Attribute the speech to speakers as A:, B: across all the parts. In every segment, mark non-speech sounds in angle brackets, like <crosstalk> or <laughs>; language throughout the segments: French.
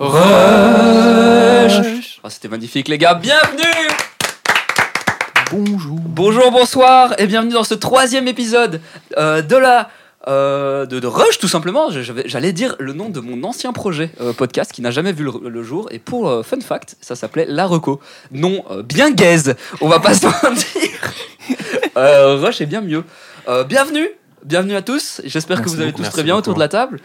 A: Oh, magnifique, les gars. Bienvenue
B: Bonjour.
A: Bonjour, bonsoir et bienvenue dans ce troisième épisode euh, de la. euh, de, de Rush, tout simplement. Je- je vais- J'allais dire le nom de mon ancien projet euh, podcast qui n'a jamais vu le, le jour. Et pour euh, fun fact, ça s'appelait La Reco. Non, euh, bien gaze. On va pas se <laughs> mentir. Euh, Rush est bien mieux. Euh, bienvenue. Bienvenue à tous. J'espère que
B: Merci
A: vous allez
B: beaucoup,
A: tous
B: merci
A: très bien autour
B: beaucoup.
A: de la table.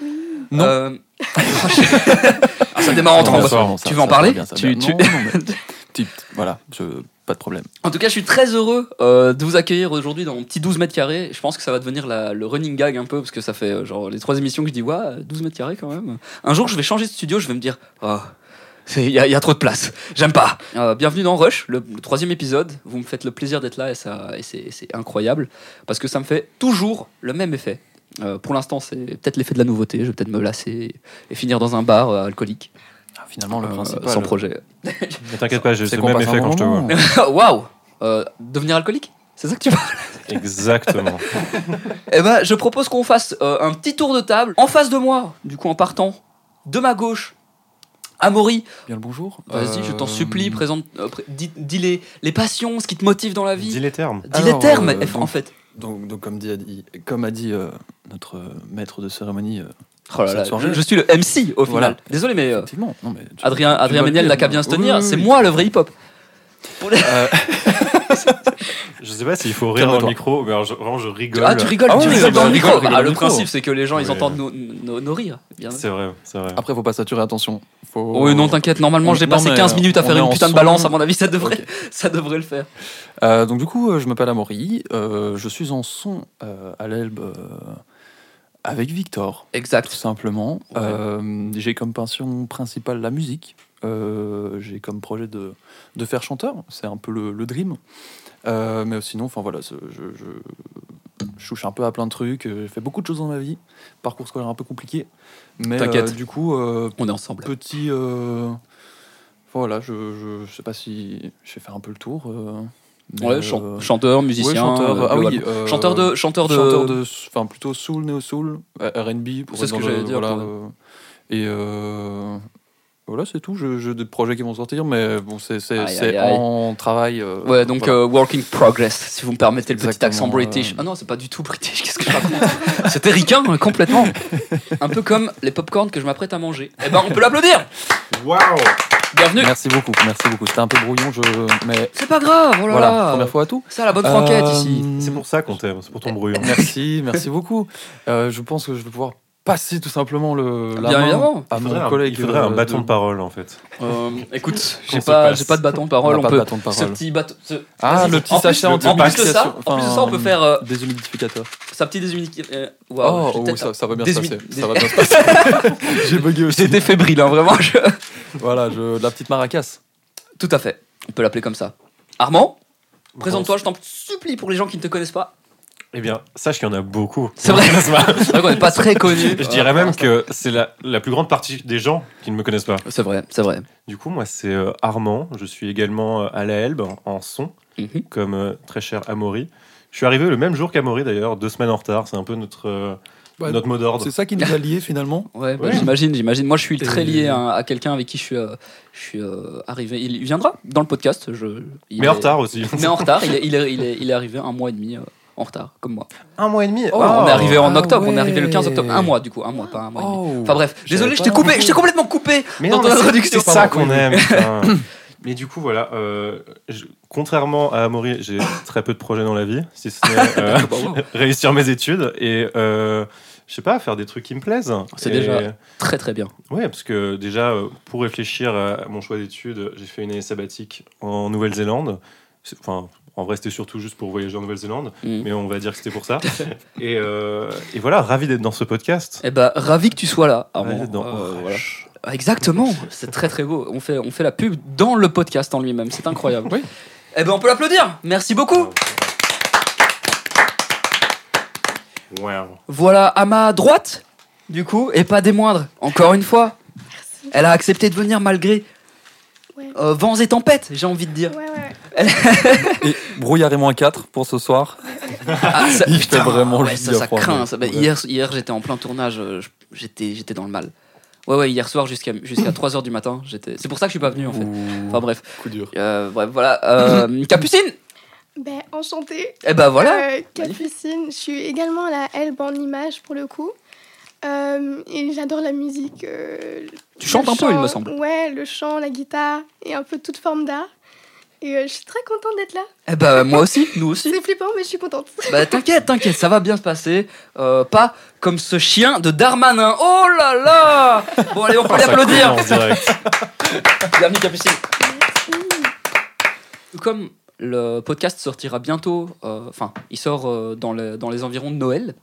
B: Non.
A: Euh, <laughs> Ah, ça démarre en
B: Bonsoir,
A: trombe.
B: bonsoir,
A: Tu veux en
B: ça va
A: parler
B: bien, ça va
C: Tu-
B: bien.
C: tu-
A: <laughs>
B: Non, non, mais- Petit- Voilà, je- pas de problème.
A: En tout cas, je suis très heureux euh, de vous accueillir aujourd'hui dans mon petit 12 mètres carrés. Je pense que ça va devenir la- le running gag un peu, parce que ça fait euh, genre les trois émissions que je dis, ouais, 12 mètres carrés quand même. Un jour, je vais changer de studio, je vais me dire, oh, c'est- il y, a- il y a trop de place, j'aime pas. Euh, bienvenue dans Rush, le, le troisième épisode. Vous me faites le plaisir d'être là et, ça- et c'est- et c'est incroyable, parce que ça me fait toujours le même effet. Euh, pour l'instant, c'est peut-être l'effet de la nouveauté. Je vais peut-être me lasser et finir dans un bar euh, alcoolique,
B: Ah, finalement, le
A: euh,
B: principal.
A: sans projet. <laughs>
C: Mais t'inquiète pas, j'ai
B: c'est
C: le
B: qu'on
C: même
B: passe un
C: effet quand
B: bon
C: je te vois.
B: moment. hein.
A: Waouh Euh, Devenir alcoolique C'est ça que tu veux
B: <laughs>
C: Exactement.
A: Eh ben, je propose qu'on fasse euh, un petit tour de table en face de moi, du coup en partant de ma gauche. Amaury,
B: Bien le bonjour.
A: vas-y, je t'en
B: Euh,
A: supplie, présente, euh, pré- dis, dis les, les passions, ce qui te motive dans la vie.
C: Dis
A: Dis,
C: les termes.
A: les
B: Alors,
A: termes,
B: euh,
A: en
B: donc-
A: fait.
B: Donc, donc, comme, dit, a dit- comme a dit euh, notre euh, maître de cérémonie, euh,
A: Oh là
B: cette
A: là,
B: soirée.
A: je, je suis le MC au final.
B: Voilà.
A: Désolé, mais euh,
B: effectivement. Non, mais tu-
A: Adrien,
B: tu
A: Adrien
B: dois le
A: Méniel
B: dire,
A: n'a qu'à
B: non.
A: bien se
B: Oui,
A: tenir,
B: oui,
A: c'est
B: oui.
A: moi le vrai hip-hop.
B: Euh,
C: Je sais pas s'il faut rire dans le
B: Calme-toi.
C: micro, mais alors, je- vraiment je rigole.
A: Ah, tu rigoles,
B: Ah
A: tu
B: oui,
A: rigoles
B: oui,
A: dans le
B: rigole,
A: micro.
B: rigole
A: Ah,
B: dans
A: le
B: le micro.
A: principe, c'est que les gens, ils
C: Oui.
A: entendent nos, nos- nos rires. bien.
C: C'est vrai, c'est vrai.
B: Après, faut pas saturer, attention. Faut...
A: Oui, non, t'inquiète, normalement,
B: On-
A: j'ai
B: non,
A: passé
B: mais
A: 15 minutes à
B: on
A: faire
B: est
A: une
B: en
A: putain de
B: son.
A: balance, à mon avis, ça devrait,
B: Ok.
A: <laughs> ça devrait le faire.
B: Euh, donc du coup, euh, je m'appelle Amaury, euh, je suis en son euh, à l'Elbe euh, avec Victor,
A: Exact.
B: tout simplement.
A: Ouais.
B: Euh, j'ai comme passion principale la musique. Euh, j'ai comme projet de, de faire chanteur, c'est un peu le, le dream. Euh, mais sinon, enfin voilà, ce- je, je, je touche un peu à plein de trucs, euh, j'ai fait beaucoup de choses dans ma vie, parcours scolaire un peu compliqué. Mais
A: T'inquiète.
B: euh, du coup, euh,
A: On est ensemble.
B: petit... euh, enfin, voilà, je, je, je sais pas si je vais faire un peu le tour. euh, mais,
A: Ouais, chan-
B: euh,
A: chanteur, musicien.
B: Ouais, chanteur,
A: euh,
B: ah oui,
A: globalement.
B: euh,
A: chanteur de, chanteur de.
B: chanteur de, enfin plutôt soul, euh, néo soul, R&B pour
A: C'est
B: être
A: ce
B: dans
A: que
B: le-
A: j'allais dire,
B: voilà,
A: pour-
B: euh, et euh, voilà, c'est tout. Je- J'ai des projets qui vont sortir, mais bon, c'est c'est-
A: Aïe, aïe,
B: c'est
A: aïe.
B: en travail. euh,
A: Ouais, donc
B: voilà.
A: euh, Working Progress, si vous me permettez le petit
B: Exactement,
A: accent british.
B: euh.
A: Ah non, c'est pas du tout british, qu'est-ce que je raconte <laughs> C'était ricain, hein, complètement. Un peu comme les popcorns que je m'apprête à manger. Eh ben, on peut l'applaudir
C: Waouh
A: Bienvenue
B: Merci beaucoup, merci beaucoup. C'était un peu brouillon, je mais
A: C'est pas grave, oh là
B: voilà,
A: là.
B: première fois à tout.
A: C'est à la bonne franquette
B: Euh,
A: ici.
C: C'est pour ça qu'on t'aime, c'est pour ton brouillon.
B: Merci, merci beaucoup. Euh, je pense que je vais pouvoir passer tout simplement le la
A: Bien
B: main
A: évidemment.
B: à
C: Il
B: mon
C: faudrait un-
B: collègue.
C: Il faudrait un
B: euh,
C: bâton de parole en fait.
A: Euh, écoute,
C: Qu'on
A: j'ai
C: se
A: pas,
C: passe.
A: j'ai pas de bâton de
B: on
A: parole,
B: n'a
A: on,
B: pas de
A: peut.
B: bâton de
A: Ce
B: parole.
A: petit bâton. ce-
B: Ah, le petit
A: en plus,
B: sachet
A: de- en plus de
B: anti-humidification.
A: ça, en plus de ça, on peut
B: Enfin,
A: faire euh,
B: déshumidificateur.
A: sa petite euh, désunique.
B: Oh, oh,
A: hein.
B: ça, ça va bien se
A: Désumi-
B: passer.
A: dés-
B: Ça va bien se passer. <laughs> J'ai bugué aussi.
A: C'était fébrile, hein, vraiment. je-
B: Voilà, je, de la petite maracas.
A: Tout à fait. On peut l'appeler comme ça. Armand, présente-toi, je t'en supplie pour les gens qui ne te connaissent pas.
C: Eh bien, sache qu'il y en a beaucoup.
A: C'est <laughs> vrai.
C: N'est-ce pas
A: C'est vrai qu'on n'est pas très connu.
C: Je dirais même que c'est la, la plus grande partie des gens qui ne me connaissent pas.
A: C'est vrai, c'est vrai.
C: Du coup, moi, c'est euh, Armand. Je suis également euh, à la Helbe en son.
A: Mhm.
C: comme euh, très cher Amaury. Je suis arrivé le même jour qu'Amaury d'ailleurs, deux semaines en retard. C'est un peu notre, euh,
B: Ouais,
C: notre mot d'ordre.
B: C'est ça qui nous a liés finalement.
A: Ouais, bah,
C: Ouais.
A: j'imagine, j'imagine. Moi, je suis très
B: Et-
A: lié à, à quelqu'un avec qui je suis, euh, je suis euh, arrivé. Il il viendra dans le podcast. Je, il
C: Mais
A: est-
C: en retard aussi.
A: <laughs>
C: <laughs>
A: Mais en retard, il est, il est- il est- il est arrivé un mois et demi euh, en retard, comme moi.
C: Un mois et demi.
B: Oh,
A: on est arrivé en
B: ah
A: octobre, on est arrivé le
B: ouais.
A: 15 octobre. Un mois, du coup, un mois, pas un mois et demi.
B: Oh.
A: Enfin bref, désolé,
B: J'avais
A: je t'ai
B: pas
A: coupé,
B: l'info.
A: je t'ai complètement coupé
C: Mais
A: dans
C: non,
A: ton
C: mais c'est-
A: introduction.
C: C'est ça
A: pardon. <laughs>
C: qu'on aime. putain. mais du coup, voilà. euh, je- contrairement à Amaury, j'ai très peu de projets dans la vie, si ce n'est euh, <laughs>
A: Bah, wow.
C: réussir mes études et euh, je sais pas faire des trucs qui me plaisent.
A: C'est
C: Et-
A: déjà- Très très bien.
C: Ouais, parce que déjà, euh, pour réfléchir à mon choix d'études, j'ai fait une année sabbatique en Nouvelle-Zélande. C'est- Enfin, en vrai, c'était surtout juste pour voyager en Nouvelle-Zélande,
A: Mm.
C: mais on va dire que
A: <laughs>
C: c'était pour ça. et, euh, et voilà, ravi d'être dans ce podcast.
A: Eh ben, ravi que tu sois là. Armand.
C: Ravi d'être dans-
A: Euh,
C: Oh,
A: voilà.
C: vache.
A: Ah, Exactement, c'est très très beau. On fait, on fait la pub dans le podcast en lui-même, c'est incroyable.
B: Oui.
A: Eh ben on peut l'applaudir, merci beaucoup.
C: Wow.
A: Voilà à ma droite, du coup, et pas des moindres, encore une fois.
D: Merci.
A: Elle a accepté de venir malgré
D: Ouais.
A: euh, vents et tempêtes, j'ai envie de dire.
D: Ouais, ouais.
B: Et brouillard et moins 4 pour ce soir.
A: Ah, ça,
B: Il fait vraiment le
A: ouais, ça,
B: bien,
A: ça
B: franchement.
A: craint. ça. Bah,
B: Ouais.
A: Hier, hier j'étais en plein tournage, euh, je- j'étais j'étais dans le mal. Ouais, ouais, hier soir jusqu'à jusqu'à
D: <coughs>
A: 3h du matin. j'étais. C'est pour ça que je suis pas venu en fait. Enfin bref.
B: Coup dur.
A: Euh, bref, voilà.
D: <coughs>
A: Euh, Capucine
D: Ben, enchantée.
A: Eh ben voilà
D: Euh, Capucine, je suis également à la Elbe en images pour le coup. Euh, et j'adore la musique. euh,
A: Tu chantes
D: le
A: un peu, il me
D: chant-
A: semble.
D: Ouais, le chant, la guitare et un peu toute forme d'art. Et euh, je suis très contente d'être là.
A: Eh ben moi aussi, nous aussi
D: C'est flippant, mais je suis contente.
A: Bah t'inquiète, t'inquiète, ça va bien se passer. Euh, pas comme ce chien de Darmanin. Oh là là Bon allez, on
B: Ah,
A: peut l'applaudir
C: commence direct.
B: hein.
A: Bienvenue Capucine
D: Merci.
A: Comme le podcast sortira bientôt, euh, enfin, il sort euh, dans, le- dans les environs de Noël.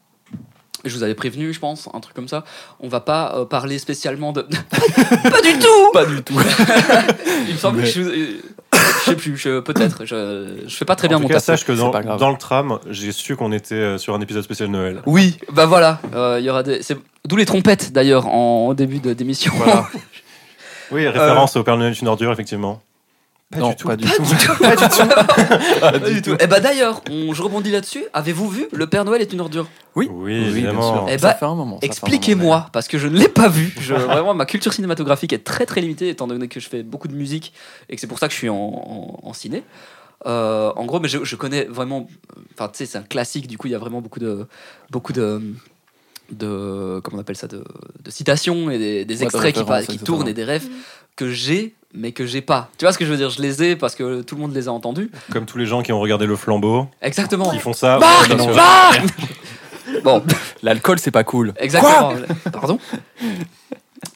A: Je vous avais prévenu, je pense, un truc comme ça. On va pas euh, parler spécialement de. <laughs> pas du tout
B: Pas du tout.
A: <laughs> Il me semble
B: Mais-
A: que je. euh, Je sais plus, je- peut-être. Je, je fais pas très bien
C: en
A: mon
C: tout cas,
A: taf.
C: sache que
B: C'est
C: dans,
B: pas grave.
C: dans le tram, j'ai su qu'on était euh, sur un épisode spécial Noël.
A: Oui, bah voilà. euh, Il y aura des. c'est- D'où les trompettes d'ailleurs en, au début de d'émission.
C: Voilà. Oui, référence au Père Noël d'une ordure, effectivement. Pas
B: non,
C: du tout.
B: pas
A: <laughs>
B: du
A: Pas
B: tout.
A: du tout.
B: Pas du tout.
A: Pas du tout. Et bah d'ailleurs, on- je rebondis là-dessus. Avez-vous vu Le Père Noël est une ordure
B: Oui,
C: Oui,
B: bien sûr.
C: évidemment.
A: Eh
B: ça
A: bah,
B: fait un moment. ça fait un moment,
A: Expliquez-moi, parce que je ne l'ai pas vu. Je, vraiment, ma culture cinématographique est très très limitée, étant donné que je fais beaucoup de musique et que c'est pour ça que je suis en, en- en ciné. Euh, en gros, mais je, je connais vraiment. Enfin, tu sais, c'est un classique, du coup, il y a vraiment beaucoup de. Beaucoup de de comment on appelle ça de, de citations et des, des
B: Ouais, de
A: extraits qui,
B: références,
A: pa- qui
B: etc.
A: tournent et des rêves
D: Mhm.
A: que j'ai mais que j'ai pas tu vois ce que je veux dire je les ai parce que tout le monde les a entendus
C: Comme tous les gens qui ont regardé le flambeau,
A: exactement
C: qui font ça.
A: Marc
C: Non, non, <laughs>
A: Marc bon
B: mais- L'alcool, c'est pas cool.
A: Exactement. <laughs> Pardon.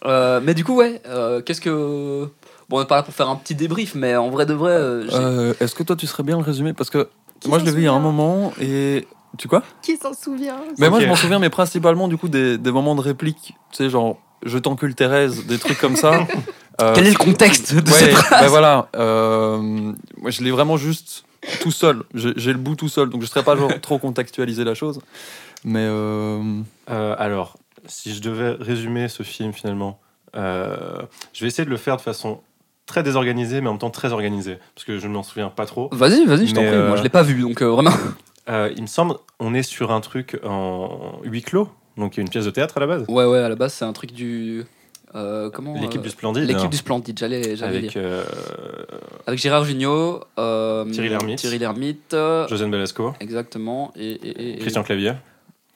A: Euh, mais du coup, ouais. euh, Qu'est-ce que. Bon, on n'est pas là pour faire un petit débrief, mais en vrai de vrai, euh, j'ai-
B: Euh, Est-ce que toi, tu serais bien le résumé Parce que
D: Qui
B: moi, je
D: s'en
B: l'ai vu il y a un
D: souvient
B: moment et. Tu quoi
D: Qui s'en souvient
B: Mais moi,
C: Ok.
B: je m'en souviens, mais principalement du coup des, des moments de réplique. Tu sais, genre, je t'encule Thérèse, des trucs
A: <laughs>
B: comme ça. Euh,
A: quel est le contexte <laughs> de
B: ouais,
A: cette
B: ben
A: phrase
B: voilà. euh, moi, je l'ai vraiment juste tout seul. J'ai j'ai le bout tout seul, donc je serais pas genre trop contextualisé la chose. Mais euh,
C: Euh, alors, si je devais résumer ce film finalement, euh, je vais essayer de le faire de façon très désorganisée, mais en même temps très organisée, parce que je ne m'en souviens pas trop.
A: Vas-y, vas-y, je t'en
C: Mais,
A: prie.
C: euh,
A: Moi, je l'ai pas vu, donc euh, vraiment.
C: Euh, il me semble, on est sur un truc en huis clos, donc il y a une pièce de théâtre à la base.
A: <laughs> Ouais, ouais. À la base, c'est un truc du. euh, comment
C: L'équipe
A: euh,
C: du Splendide.
A: L'équipe du Splendide, j'allais j'allais
C: Avec
A: dire.
C: euh,
A: Avec Gérard Jugnot, euh,
C: Thierry Lhermitte.
A: Thierry Lhermitte, euh,
C: Josiane Balasco,
A: exactement. Et, et- et-
C: Christian Clavier,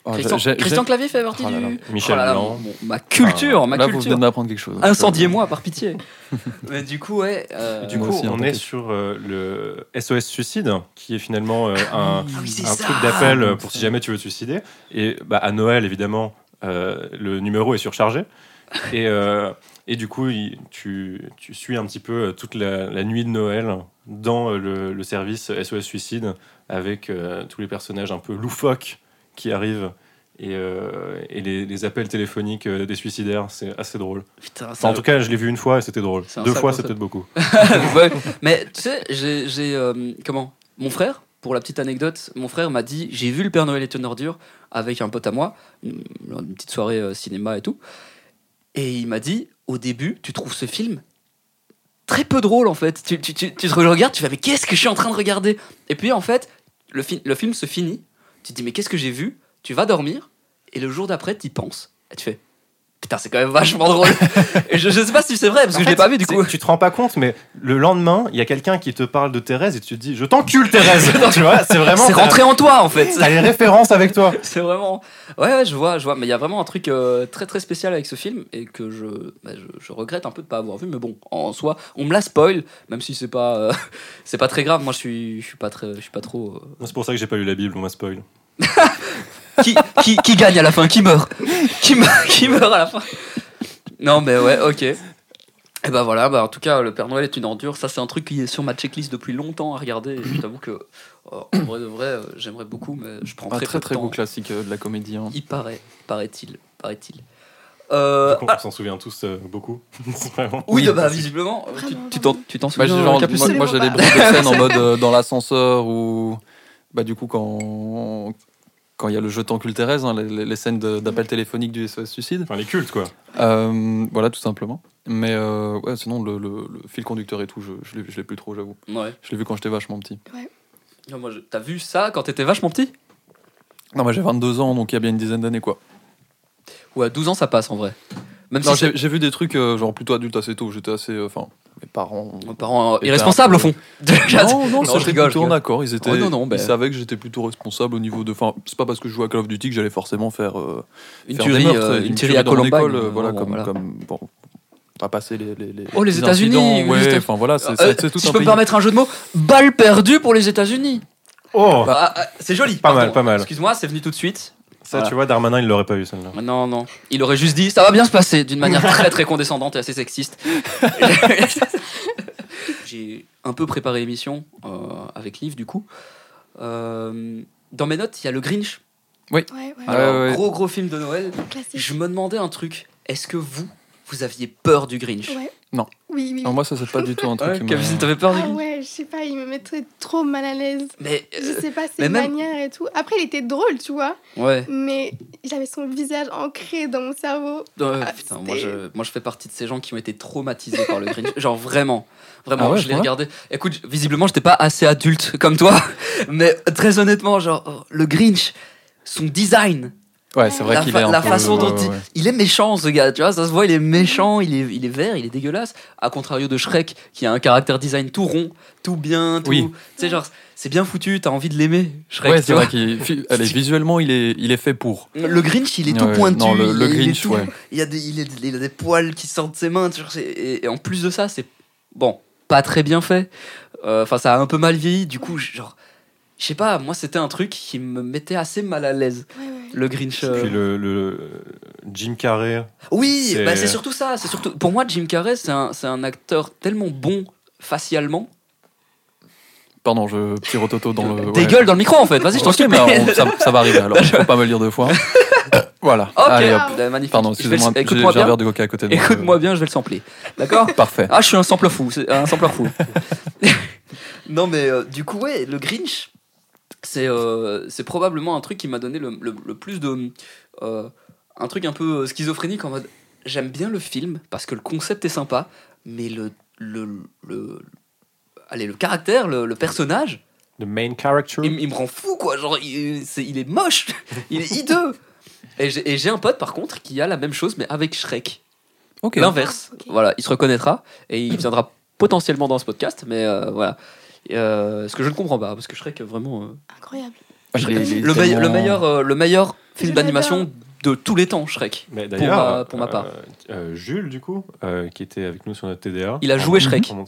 B: oh,
A: Christian,
B: j'ai- j'ai-
A: Christian Clavier fait partie
B: Oh là là.
A: du.
C: Michel
A: Oh là là,
C: Blanc. Ah.
A: mon- ma culture, ma
B: là, vous
A: culture.
B: venez de m'apprendre quelque chose. hein.
A: Incendiez-moi par pitié. euh, <laughs> Mais du coup, ouais. euh,
C: Du
B: Moi
C: coup,
B: aussi, hein,
C: on est
B: t'inquiète.
C: sur euh, le SOS Suicide, qui est finalement euh, un,
A: Ah oui, c'est
C: un
A: ça. Ah,
C: truc d'appel euh,
B: Comme
C: pour
B: ça.
C: si jamais tu veux te suicider. Et bah, à Noël, évidemment, euh, le numéro est surchargé. Et, euh, et du coup, il- tu, tu suis un petit peu euh, toute la, la nuit de Noël dans euh, le, le service SOS Suicide avec euh, tous les personnages un peu loufoques qui arrivent. Et, euh, et les, les appels téléphoniques euh, des suicidaires, c'est assez drôle.
A: Putain,
C: Enfin,
A: ça-
C: en tout cas, je l'ai vu une fois et c'était drôle.
A: C'est un
C: Deux
A: sale
C: fois,
A: concept.
C: c'est peut-être beaucoup. <laughs>
A: Ouais. <laughs> Mais tu sais, j'ai. j'ai, euh, comment Mon frère, pour la petite anecdote, mon frère m'a dit j'ai vu le Père Noël est une ordure avec un pote à moi, une, une petite soirée euh, cinéma et tout. Et il m'a dit au début, tu trouves ce film très peu drôle en fait. Tu, tu, tu, tu te regardes, tu fais mais qu'est-ce que je suis en train de regarder Et puis en fait, le, fi- le film se finit, tu te dis mais qu'est-ce que j'ai vu Tu vas dormir et le jour d'après, tu y penses et tu fais. Putain, c'est quand même vachement
C: <laughs>
A: drôle. Et je, je sais pas si c'est vrai parce que
C: En
A: je l'ai
C: fait,
A: pas vu du
C: c'est-
A: coup.
C: Tu te rends pas compte, mais le lendemain, il y a quelqu'un qui te parle de Thérèse et tu te dis Je t'encule,
A: <laughs>
C: Thérèse Tu vois, c'est
B: Ah
C: vraiment.
A: C'est rentré en toi en fait.
C: T'as les références avec toi.
A: <laughs> C'est vraiment. Ouais, ouais, je vois, je vois. Mais il y a vraiment un truc euh, très très spécial avec ce film et que je, bah, je, je regrette un peu de pas avoir vu. Mais bon, en soi, on me la spoil, même si c'est pas euh, <laughs> c'est pas très grave. Moi, je suis je suis pas très je suis pas trop. euh,
C: C'est pour ça que j'ai pas lu la Bible, on m'a spoil.
A: Qui, qui qui gagne à la fin Qui meurt <laughs> Qui meurt Qui meurt à la fin Non, mais ouais, ok. Et bah voilà, bah en tout cas, le Père Noël est une ordure. Ça, c'est un truc qui est sur ma checklist depuis longtemps à regarder. Et je t'avoue que, euh, en vrai de vrai, euh, j'aimerais beaucoup, mais je prends
B: Un
A: très,
B: Euh, très
A: peu
B: très
A: de temps.
B: beau classique euh, de la comédie. hein.
A: Il paraît, paraît-il, paraît-il. Euh,
C: Du coup,
A: ah,
C: on s'en souvient tous euh, beaucoup. <laughs> C'est vraiment-
A: oui,
B: oui,
A: bah
C: parce que-
A: visiblement, euh, tu-
D: Vraiment,
A: tu t'en
D: vraiment.
A: tu t'en
B: Bah, j'ai
A: souviens, euh,
B: genre-
A: Capucine
B: moi, moi, j'ai des
D: Absolument
B: bruits de
A: <laughs>
B: scène en mode euh, dans l'ascenseur ou bah du coup quand quand il y a le jeu T'encule Thérèse, hein, les- les, les scènes de- d'appel téléphonique du SOS Suicide.
C: Enfin, les cultes, quoi.
B: Euh, voilà tout simplement. Mais euh, ouais, sinon le, le- le fil conducteur et tout, je, je l'ai je l'ai plus trop, j'avoue.
A: Ouais.
B: Je l'ai vu quand j'étais vachement petit.
A: Non, moi, je- T'as vu ça quand t'étais vachement petit
B: Non, moi j'ai 22 ans, donc il y a bien une dizaine d'années quoi.
A: Ouais, 12 ans ça passe en vrai. Même
B: Non,
A: si
B: j'ai
A: c'est
B: j'ai vu des trucs euh, genre plutôt adulte assez tôt. J'étais assez. euh, Enfin, mes parents. <laughs>
A: un parent euh,
B: Et
A: irresponsable au
B: t'as un
A: fond. <laughs>
B: Non, non,
A: je
B: c'était
A: rigole, je
B: plutôt en
A: rigole.
B: accord. Ils étaient.
A: Oh, non, non, ben.
B: Ils savaient que j'étais plutôt responsable au niveau de. Enfin, c'est pas parce que je jouais à Call of Duty que j'allais forcément faire. euh,
A: Une
B: faire des
A: tuerie,
B: meurtres,
A: euh,
B: une
A: une tuerie à
B: dans mon
A: Columbine.
B: école, euh,
A: euh,
B: voilà,
A: bon,
B: comme,
A: voilà.
B: comme bon, pas passer les, les, les
A: Oh, les
B: petits
A: États-Unis,
B: incidents,
A: oui,
B: ouais,
A: c'était-
B: enfin voilà, c'est
A: Euh,
B: c'est- c'est tout
A: si
B: un
A: je peux me
B: pays.
A: permettre un jeu de mots, balle perdue pour les États-Unis.
C: Oh
A: Ah, ah, c'est joli.
C: Pas
A: pardon.
C: mal, pas mal.
A: Excuse-moi, c'est venu tout de suite.
C: Ça,
A: Voilà.
C: tu vois, Darmanin, il l'aurait pas eu celle-là.
A: Non, non. Il aurait juste dit, ça va bien se passer, d'une manière très très condescendante et assez
B: <laughs>
A: sexiste. J'ai un peu préparé l'émission euh, avec Liv, du coup. Euh, dans mes notes, il y a le Grinch.
D: Ouais, ouais,
A: Alors,
B: Ah ouais, ouais.
A: gros gros film de Noël.
D: classique.
A: Je me demandais un truc. Est-ce que vous, vous aviez peur du Grinch
D: Ouais.
B: Non.
D: Oui, oui.
B: Non, moi ça c'est pas du tout un truc euh, qui m'a-
A: Captain, t'avais peur du
D: Ah
A: Grinch
D: ouais, je sais pas, il me mettrait trop mal à l'aise.
A: Mais.
D: Je
A: euh,
D: sais pas ses
A: mais même-
D: manières et tout. Après, il était drôle, tu vois,
A: ouais.
D: mais j'avais son visage ancré dans mon cerveau.
A: Euh,
D: Ah,
A: putain, moi,
D: c'était-
A: je, moi je fais partie de ces gens qui ont été traumatisés par le Grinch. Genre vraiment, vraiment,
B: Ah ouais,
A: je l'ai
B: ouais.
A: regardé. Écoute, j- visiblement j'étais pas assez adulte comme toi, <laughs> mais très honnêtement, genre oh, le Grinch, son design,
B: Ouais, c'est vrai
A: la,
B: qu'il
A: fa-
B: est un
A: la
B: peu-
A: façon
B: ouais,
A: dont
B: ouais,
A: il,
B: ouais.
A: il est méchant ce gars, tu vois, ça se voit, il est méchant, il est, il est vert, il est dégueulasse. À contrario de Shrek qui a un caractère design tout rond, tout bien, tout.
B: Oui.
A: Tu sais, genre c'est bien foutu, t'as envie de l'aimer, Shrek.
B: Ouais,
A: tu
B: c'est
A: vois.
B: vrai qu'il fi- allez, visuellement il est il est fait pour.
A: Le Grinch, il est tout
B: Ouais,
A: pointu.
B: non, le-
A: il
B: le
A: est- il est
B: Grinch,
A: tout-
B: ouais.
A: Il, y a des, il, est- il a des poils qui sortent de ses mains. tu vois, c'est- et, et en plus de ça, c'est bon, pas très bien fait. Euh, Enfin, ça a un peu mal vieilli. Du coup, je- genre, je sais pas. Moi, c'était un truc qui me mettait assez mal à l'aise.
D: Ouais, ouais.
A: Le Grinch. euh.
C: Puis le, le Jim Carrey.
A: Oui,
C: c'est-
A: bah, c'est surtout ça. C'est surtout. Pour moi, Jim Carrey, c'est un, c'est un acteur tellement bon facialement.
B: Pardon, je petit rototo dans le. ouais.
A: Dégueule dans le micro en fait. Vas-y, je t'en
B: Ok,
A: supplie.
B: bah,
A: <laughs>
B: on- ça, ça va arriver alors. Faut pas me le dire deux fois. voilà.
A: Ok,
B: Allez, hop.
A: euh, magnifique.
B: Pardon,
A: Je vais le-
B: excusez-moi. j'ai-
A: Écoute-moi
B: J'ai un
A: bien.
B: verre de coca à côté de moi.
A: Écoute-moi bien, je vais le sampler. D'accord.
B: Parfait.
A: Ah, je suis un sampleur fou, c'est un sampleur fou. <laughs> non, mais euh, du coup, ouais, le Grinch, c'est euh, c'est probablement un truc qui m'a donné le, le- le plus de. euh, un truc un peu euh, schizophrénique en mode. J'aime bien le film parce que le concept est sympa, mais le. le, le- allez, le caractère, le, le personnage,
C: The main character.
A: il, il me rend fou, quoi. Genre, il c'est- il est, moche, <laughs> il est hideux. Et j'ai- et j'ai un pote, par contre, qui a la même chose, mais avec Shrek.
B: Ok.
A: L'inverse.
D: Ah, ok.
A: Voilà, il se reconnaîtra et il viendra potentiellement dans ce podcast, mais euh, voilà. Et, euh, ce que je ne comprends pas, parce que Shrek, vraiment. euh,
D: Incroyable.
B: Il est- il est
A: le, meille-
B: tellement-
A: le meilleur, euh, le meilleur film
D: Je
A: d'animation de tous les temps, Shrek.
C: Mais d'ailleurs,
A: ma- pour ma part.
C: euh, euh, Jules, du coup, euh, qui était avec nous sur notre TDA.
A: Il a joué
C: En- <laughs>
A: Shrek.
C: en-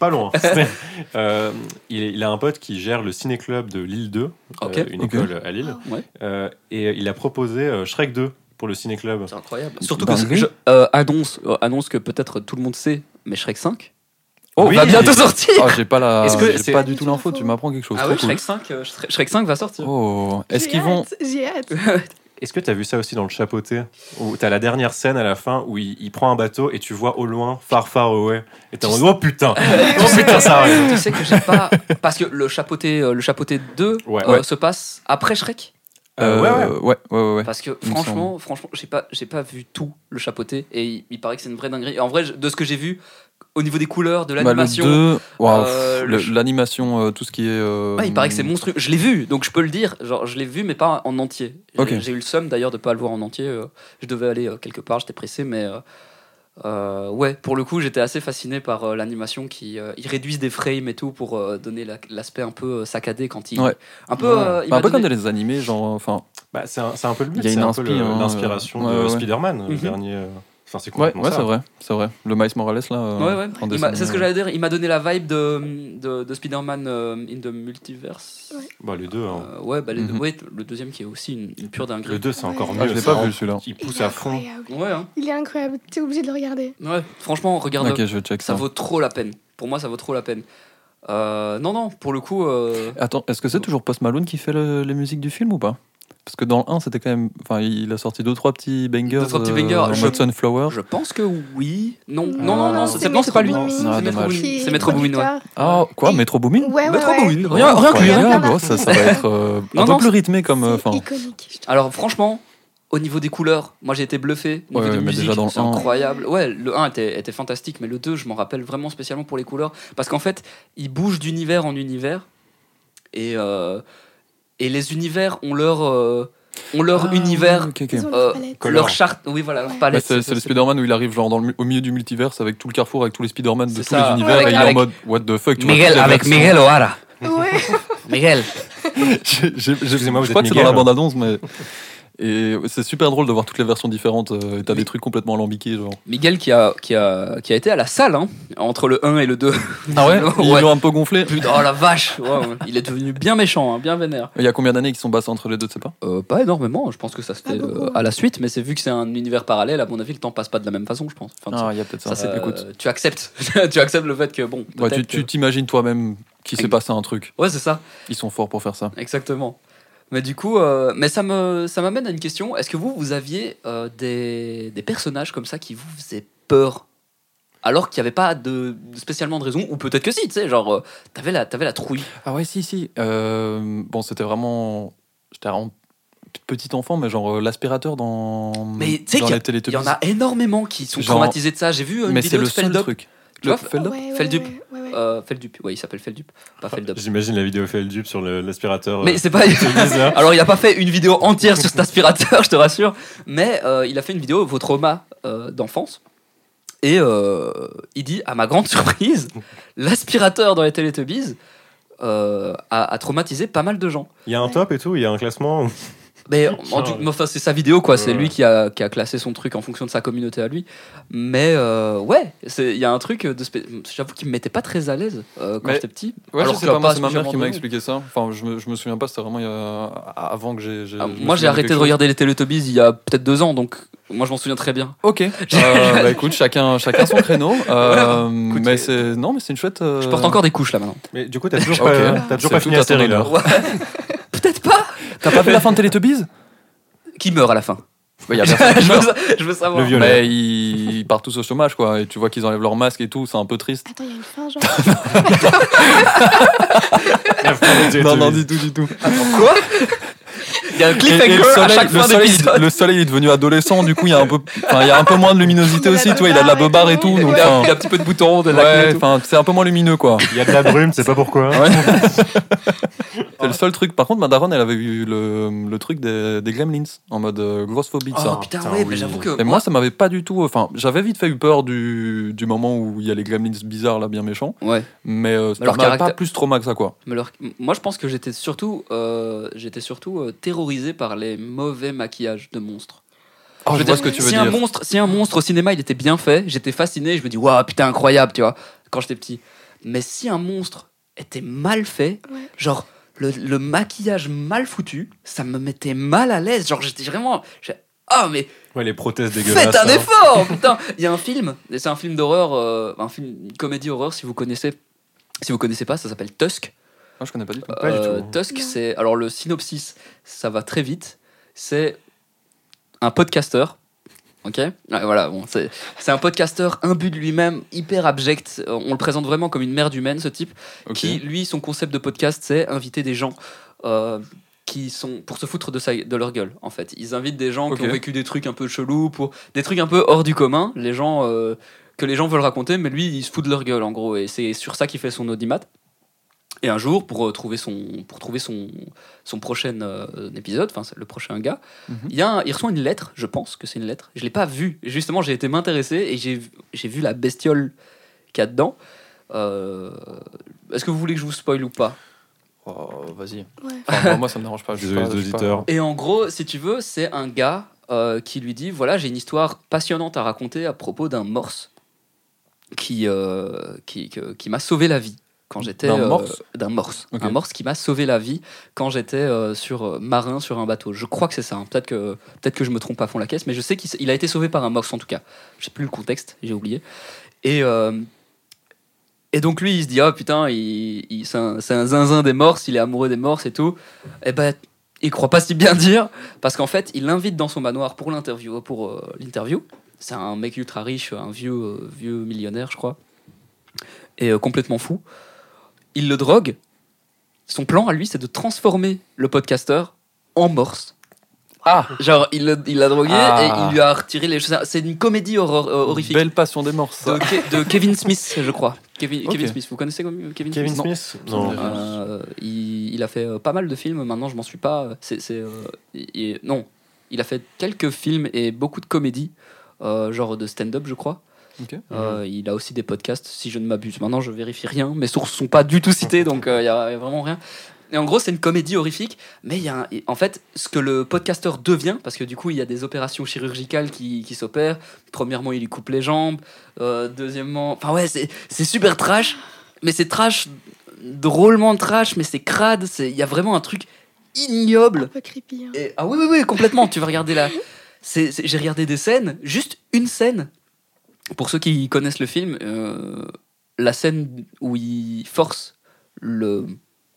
C: pas loin. <laughs> Euh, il, est- il a un pote qui gère le ciné-club de Lille 2,
A: Ok.
C: euh, une
B: Ok.
C: école à Lille.
A: Ouais.
C: Euh, et il a proposé euh, Shrek 2 pour le ciné-club.
A: C'est incroyable. Surtout que
B: Dinguerie.
A: je, euh, annonce, euh, annonce que peut-être tout le monde sait, mais Shrek 5
B: Oh,
A: va
C: Oui.
A: bientôt sortir.
B: Ah, j'ai pas la.
A: Est-ce que
B: J'ai
A: c'est-
B: pas du tout l'info. Tu m'apprends quelque chose.
A: ah
B: Trop
A: ouais,
B: cool.
A: Shrek 5, euh, Shrek, Shrek 5 va <laughs> sortir.
B: Oh. Est-ce
D: J'ai
B: qu'ils vont
D: hâte, J'ai hâte.
C: Est-ce que tu as vu ça aussi dans le chapeauté Où t'as la dernière scène à la fin où il, il prend un bateau et tu vois au loin, far far away. Et t'es en mode, oh putain <laughs> Oh putain, ça arrive
A: tu sais que j'ai pas. Parce que le chapeauté, euh, le chapeauté 2
C: Ouais.
A: euh,
C: Ouais.
A: se passe après Shrek.
C: Euh, ouais, ouais.
B: Euh, ouais, ouais, ouais, ouais.
A: Parce que
B: Il me
A: franchement, franchement, j'ai pas, j'ai pas vu tout le chapeauté et il, il paraît que c'est une vraie dinguerie. Et en vrai, je- de ce que j'ai vu, au niveau des couleurs, de
B: Bah, le
A: l'animation,
B: deux, waouh, pff,
A: euh,
B: le-
A: le-
B: l'animation, euh, tout ce qui est. euh,
A: ouais, ah, il paraît que c'est monstrueux. Je l'ai vu, donc je peux le dire. Genre, je l'ai vu, mais pas en entier. J'ai,
B: Ok.
A: j'ai eu le seum d'ailleurs de pas le voir en entier. euh, Je devais aller euh, quelque part, j'étais pressé, mais euh, euh, ouais, pour le coup, j'étais assez fasciné par euh, l'animation qui euh, ils réduisent des frames et tout pour euh, donner la- l'aspect un peu euh, saccadé quand il
B: Ouais.
A: un peu euh, il
B: Enfin, bah, un
A: m'a
B: peu comme dans
A: donné-
B: les animés, genre. Enfin,
C: Bah, c'est un, c'est un peu le but,
B: Il y a
C: c'est
B: une
C: un peu le-
B: inspi, hein,
C: l'inspiration
B: ouais,
C: de
B: ouais.
C: Spider-Man, le
A: Mhm.
C: dernier. euh, Enfin, c'est
B: ouais,
C: complètement
B: ouais
C: ça.
B: c'est vrai, c'est vrai. Le Miles Morales là. euh,
A: Ouais, ouais.
B: en
A: Il
B: dessin
A: m'a- C'est ce que j'allais
B: animé.
A: dire. Il m'a donné la vibe de, de, de Spider-Man euh, in the Multiverse.
D: Ouais.
C: Bah, les deux, hein.
A: Euh, ouais, bah, les deux-
B: Mhm.
A: ouais, le deuxième qui est aussi une, une pure
C: le
A: dinguerie.
C: 2, c'est encore
D: Ah,
C: mieux.
B: Ah, je l'ai
C: c'est
B: pas
C: vraiment-
B: vu celui-là.
C: Il
D: Il
C: pousse
D: est
C: à fond.
D: incroyable.
A: Ouais, hein.
D: Il est incroyable. T'es obligé de le regarder.
A: ouais, franchement, regarde.
B: Ok, je check
A: Ça
B: ça.
A: vaut trop la peine. Pour moi, ça vaut trop la peine. Euh, non, non, pour le coup.
B: <laughs>
A: euh,
B: Attends, est-ce que c'est toujours Post Malone qui fait le- les musiques du film ou pas Parce que dans le 1, c'était quand même. Enfin, il a sorti deux trois petits bangers.
A: Deux, trois petits
B: euh,
A: bangers,
B: en
A: je-
B: mode Sunflower.
A: Je pense que oui. Non, non,
D: Non,
A: non, non,
C: non,
A: c'est
D: c'est
A: non, c'est pas lui.
D: Metro Boomin.
B: Ah,
A: C'est Metro
B: dommage.
A: Boomin.
D: Qui
A: C'est Metro Boomin, ouais.
D: producteur.
B: Ah, quoi
D: Et-
B: Metro Boomin
D: Ouais, ouais,
A: Metro
D: ouais.
A: Boomin, rien, rien que lui.
D: Incroyable.
B: Incroyable, oh, ça, ça va être euh,
A: Non,
B: un
A: non,
B: peu plus rythmé comme. euh,
D: C'est
B: Enfin,
D: iconique. je te-
A: Alors, franchement, au niveau des couleurs, moi j'ai été bluffé. Au niveau
B: Ouais,
A: des
B: mais déjà
A: musiques,
B: dans le
A: c'est
B: un.
A: incroyable. Ouais, le 1 était, était fantastique, mais le 2, je m'en rappelle vraiment spécialement pour les couleurs. Parce qu'en fait, il bouge d'univers en univers. Et, euh, et les univers ont leur. euh, ont leur
B: Ah,
A: univers,
B: ok, ok.
D: Ils ont
A: Euh,
D: leur palette.
C: Color.
A: leur charte, oui, voilà, leur
D: Ouais.
B: Bah,
A: palette.
B: c'est c'est le Spider-Man où il arrive genre dans le mi- au milieu du multiverse avec tout le carrefour, avec tous les Spider-Man de
A: C'est
B: tous
A: ça.
B: les univers
D: Avec-
B: et il est en
A: avec-
B: mode What the fuck tu vois,
A: Miguel,
B: toutes les
A: avec
B: versions.
A: Miguel O'Hara.
D: Ouais.
A: Miguel.
B: J'ai- j'ai- j'ai-
C: Excusez-moi, vous
B: Je crois
C: êtes
B: que c'est dans la
C: Miguel.
B: bande-annonce, mais. Et c'est super drôle de voir toutes les versions différentes. euh, et T'as des trucs complètement alambiqués, genre.
A: Miguel qui a, qui, a, qui a été à la salle, hein, entre le 1 et le 2.
B: Ils l'ont un peu gonflé.
A: Ah Putain, <laughs> oh la vache Ouais, ouais. Il est devenu bien méchant, hein, bien vénère.
B: Il y a combien d'années qui sont passées entre les deux, tu sais pas
A: Euh, pas énormément, je pense que ça c'était
D: Pas beaucoup,
A: euh, à la suite, mais c'est vu que c'est un univers parallèle, à mon avis, le temps passe pas de la même façon, je pense. Enfin,
B: il y a peut-être
A: ça, euh,
B: écoute.
A: tu acceptes. <laughs> tu acceptes le fait que, bon.
B: Ouais,
A: peut-être
B: tu-
A: que-
B: tu t'imagines toi-même qu'il s'est
A: Ex-
B: passé un truc.
A: Ouais, c'est ça,
B: Ils sont forts pour faire ça.
A: exactement. Mais du coup, euh, mais ça me ça m'amène à une question. Est-ce que vous, vous aviez euh, des, des personnages comme ça qui vous faisaient peur alors qu'il n'y avait pas de, spécialement de raison, ou peut-être que si, tu sais, genre, euh, t'avais la, t'avais la trouille.
B: Ah ouais, si, si. Euh, bon, c'était vraiment. J'étais vraiment petit enfant, mais genre euh, l'aspirateur dans.
A: Mais tu sais
B: dans
A: qu'il y a-
B: les
A: Il y
B: Teletubbies.
A: en a énormément qui sont
B: Genre-
A: traumatisés de ça. J'ai vu euh, une
B: Mais c'est
A: vidéo
B: le
A: de
B: seul
A: Feldup.
B: truc.
A: Tu vois,
B: Le Feldup
D: Ouais, ouais,
A: Feldup.
D: ouais, ouais, ouais.
A: Euh, Feldup, ouais, il s'appelle Feldup, pas Feldup.
C: J'imagine la vidéo Feldup sur le- l'aspirateur.
A: Mais
B: <laughs>
C: euh,
A: c'est pas.
C: bizarre.
A: Alors, il a pas fait une vidéo entière sur cet aspirateur, <laughs> je te rassure, mais euh, il a fait une vidéo vos traumas euh, d'enfance. Et euh, il dit, à ma grande <laughs> surprise, l'aspirateur dans les Teletubbies euh, a, a traumatisé pas mal de gens.
C: Il y a un top et tout, il y a un classement.
B: Ah,
A: Mais en tout- mais enfin, c'est sa vidéo, quoi. C'est
C: Ouais.
A: lui qui a, qui a classé son truc en fonction de sa communauté à lui. Mais euh, ouais, c'est- il y a un truc de. spé- J'avoue qu'il me mettait pas très à l'aise euh, quand
B: Mais-
A: j'étais petit.
B: Ouais,
A: Alors
B: je sais
A: qu'il a
B: pas, moi,
A: pas
B: c'est ma mère
A: spécialement
B: qui m'a
A: de-
B: expliqué ça. Enfin, je me, je me souviens pas, c'était vraiment il y a- avant que j'ai. j'ai-
A: Ah,
B: Euh, je me
A: moi, j'ai
B: souviens
A: arrêté de
B: quelque
A: regarder les Teletubbies il y a peut-être deux ans, donc moi, je m'en souviens très bien.
B: chose. Ok. Euh, bah écoute, chacun, chacun son créneau. Euh, mais c'est non, mais c'est une chouette. euh,
A: Je porte encore des couches là maintenant.
C: Mais du coup, t'as toujours
B: Ok.
C: pas, t'as toujours
B: C'est
C: pas
B: tout
C: fini
B: à
C: la
B: ton
C: série là.
B: honneur. <laughs>
A: Peut-être pas
B: T'as pas vu la fin de <laughs> Teletubbies
A: Qui meurt à la fin
B: Bah, y a personne
A: <laughs>
B: qui
A: je, veux,
B: meurt.
A: sa- je veux savoir.
C: Le vieux. Violet.
B: Mais ils, Bah, ils partent tous au chômage, quoi. Et tu vois qu'ils enlèvent leur masque et tout, c'est un peu
D: <laughs>
B: triste.
D: Attends, il y a une
A: <laughs>
D: fin, genre.
C: <laughs> La fin de
B: Non, non,
C: Teletubbies.
B: du tout, du tout.
A: Quoi Il y a un
B: Et- et
A: cliffhanger
B: le,
A: à
B: soleil,
A: chaque
B: le
A: fin
B: soleil,
A: d'épisode.
B: le soleil est devenu adolescent, du coup, il y, a un peu, enfin, il y a un peu moins de luminosité
D: Il a
B: aussi,
D: la
B: tu vois. Il a de la
D: beubare
B: beubare
D: et
B: et tout,
D: tout,
B: donc.
A: Il a,
B: enfin,
A: il a un petit peu de boutons, de la
B: Ouais, enfin, c'est un peu moins lumineux, quoi.
C: Il y a de la brume, c'est pas pourquoi.
B: C'est le seul truc. Par contre, ma daronne, elle avait eu le, le truc des, des gremlins en mode euh, grosse phobie de
A: Oh
B: ça.
A: putain,
C: Putain,
A: ouais,
C: oui.
A: mais j'avoue que.
B: Et moi, ça m'avait pas du tout. Enfin, j'avais vite fait eu peur du, du moment où il y a les gremlins bizarres là, bien méchants.
A: Ouais.
B: Mais euh, ça
A: Leur
B: m'avait pas
A: caractère-
B: plus trauma que ça, quoi.
A: Mais leur- Moi, je pense que j'étais surtout, euh, j'étais surtout euh, terrorisé par les mauvais maquillages de monstres.
B: je
A: veux
B: vois
A: dire,
B: ce que tu veux
A: si Un
B: dire.
A: monstre, si un monstre au cinéma, il était bien fait, j'étais fasciné, je me dis, waouh, putain, incroyable, tu vois, quand j'étais petit. Mais si un monstre était mal fait,
D: Ouais.
A: genre le, le maquillage mal foutu, ça me mettait mal à l'aise. Genre, j'étais vraiment. j'ai- Ah, mais
C: Ouais, les prothèses dégueulasses.
A: faites un
C: hein.
A: effort Putain Il y a un film, et c'est un film d'horreur, euh, un film, une comédie horreur, si vous connaissez. Si vous connaissez pas, ça s'appelle Tusk.
B: Ah, je connais pas du tout.
C: Pas du
A: Euh,
C: tout.
A: Tusk,
D: Non.
A: c'est. Alors, le synopsis, ça va très vite. C'est un podcasteur. Ok Ouais, Voilà, bon, c'est c'est un podcasteur imbu de lui-même, hyper abject. Euh, On le présente vraiment comme une merde humaine, ce type,
B: Ok.
A: qui, lui, son concept de podcast, c'est inviter des gens. euh, qui sont pour se foutre de, sa- de leur gueule en fait ils invitent des gens qui
B: Ok.
A: ont vécu des trucs un peu chelous pour des trucs un peu hors du commun les gens euh, que les gens veulent raconter, mais lui, il se fout de leur gueule, en gros. Et c'est sur ça qu'il fait son audimat. Et un jour, pour euh, trouver son, pour trouver son, son prochain euh, épisode, enfin c'est le prochain gars,
B: Mhm.
A: il, y a un- il reçoit une lettre, je pense que c'est une lettre. Je l'ai pas vue. Justement, j'ai été m'intéresser et j'ai vu- j'ai vu la bestiole qu'il y a dedans. Euh, Est-ce que vous voulez que je vous spoil ou pas
B: Oh, vas-y.
D: Ouais.
B: <laughs> Enfin, moi, moi, ça me dérange pas. je suis
C: Désolé
B: pas-
C: les
B: je suis pas-
C: auditeurs.
A: Et en gros, si tu veux, c'est un gars euh, qui lui dit voilà, j'ai une histoire passionnante à raconter à propos d'un morse qui, euh, qui, que- qui m'a sauvé la vie quand j'étais
B: D'un
A: euh,
B: morse
A: d'un morse,
B: Ok.
A: un morse qui m'a sauvé la vie quand j'étais euh, sur euh, marin sur un bateau. Je crois que c'est ça. hein. Peut-être que peut-être que je me trompe à fond la caisse, mais je sais qu'il s- il a été sauvé par un morse en tout cas. Je sais plus le contexte, j'ai oublié. Et euh, et donc lui, il se dit ah putain, il, il- c'est un, c'est un zinzin des morses, il est amoureux des morses et tout. Et ben il croit pas si bien <laughs> dire parce qu'en fait, il l'invite dans son manoir pour l'interview. Pour euh, l'interview, c'est un mec ultra riche, un vieux, euh, vieux millionnaire, je crois, et euh, complètement fou. Il le drogue. Son plan à lui, c'est de transformer le podcasteur en morse
B: Ah
A: Genre, il le- il l'a drogué
B: Ah.
A: et il lui a retiré les choses. C'est une comédie horror- euh, horrifique
B: Belle passion des morts, ça.
A: de, Ke- de Kevin Smith, je crois. Kevin,
B: Ben, Ok.
A: Kevin Smith, vous connaissez comme- euh, Kevin,
C: Kevin
A: Smith Non.
C: Smith
B: Non.
C: Non.
A: Euh, il, il a fait euh, pas mal de films. Maintenant, je m'en suis pas. C'est, c'est, euh, il- il- non, il a fait quelques films et beaucoup de comédies, euh, genre de stand-up, je crois.
B: Ok.
A: Euh, Il a aussi des podcasts, si je ne m'abuse. Maintenant, je vérifie rien. Mes sources sont pas du tout citées, donc il n'y a, y a vraiment rien. Et en gros, c'est une comédie horrifique, mais il y a un- en fait ce que le podcasteur devient, parce que du coup, il y a des opérations chirurgicales qui, qui s'opèrent. Premièrement, il lui coupe les jambes. Euh, deuxièmement, enfin ouais, c'est c'est super trash, mais c'est trash drôlement trash, mais c'est crade. C'est il y a vraiment un truc ignoble.
D: Un peu creepy. hein.
A: Et- ah oui, oui, oui, complètement. tu vas regarder la. c'est- c'est- J'ai regardé des scènes, juste une scène. Pour ceux qui connaissent le film, euh, la scène où il force le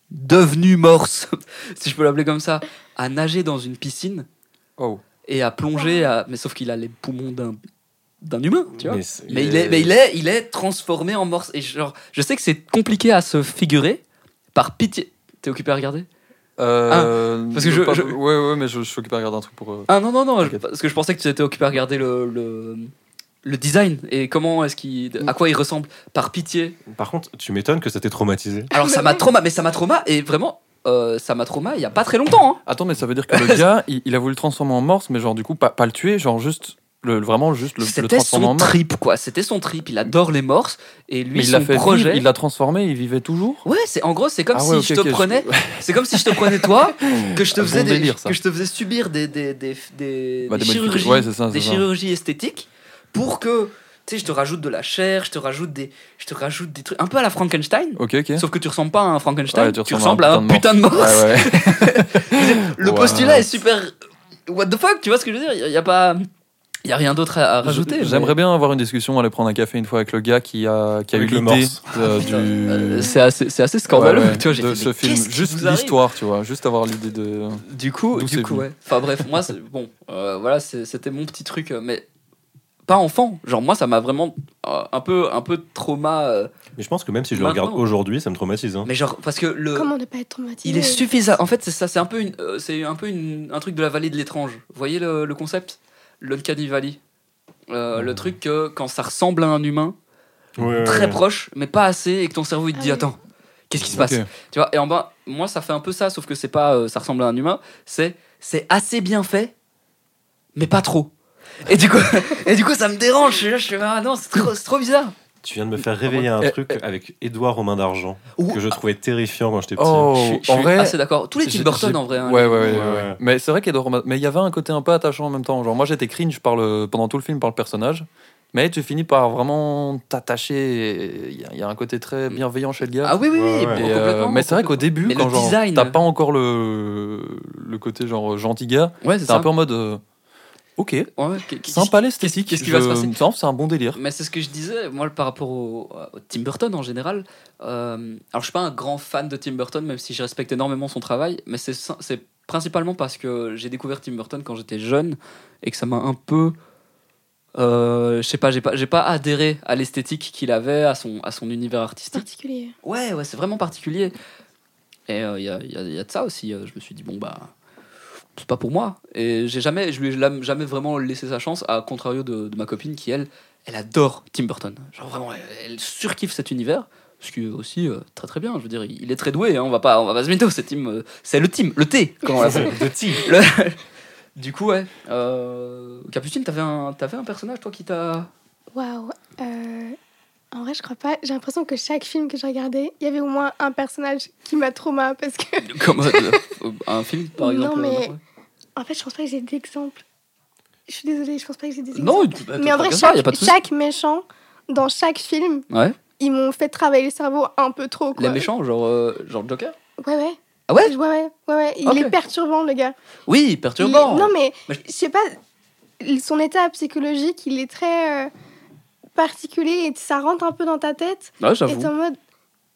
A: devenu morse, <laughs> si je peux l'appeler comme ça, à nager dans une piscine
B: Oh.
A: et à plonger. à- Mais sauf qu'il a les poumons d'un d'un humain, tu vois.
C: Mais c'est-
A: Mais il, est, mais il est, il est transformé en morse. Et genre, je sais que c'est compliqué à se figurer. Par pitié, t'es occupé à regarder
B: Euh,
A: parce que je-
B: pas-
A: je-
B: Ouais, ouais, mais je, je suis occupé à regarder un truc pour. euh,
A: Ah non non non, je-
B: T'inquiète.
A: parce que je pensais que tu étais occupé à regarder le, le, le design et comment est-ce qu'il, à quoi il ressemble. Par pitié.
C: Par contre, tu m'étonnes que ça t'ait traumatisé.
A: Alors ça m'a trauma, mais ça m'a trauma et vraiment, euh, ça m'a trauma. Il y a pas très longtemps. hein.
B: Attends, mais ça veut dire que le gars, il, il a voulu le transformer en morse, mais genre du coup, pas, pas le tuer, genre juste. Le, vraiment juste le, le
A: C'était
B: transformer en
A: son
B: morse.
A: trip quoi. C'était son trip. Il adore les morses et lui
B: Mais il l'a
A: son
B: fait
A: projet.
B: vivre, il l'a transformé, il vivait toujours.
A: Ouais, c'est en gros, c'est comme
B: Ah
A: si
B: ouais,
A: je
B: ok,
A: te
B: ok, je-
A: prenais, c'est comme si je te prenais toi, que je te
B: Bon
A: faisais des-
B: Ah, délire, ça.
A: que je te faisais subir des des des des,
B: Bah,
A: des
B: des modifications.
A: chirurgies,
B: Ouais, c'est ça, c'est
A: des
B: ça.
A: chirurgies esthétiques pour que tu sais, je te rajoute de la chair, je te rajoute des je te rajoute des trucs un peu à la Frankenstein.
B: Ok, ok.
A: Sauf que tu ressembles pas à un Frankenstein,
B: Ouais,
A: tu, ressembles à un putain de morse.
B: Ouais, ouais.
A: Le
B: Ouais.
A: postulat est super what the fuck, tu vois ce que je veux dire Il y a pas il y a rien d'autre à, à <laughs> rajouter. mais-
B: J'aimerais bien avoir une discussion, aller prendre un café une fois avec le gars qui a, qui a eu
C: Avec le
B: l'idée
C: morse.
B: euh, du.
A: Euh, c'est assez c'est assez scandaleux,
B: Ouais, ouais,
A: tu vois, j'ai
B: de
A: fait,
B: ce
A: mais
B: film,
A: qu'est-ce qui
B: juste
A: vous arrive
B: l'histoire, tu vois, juste avoir l'idée de.
A: Du coup,
B: D'où
A: du
B: c'est
A: coup,
B: venu.
A: ouais. Enfin bref, moi, c'est <laughs> bon, euh, voilà, c'est- c'était mon petit truc, euh, mais pas enfant. Genre moi, ça m'a vraiment euh, un peu, un peu trauma. euh,
C: Mais je pense que même si je le
A: Maintenant.
C: regarde aujourd'hui, ça me traumatise. hein.
A: mais genre parce que le,
D: Comment ne pas être traumatisé
A: Euh, il est suffisant. En fait, c'est ça, c'est un peu, une, euh, c'est un peu une, un truc de la vallée de l'étrange. Vous voyez le, le concept, l'uncanny valley.
B: Ah.
A: Euh, Le truc que quand ça ressemble à un humain,
C: Ouais,
A: très
C: ouais.
A: proche, mais pas assez, et que ton cerveau il te
D: Ah
A: dit
D: oui.
A: attends, qu'est-ce qui se passe
B: Ok.
A: Tu vois, et en bas, moi, ça fait un peu ça, sauf que c'est pas, euh, ça ressemble à un humain. C'est, c'est assez bien fait, mais pas trop. Et du coup, <laughs> et du coup, ça me dérange. Je suis là, je suis là, ah non, c'est trop, c'est trop bizarre.
C: Tu viens de me faire réveiller un
B: Eh,
C: truc avec Édouard Romain d'Argent
A: Ou-
C: que je trouvais terrifiant quand j'étais petit.
B: Oh,
A: je suis, je
B: en
A: suis
B: vrai.
A: assez d'accord. Tous les Tim
B: j'ai-
A: Burton,
B: j'ai-
A: en vrai. hein,
B: ouais, ouais,
A: les-
B: ouais,
C: Ouais,
B: ouais,
C: ouais.
B: Mais c'est vrai qu'Edward Romain- Mais il y avait un côté un peu attachant en même temps. Genre, moi j'étais cringe par le... pendant tout le film par le personnage. Mais tu finis par vraiment t'attacher. et Il y, a- il y a un côté très bienveillant chez le gars.
A: Ah oui, oui, oui.
C: Ouais, ouais.
B: Et,
A: bon,
B: euh,
A: complètement,
B: mais c'est vrai qu'au début,
A: Mais le
B: quand genre,
A: design.
B: t'as pas encore le, le côté genre gentil gars,
A: complètement. Ouais, c'est
B: t'es un
A: ça.
B: peu en mode euh, ok,
A: Ouais, qu'est- qu'est-
B: sympa l'esthétique,
A: qu'est-ce qui va
B: je-
A: se passer
B: me semble, C'est un bon délire.
A: Mais c'est ce que je disais, moi, par rapport au, au Tim Burton en général. euh, alors, je suis pas un grand fan de Tim Burton, même si je respecte énormément son travail, mais c'est sin- c'est principalement parce que j'ai découvert Tim Burton quand j'étais jeune et que ça m'a un peu. euh, je sais pas, j'ai pas, j'ai pas adhéré à l'esthétique qu'il avait, à son, à son univers artistique.
D: particulier.
A: Ouais, ouais, c'est vraiment particulier. Et euh, il y, a, y a- y a de ça aussi. euh, je me suis dit, bon, bah, c'est pas pour moi. Et j'ai jamais, je lui ai lam- jamais vraiment laissé sa chance, à contrario de, de ma copine qui, elle, elle adore Tim Burton. Genre vraiment, elle, elle surkiffe cet univers. Ce qui est aussi euh, très très bien. Je veux dire, il il est très doué. hein, on va pas, on va pas se mytho, c'est Tim. euh, c'est le Tim, le T, comme on l'appelle.
C: de tigre.
A: <laughs> Le- Du coup, ouais. Euh, Capucine, t'avais un, t'avais un personnage, toi, qui t'a. <laughs>
D: Waouh. euh, En vrai, je crois pas. J'ai l'impression que chaque film que j'ai regardé, il y avait au moins un personnage qui m'a trauma parce que.
A: Comme euh, un film, par
D: Non,
A: exemple. euh,
D: mais-
A: ouais.
D: En fait, je pense pas que j'ai d'exemple. Je suis désolée, je pense pas que j'ai des exemples.
A: Non,
D: mais en vrai,
A: ça,
D: chaque,
A: y a pas de souci.
D: chaque méchant, dans chaque film,
A: Ouais.
D: ils m'ont fait travailler le cerveau un peu trop. Quoi.
A: Les méchants, genre, euh, genre Joker
D: Ouais, ouais.
A: Ah ouais
D: Ouais, ouais, ouais. ouais. Il
A: Ok.
D: est perturbant, le gars.
A: Oui,
D: Il est-
A: perturbant.
D: Non, mais
A: Mais je-
D: je sais pas, son état psychologique, il est très euh, particulier et ça rentre un peu dans ta tête.
A: Ouais,
D: Et t'es
A: j'avoue.
D: en mode,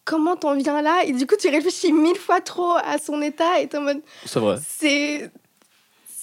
D: comment t'en viens là Et du coup, tu réfléchis mille fois trop à son état et t'es en mode,
A: C'est vrai.
D: c'est.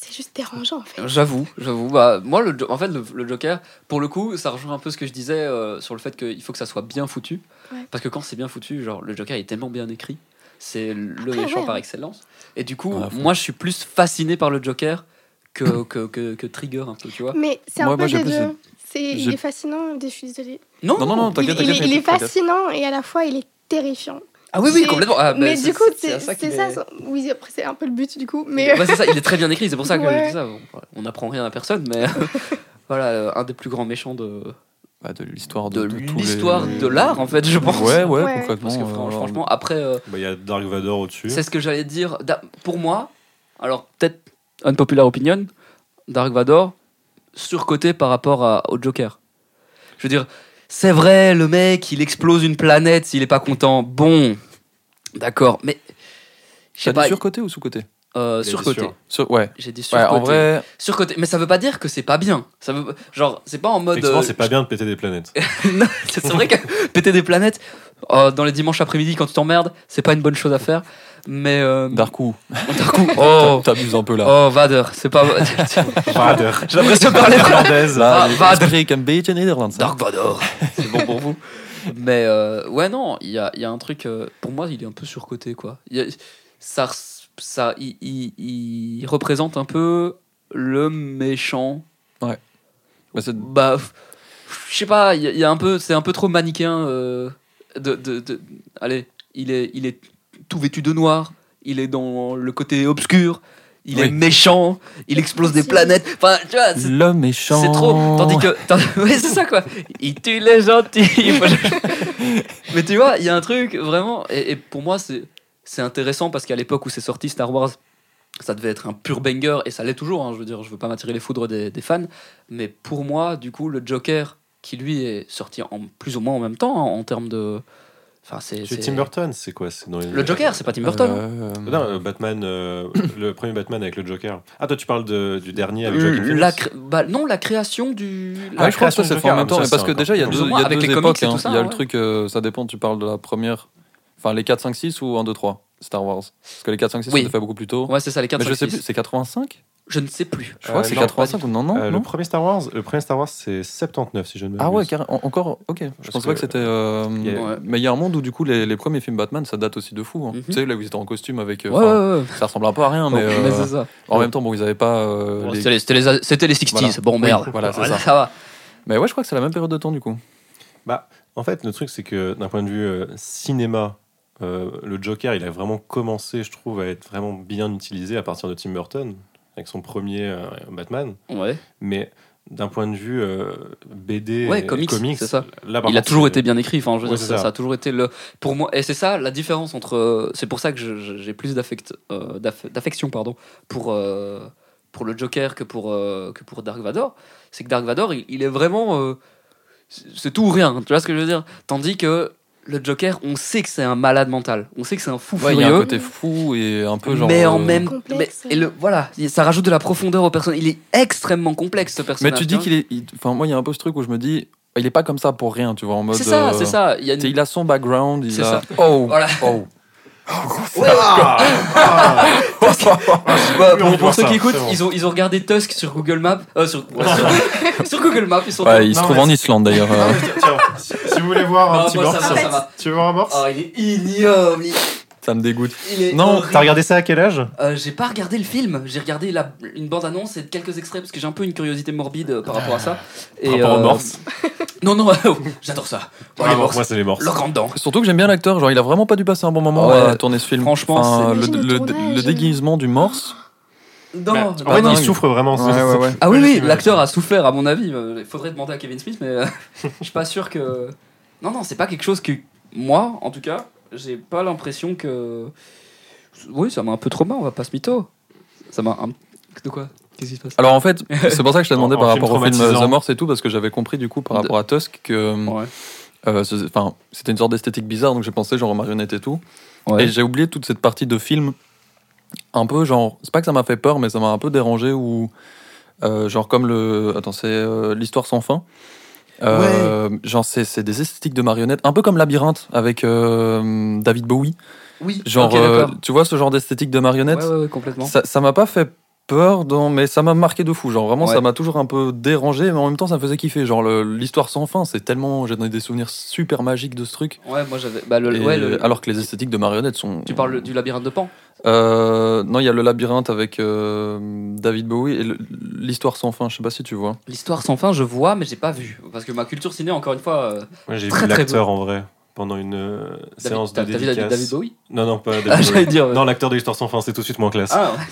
D: C'est juste dérangeant, en fait.
A: J'avoue, j'avoue. Bah, moi, le, Jo- en fait, le, le Joker, pour le coup, ça rejoint un peu ce que je disais euh, sur le fait qu'il faut que ça soit bien foutu.
D: Ouais.
A: Parce que quand c'est bien foutu, genre, le Joker est tellement bien écrit. C'est le
D: Après,
A: méchant
D: ouais. hein.
A: par excellence. Et du coup,
B: Ouais, faut-
A: moi, je suis plus fasciné par le Joker que, que, que, que Trigger un peu, tu vois.
D: Mais c'est un
B: Moi-
D: peu
B: moi, j'ai
D: des
B: plus-
D: deux. C'est, il
B: j'ai-
D: est fascinant, je suis désolée.
A: Non,
B: Non, non, non,
D: Il,
B: t'inquiète,
D: il est-
B: t'inquiète.
D: il est
B: t'inquiète, t'inquiète.
D: fascinant et à la fois il est terrifiant.
A: Ah oui, oui,
D: c'est-
A: complètement. Ah, ben,
D: mais
A: c'est-
D: du coup, c'est
A: à qu'il
D: c'est
A: est-
D: ça. son- Oui, après, c'est un peu le but du coup. Mais euh,
A: Ouais, c'est ça, il est très bien écrit, c'est pour ça que je
D: Ouais.
A: dis ça. Bon, voilà, on n'apprend rien à personne,
D: <laughs>
A: mais voilà, euh, un des plus grands méchants de,
B: Bah, de l'histoire
A: de
B: de, de tous les- euh,
A: l'histoire de l'art, en fait, je pense.
B: Ouais, ouais,
D: Ouais.
B: concrètement.
A: Parce que
B: euh,
A: fran-
B: alors,
A: franchement, après, euh,
C: Bah, Il y a Dark Vador au-dessus.
A: c'est ce que j'allais dire. Da- Pour moi, alors peut-être unpopular opinion, Dark Vador, surcoté par rapport à, au Joker. Je veux dire, c'est vrai, le mec, il explose une planète s'il est pas content. Bon, d'accord, mais je
B: T'as
A: sais
B: dit
A: pas,
B: surcoté ou sous-coté
A: euh,
C: Il est
A: surcoté.
C: sûr.
B: Sur- Ouais.
A: J'ai dit
B: Ouais,
A: surcoté.
B: en vrai,
A: Surcoté. Mais ça veut pas dire que c'est pas bien. Ça veut... Genre, c'est pas en mode.
C: Effectivement,
A: euh, <laughs>
C: c'est pas bien de péter des planètes.
A: Non, c'est c'est vrai que péter des planètes euh, dans les dimanches après-midi quand tu t'emmerdes, c'est pas une bonne chose à faire. Mais.
C: <laughs>
A: euh,
B: Darkou,
A: Darkou. Oh,
B: t'abuses un peu là.
A: oh <laughs> Vader, c'est
C: <laughs>
A: pas.
C: Vader.
A: J'ai l'impression de parler de
B: Là,
A: Ah, Vader.
B: Spreken, beetje Nederlands, hein.
A: Dark Vador. C'est bon pour vous. Mais euh, ouais, non, il y a, il y a un truc. euh, pour moi, il est un peu surcoté, quoi. Il y a- ça, res- ça, il, il- il représente un peu le méchant.
B: Bah, c'est-
A: Bah, f- je sais pas, il y, a- il y a un peu, c'est un peu trop manichéen. euh, de, de- de- allez, il est, il est tout vêtu de noir. Il est dans le côté obscur. Il est
B: Oui.
A: méchant. Il explose des planètes. Enfin, tu vois, c'est-
B: L'homme méchant.
A: c'est trop. Tandis <laughs> que. tand- Ouais, c'est ça quoi. Il tue les gentils. Moi, je- Mais tu vois, il y a un truc vraiment. Et, et pour moi, c'est c'est intéressant parce qu'à l'époque où c'est sorti Star Wars, ça devait être un pur banger et ça l'est toujours. hein, je veux dire, je veux pas m'attirer les foudres des, des fans. Mais pour moi, du coup, le Joker qui lui est sorti en plus ou moins en même temps hein, en termes de. Enfin, c'est.
C: C'est
A: c'est-
C: Tim Burton, c'est quoi c'est dans les-
A: Le Joker, c'est pas Tim Burton. hein.
B: Euh,
C: Non, euh, Batman, euh, <coughs> le premier Batman avec le Joker. Ah, toi, tu parles de- du dernier
B: Euh,
C: avec Joaquin Phoenix.
A: Euh, La cré- bah, non, la création du.
B: Ah,
A: la-
B: ouais, je crois que ça
C: création du
B: c'est fait
C: Joker,
B: en même
C: mais
B: temps,
C: ça,
B: mais
C: c'est
B: parce que
C: encore
B: déjà il y a
C: plus
B: deux,
A: loin.
B: il y a
A: Avec
B: deux
A: les comics
B: époques.
A: et
B: hein.
A: tout ça,
B: il y a le
A: ouais.
B: truc, euh, ça dépend, tu parles de la première, enfin les 4, 5, 6 ou 1, 2, 3 Star Wars Parce que les 4, 5, 6
A: Oui.
B: on les fait beaucoup plus tôt.
A: Ouais, c'est ça, les 4
B: mais je sais plus, c'est 85
A: Je ne sais plus.
B: Je crois
C: Euh,
B: que c'est
C: non,
B: 85 ou non, non,
C: Euh,
B: non
C: le premier Star Wars, le premier Star Wars, c'est 79 si je ne m'abuse.
B: Ah ouais, carré- en- encore, ok. Je
C: Parce
B: pensais pas
C: que-
B: que c'était. euh,
C: il y a-
A: Ouais.
B: Mais il y a un monde où du coup les, les premiers films Batman ça date aussi de fou. hein.
A: Mhm.
B: Tu sais, là où ils étaient en costume avec. euh,
A: Ouais, ouais,
B: enfin,
A: ouais.
B: Ça ressemble un peu à rien, mais, euh,
A: Mais c'est ça.
B: en même temps, bon, ils avaient pas. euh,
A: Bon,
B: les-
A: C'était les, c'était les- c'était les 60s,
B: Voilà.
A: bon
B: Oui,
A: merde.
B: voilà, c'est ça.
A: va.
B: Mais ouais, je crois que c'est la même période de temps du coup.
C: En fait, le truc, c'est que d'un point de vue euh, cinéma, euh, le Joker, il a vraiment commencé, je trouve, à être vraiment bien utilisé à partir de Tim Burton, avec son premier euh, Batman.
A: Ouais.
C: Mais d'un point de vue euh, BD,
A: Ouais,
C: et
A: comics, c'est ça.
C: là, par
A: Il a
C: contre,
A: toujours
C: c'est-
A: été bien écrit, enfin, je veux
C: Ouais,
A: dire,
C: c'est
A: ça,
C: ça.
A: ça a toujours été le. Pour moi, et c'est ça la différence entre. euh, C'est pour ça que je- je- j'ai plus d'affect, euh, d'aff- d'affection pardon, pour, euh, pour le Joker que pour, euh, que pour Dark Vador. C'est que Dark Vador, il, il est vraiment. euh, c'est c'est tout ou rien, tu vois ce que je veux dire Tandis que le Joker, on sait que c'est un malade mental, on sait que c'est un fou
B: Ouais, il y
A: furieux.
B: a un côté fou et un peu genre.
A: mais en
B: euh,
A: même
D: complexe.
A: mais- et le voilà ça rajoute de la profondeur au personnage il est extrêmement complexe ce
B: Mais
A: personnage hein.
B: tu dis qu'il est. il- Enfin, moi, il y a un peu ce truc où je me dis, il est pas comme ça pour rien, tu vois, en mode.
A: c'est ça
B: euh,
A: c'est ça il y a une-
B: tu sais, Il a son background, il
A: C'est
B: a.
A: ça.
B: Oh,
A: Voilà.
B: oh.
A: Bah,
C: Oui, on
A: pour,
C: peut
A: pour
C: voir
A: ceux
C: ça,
A: qui écoutent
C: c'est bon.
A: ils ont ils ont regardé Tusk sur Google Maps euh,
C: <laughs>
A: sur, sur- sur Google Maps ils sont
B: Ouais, il se
C: Non,
B: trouve
C: mais
B: en Islande d'ailleurs. euh.
C: Tiens, si, si vous voulez voir
A: Ah,
C: un petit
A: bah, ça
C: morceau,
A: va, ça va.
C: tu veux voir un morceau
A: Oh, il est ignoble il,
B: ça me dégoûte.
A: il est
B: Non,
A: horrible.
C: T'as regardé ça à quel âge
A: Euh, j'ai pas regardé le film j'ai regardé la, une bande annonce et quelques extraits parce que j'ai un peu une curiosité morbide euh, par rapport à ça et
C: rapport aux
A: euh,
C: morses.
A: non non <laughs> j'adore ça Oh, les
C: Ah,
A: morses
C: Moi, c'est les morses.
A: leur grande dent
B: Surtout que j'aime bien l'acteur, genre il a vraiment pas dû passer un bon moment euh,
A: Ouais.
B: à tourner ce film.
A: Franchement,
B: Enfin,
D: c'est-
B: le, le-
D: Imagine le
B: le déguisement du morse.
A: non,
C: Mais-
A: non,
C: Bah, en fait,
A: non.
C: il
B: dingue.
C: souffre vraiment.
B: Ouais, ouais, ouais.
A: Ah oui,
C: Ouais,
A: oui,
C: j'imagine.
A: l'acteur a souffert, à mon avis. Euh, Il faudrait demander à Kevin Smith, mais euh, <laughs> je suis pas sûr que. Non, non, c'est pas quelque chose que. Moi, en tout cas, j'ai pas l'impression que. Oui, ça m'a un peu trauma, on va pas se mytho. Ça m'a un. De quoi Qu'est-ce qui se passe
B: Alors en fait, c'est pour ça que je t'ai demandé
C: En- en
B: par
C: film
B: rapport au film euh,
C: traumatisant.
B: The Morse et tout, parce que j'avais compris du coup par
A: De-
B: rapport à Tusk que
A: Ouais.
B: euh, ce- enfin, c'était une sorte d'esthétique bizarre, donc j'ai pensé genre aux marionnettes et tout.
A: Ouais.
B: Et j'ai oublié toute cette partie de film, un peu genre, c'est pas que ça m'a fait peur, mais ça m'a un peu dérangé, ou euh, genre comme le, attends, c'est euh, l'histoire sans fin. Euh, Genre c'est c'est des esthétiques de marionnettes, un peu comme Labyrinthe avec euh, David Bowie.
A: Oui,
B: Genre,
A: ok,
B: euh,
A: d'accord.
B: tu vois ce genre d'esthétique de
A: Ouais,
B: marionnettes
A: ouais, ouais, complètement.
B: ça, ça m'a pas fait peur, dans- mais ça m'a marqué de fou. Genre vraiment,
A: Ouais.
B: ça m'a toujours un peu dérangé, mais en même temps, ça me faisait kiffer. Genre le- l'histoire sans fin, c'est tellement, j'ai des souvenirs super magiques de ce truc.
A: Ouais, moi j'avais. Bah, le...
B: Et- ah.
A: ouais, le-
B: Alors que les esthétiques de marionnettes sont.
A: Tu parles du labyrinthe de Pan
B: Euh, non, il y a le labyrinthe avec euh, David Bowie et le- l'histoire sans fin. Je sais pas si tu vois.
A: L'histoire sans fin, je vois, mais j'ai pas vu. Parce que ma culture ciné, encore une fois, euh,
C: Moi, j'ai
A: Très,
C: vu
A: très
C: l'acteur en vrai pendant une euh, séance
A: David, t'as-
C: de
A: t'as vu la-
C: dédicace.
A: David Bowie <laughs>
C: non, non, pas
A: Ah,
C: David Bowie.
A: j'allais dire. ouais.
C: Non, l'acteur de l'histoire sans fin, c'est tout de suite moins classe.
A: Ah, <laughs>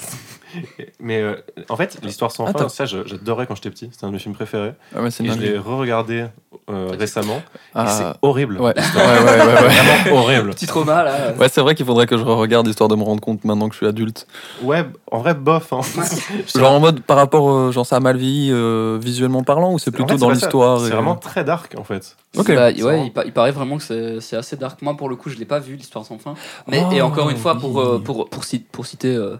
C: Mais euh, en fait, l'histoire sans
B: Attends.
C: fin, ça, je- j'adorais quand j'étais petit. C'était un de mes films préférés.
B: Ah, mais c'est
C: Et je
B: dingue.
C: l'ai re-regardé euh, récemment. Et
B: Ah,
C: c'est horrible.
B: ouais. ouais, ouais, ouais, ouais.
C: <laughs> Vraiment horrible.
A: petit trauma là.
B: <laughs> Ouais, c'est vrai qu'il faudrait que je regarde histoire de me rendre compte maintenant que je suis adulte.
C: Ouais, en vrai, bof. hein.
B: Genre en mode par rapport, euh, genre ça a mal vieilli euh, visuellement parlant ou c'est plutôt
C: En fait,
B: dans
C: pas ça.
B: l'histoire
C: C'est
B: et-
C: vraiment très dark en fait.
B: Ok.
A: C'est pas-
C: C'est
A: Bah, ouais,
C: vraiment-
A: il, pa- il paraît vraiment que c'est- c'est assez dark. Moi, pour le coup, je l'ai pas vu, l'histoire sans fin. Mais,
B: Oh,
A: et encore une fois, pour, euh,
B: oui.
A: pour, pour, ci- pour citer, euh,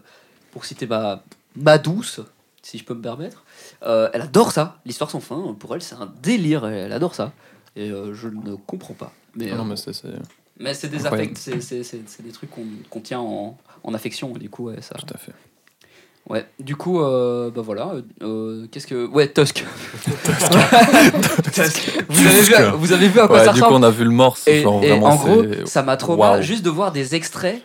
A: pour citer ma, ma douce, si je peux me permettre, euh, elle adore ça, l'histoire sans fin. Pour elle, c'est un délire, et elle adore ça. Et euh, je ne comprends pas. Mais,
B: Ah non,
A: euh,
B: mais c'est- c'est-
A: mais c'est des
B: incroyable.
A: affects, c'est- c'est c'est- c'est des trucs qu'on qu'on tient en, en affection, et du coup, ouais, ça.
B: tout à fait.
A: Ouais, du coup, euh, bah voilà. euh, euh, Qu'est-ce que. Ouais,
B: <laughs>
A: Tusk. <laughs> Tusk. Vous avez, vu, à- vous avez vu à quoi
B: Ouais,
A: ça
B: du coup,
A: ressemble
B: on a vu le morse.
A: Et,
B: genre,
A: et
B: vraiment,
A: en gros,
B: c'est-
A: ça m'a traumatisé
B: Waouh.
A: juste de voir des extraits.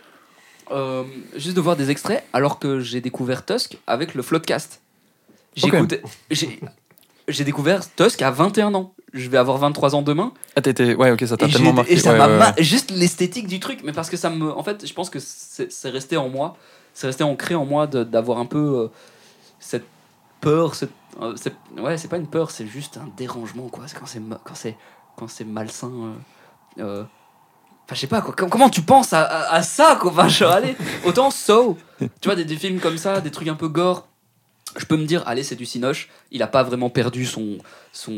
A: euh, juste de voir des extraits alors que j'ai découvert Tusk avec le Floodcast.
B: Ok.
A: J'écoute. J'ai j'ai découvert Tusk à 21 ans. Je vais avoir 23 ans demain.
B: Ah, t'étais. Ouais, ok, ça t'a
A: Et,
B: tellement
A: j'ai-
B: marqué.
A: et ça
B: Ouais,
A: m'a
B: ouais,
A: mar-
B: ouais.
A: juste l'esthétique du truc, mais parce que ça me, en fait, je pense que c'est c'est resté en moi, c'est resté ancré en moi de- d'avoir un peu euh, cette peur, cette, euh, cette- ouais, c'est pas une peur, c'est juste un dérangement quoi. C'est quand c'est ma- quand c'est quand c'est malsain. euh, euh, Enfin, je sais pas, quoi. Com- comment tu penses à, à- à ça, quoi Enfin, je-
B: <laughs>
A: allez, autant So, tu vois, des, des films comme ça, des trucs un peu gore, je peux me dire, allez, c'est du Cinoche, il a pas vraiment perdu son, son,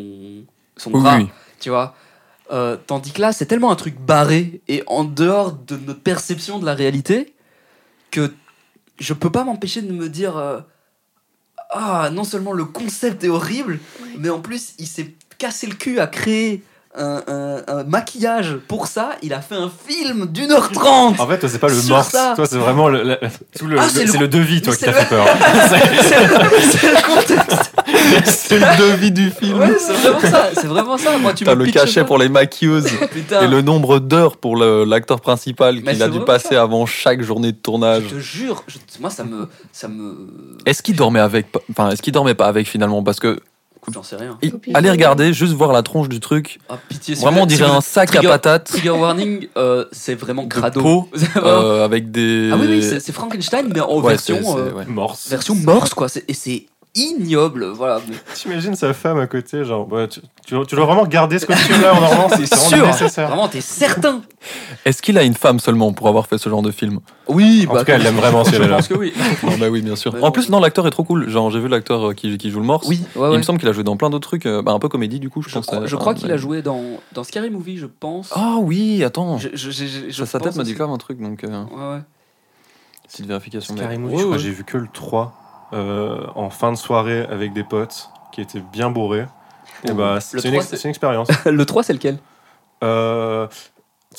A: son
B: Oui,
A: bras,
B: oui.
A: <laughs> tu vois. Euh, tandis que là, c'est tellement un truc barré et en dehors de notre perception de la réalité que je peux pas m'empêcher de me dire euh, Ah, non seulement le concept est horrible,
D: Ouais.
A: mais en plus, il s'est cassé le cul à créer un, un- un maquillage pour ça. Il a fait un film d'une heure trente
C: En fait, toi, c'est pas le
A: Sur
C: morse.
A: ça.
C: Toi, c'est vraiment le, la- tout le,
A: Ah,
C: le-
A: c'est le-
C: c'est le... devis, toi,
A: mais
C: qui
A: c'est
C: t'a fait peur.
A: <laughs>
B: Ah,
A: C'est <laughs> c'est le contexte
B: C'est le devis du film.
A: Ouais, c'est vraiment ça C'est vraiment ça Moi, tu
B: T'as
A: me
B: le
A: pitches
B: cachet
A: ça.
B: pour les maquilleuses
A: Putain
B: et le nombre d'heures pour le- l'acteur principal
A: Mais
B: qu'il
A: c'est
B: a dû
A: vrai,
B: passer
A: ça.
B: avant chaque journée de
A: Je
B: tournage.
A: te jure, je- moi ça me. Ça me...
B: Est-ce qu'il dormait avec Enfin, est-ce qu'il dormait pas avec finalement Parce que
A: J'en sais rien.
B: il-
D: Copier.
B: allez regarder, juste voir la tronche du truc.
A: Ah, pitié, si
B: Vraiment,
A: vous-
B: on
A: si
B: dirait
A: vous-
B: un sac
A: trigger-
B: à patates
A: Trigger warning, euh, c'est vraiment
B: De
A: crado.
B: peau,
A: <laughs> C'est vraiment-
B: euh, avec des.
A: Ah oui, oui, c'est c'est Frankenstein, mais en
B: Ouais,
A: version,
B: c'est- c'est-
A: euh,
B: ouais.
C: Morse.
A: version morse, quoi. C'est- Et c'est ignoble, voilà. mais-
C: T'imagines sa femme à côté, genre, bah, tu, tu, tu dois vraiment garder ce
A: <laughs>
C: costume-là en Normandie, c'est c'est
A: Sûr. hein.
C: vraiment nécessaire.
A: Vraiment, t'es certain
B: Est-ce qu'il a une femme seulement pour avoir fait ce genre de film
A: Oui, bah,
C: En tout cas, elle l'aime vraiment,
A: Je
C: celle-là.
A: pense que
B: <laughs>
A: oui.
B: Non, bah oui, bien sûr.
A: Bah <laughs> non.
B: En plus, non, l'acteur est trop cool. Genre, j'ai vu l'acteur euh, qui, qui joue le morse.
A: Oui, ouais,
B: Il
A: ouais.
B: me semble qu'il a joué dans plein d'autres trucs, euh, bah, un peu comédie du coup, je,
A: Je,
B: pense.
A: crois-
B: euh,
A: je crois
B: euh,
A: qu'il a joué dans, dans Scary Movie, je pense.
B: Ah oui, attends.
A: Je- je- je- je- je
B: Ça, sa
A: pense
B: tête m'a dit
A: aussi.
B: quand même un truc, donc euh,
A: Ouais, ouais.
B: petite vérification. mais-
C: Scary Movie,
A: Ouais,
C: je crois
A: ouais.
C: que j'ai vu que le 3 euh, en fin de soirée avec des potes qui étaient bien bourrés. Et bah, c'est
A: Le
C: c'est une,
A: 3,
C: ex-
A: c'est-
C: c'est une expérience.
A: <laughs> Le 3, c'est lequel
C: Euh,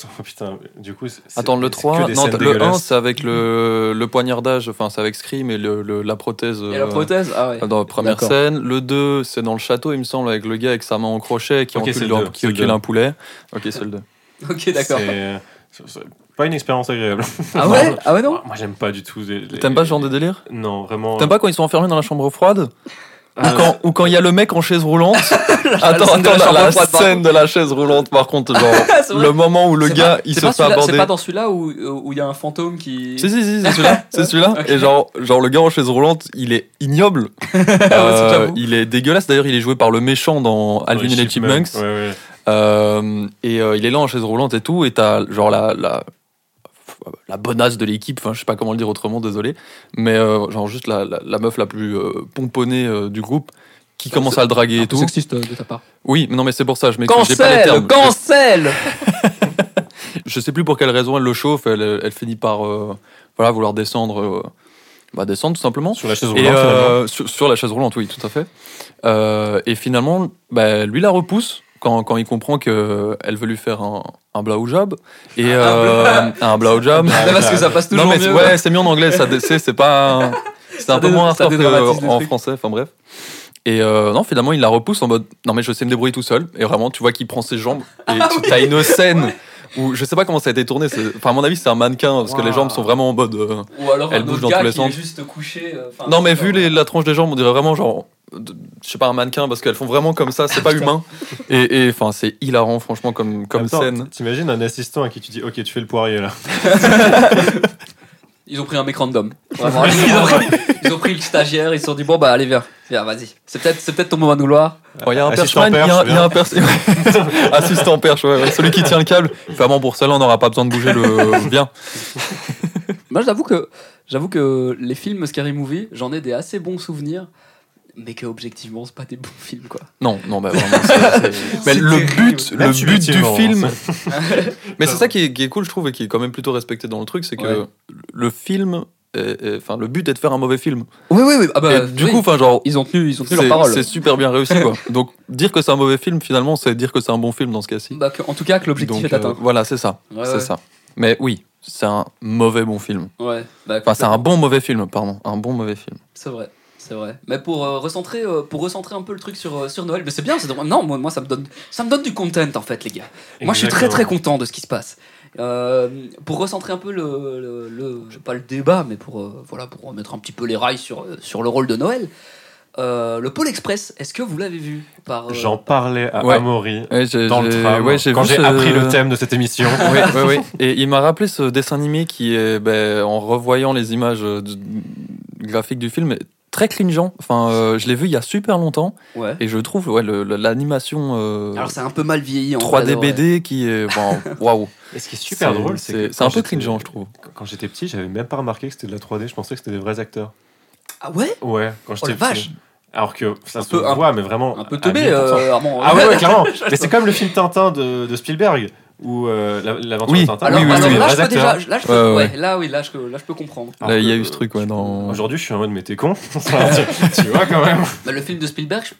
C: oh, putain, du coup, c'est- c'est-
B: Attends, le
C: c'est que
B: 3,
C: des
B: non,
C: scènes
B: le 1,
C: dégueulasses.
B: c'est avec le, le poignardage, enfin, c'est avec Scream et le, le- la prothèse.
A: Et la
B: euh,
A: prothèse Ah ouais.
B: Dans la première
A: D'accord.
B: scène. Le 2, c'est dans le château, il me semble, avec le gars avec sa main en crochet qui
C: Ok, c'est
B: encule
C: le
B: dans-
C: deux,
B: qui
C: c'est le
B: encule
C: deux.
B: un poulet. Ok, c'est le 2.
A: Ok, d'accord.
C: C'est- c'est- c'est pas une expérience agréable.
A: Ah ouais Ah ouais, non
C: Moi, j'aime pas du tout. les- les-
B: T'aimes pas ce genre de délire
C: Non, vraiment.
B: T'aimes pas quand ils sont enfermés dans la chambre froide
C: Ah,
B: Ou quand- Ou quand il y a le mec en
A: <laughs>
B: chaise roulante Attends,
A: Euh. scène de la
B: attends, la,
A: chambre
B: la
A: froide, par
B: scène de la chaise roulante, par contre, genre,
A: <laughs> C'est vrai.
B: le moment où le
A: C'est
B: gars,
A: pas-
B: il
A: c'est
B: se
A: pas
B: fait
A: celui-là-
B: aborder.
A: C'est pas dans celui-là où où il y a un fantôme qui.
B: Si, si, si, c'est celui-là, c'est celui-là.
A: <laughs> Ok.
B: Et genre, genre, le gars en chaise roulante, il est ignoble.
A: Ah
B: Euh,
A: j'avoue.
B: il est dégueulasse. D'ailleurs, il est joué par le méchant dans
C: dans
B: Alvin et les Chipmunks.
C: Ouais, euh, ouais.
B: Euh, et euh, il est là en chaise roulante et tout. Et t'as, genre, la, la, la bonasse de l'équipe. Enfin, je sais pas comment le dire autrement, désolé. Mais, euh, genre, juste la, la, la meuf la plus euh, pomponnée euh, du groupe
A: Ah,
B: qui commence à le draguer et tout.
A: sexiste euh, de ta part.
B: Oui, mais non, mais c'est pour ça, je m'excuse. j'ai pas les
A: Cancel
B: termes.
A: Cancel
B: je sais plus pour quelle raison elle le chauffe, elle, elle finit par euh, voilà, vouloir descendre, euh, bah, descendre tout simplement.
C: Sur la chaise
B: Et,
C: roulante, finalement.
B: euh, sur, sur la chaise roulante, oui, tout à fait. Euh, et finalement, bah, lui la repousse quand, quand il comprend qu'elle veut lui faire un, un blowjob. Et, euh, un blowjob.
A: Non, Ah, <laughs> parce que ça passe
B: Non,
A: toujours
B: mais c'est-
A: mieux.
B: ouais, c'est mieux en anglais, ça, dé- c'est c'est pas. C'est un
A: Ça
B: peu
A: dé-
B: moins
A: ça
B: hardcore
A: dédramatise le
B: qu'en
A: truc.
B: français, enfin bref. Et euh, non, finalement,
A: Ah,
B: il la repousse en mode Non, mais je sais me débrouiller tout seul. Et vraiment, tu vois qu'il prend ses jambes. Et tu- t'as une scène Ou je sais pas comment ça a été tourné. c'est- Enfin, à mon avis, c'est un mannequin parce que les
A: Waouh.
B: jambes sont vraiment en mode. euh,
A: hein. Ou alors
B: Elle
A: un
B: bouge
A: autre
B: dans
A: gars
B: tous les
A: qui
B: sens.
A: est juste couché. euh, enfin,
B: Ah, Non, mais
A: enfin,
B: vu les- la tronche des jambes, on dirait vraiment genre. de- Je sais pas, un mannequin parce qu'elles font vraiment comme ça, c'est pas <laughs> humain. Et et, enfin, c'est hilarant, franchement, comme, comme
A: Euh,
C: Attends,
B: scène.
C: T'imagines un assistant à qui tu dis Ok, tu fais le poirier là.
A: Ils ont pris un mec
B: <laughs>
A: random. Vraiment, ils, ont pris, euh, ils ont pris le stagiaire, ils se sont dit bon bah allez viens, viens vas-y. C'est peut-être c'est peut-être ton moment de gloire.
B: Oh, Il y a un perchman,
C: Assistant
B: il y a
C: perche,
B: un- il y a un perche. <laughs> Assistant perche, ouais, ouais, celui qui tient le câble. Il fait, ah bon, pour cela, on n'aura pas besoin de bouger le. Bien.
A: Moi j'avoue que j'avoue que les films Scary Movie, j'en ai des assez bons souvenirs, mais que objectivement c'est pas des bons films
B: <laughs>
A: quoi.
B: Non, non, bah vraiment. c'est- c'est- <laughs> Mais
A: C'est
B: le
A: terrible.
B: but,
C: Là,
B: le
C: tu
B: but
C: es
B: du
C: vraiment,
B: film. Mais
C: Ça
B: c'est
C: va.
B: ça qui est, qui est cool, je trouve, et qui est quand même plutôt respecté dans le truc, c'est que
A: Ouais.
B: le film. est- est- Enfin, le but est de faire un mauvais film.
A: Oui oui oui. Ah bah,
B: et du
A: oui.
B: coup, enfin, genre,
A: ils ont tenu ils ont tenu leur
B: c'est
A: parole.
B: c'est super bien réussi, quoi. <laughs> Donc, dire que c'est un mauvais film, finalement, c'est dire que c'est un bon film dans ce cas-ci.
A: Bah, que- en tout cas que l'objectif
B: Donc,
A: est
B: euh,
A: atteint.
B: voilà, c'est ça,
A: Ouais,
B: c'est
A: ouais.
B: ça. Mais oui, c'est un mauvais bon film.
A: Ouais. Bah,
B: Enfin, c'est un bon mauvais film, pardon, un bon mauvais film.
A: C'est vrai, c'est vrai. Mais pour euh, recentrer, euh, pour recentrer un peu le truc sur, euh, sur Noël, mais c'est bien. c'est drôle. Non, moi, moi, ça me donne, ça me donne du content en fait, les gars. Moi, je suis très très
C: Exactement.
A: content de ce qui se passe. Euh, pour recentrer un peu le, le, le- je sais pas le débat, mais pour euh, voilà, pour remettre un petit peu les rails sur euh, sur le rôle de Noël. euh, le Pôle Express, est-ce que vous l'avez vu par euh,
C: J'en parlais à
B: Ouais.
C: Amaury
B: Ouais, j'ai-
C: dans le
B: j'ai-
C: tram
B: ouais, j'ai
C: quand
B: vu
C: j'ai
B: ce-
C: appris
B: <laughs>
C: le thème de cette émission.
B: oui, oui, oui. Et il m'a rappelé ce dessin animé qui est, ben, en revoyant les images euh, du- graphiques du film, est très clingeant. Enfin, euh, je l'ai vu il y a super longtemps
A: Ouais.
B: et je trouve ouais, le- le- l'animation euh,
A: Alors c'est un peu mal vieilli en
B: 3D
A: vrai, ouais.
B: BD qui est. bon, Waouh!
C: Et ce qui est super
B: C'est-
C: drôle,
B: c'est
C: c'est
B: c'est un peu clingeant, je trouve.
C: trouve. Quand j'étais petit, j'avais même pas remarqué que c'était de la 3D. Je pensais que c'était des vrais acteurs.
A: Ah ouais.
C: Ouais, quand
A: Oh
C: j'étais
A: la
C: petit.
A: vache.
C: Alors que ça
A: Un
C: se
A: peu- un-
C: voit, mais vraiment.
A: Un peu
C: à
A: teubé,
C: 1000%.
A: euh, Armand.
C: Ah ouais,
A: <laughs>
C: ouais, clairement. Mais c'est comme le film Tintin de, de Spielberg ou euh, la- l'aventure
B: Oui.
C: de Tintin.
A: Alors,
B: oui, oui,
A: alors là,
B: oui,
A: je
C: Les
A: peux
C: vrais
A: déjà,
C: acteurs.
A: là, je peux,
B: Ouais,
A: ouais,
B: ouais.
A: là, oui, là, je, là, je peux comprendre.
B: Là, il y a
C: Alors
B: eu
C: que, euh,
B: ce truc, ouais, dans.
C: Aujourd'hui, je suis en mode, mais t'es con. <laughs> Enfin, tu, tu vois quand même.
A: Bah, le film de Spielberg, je-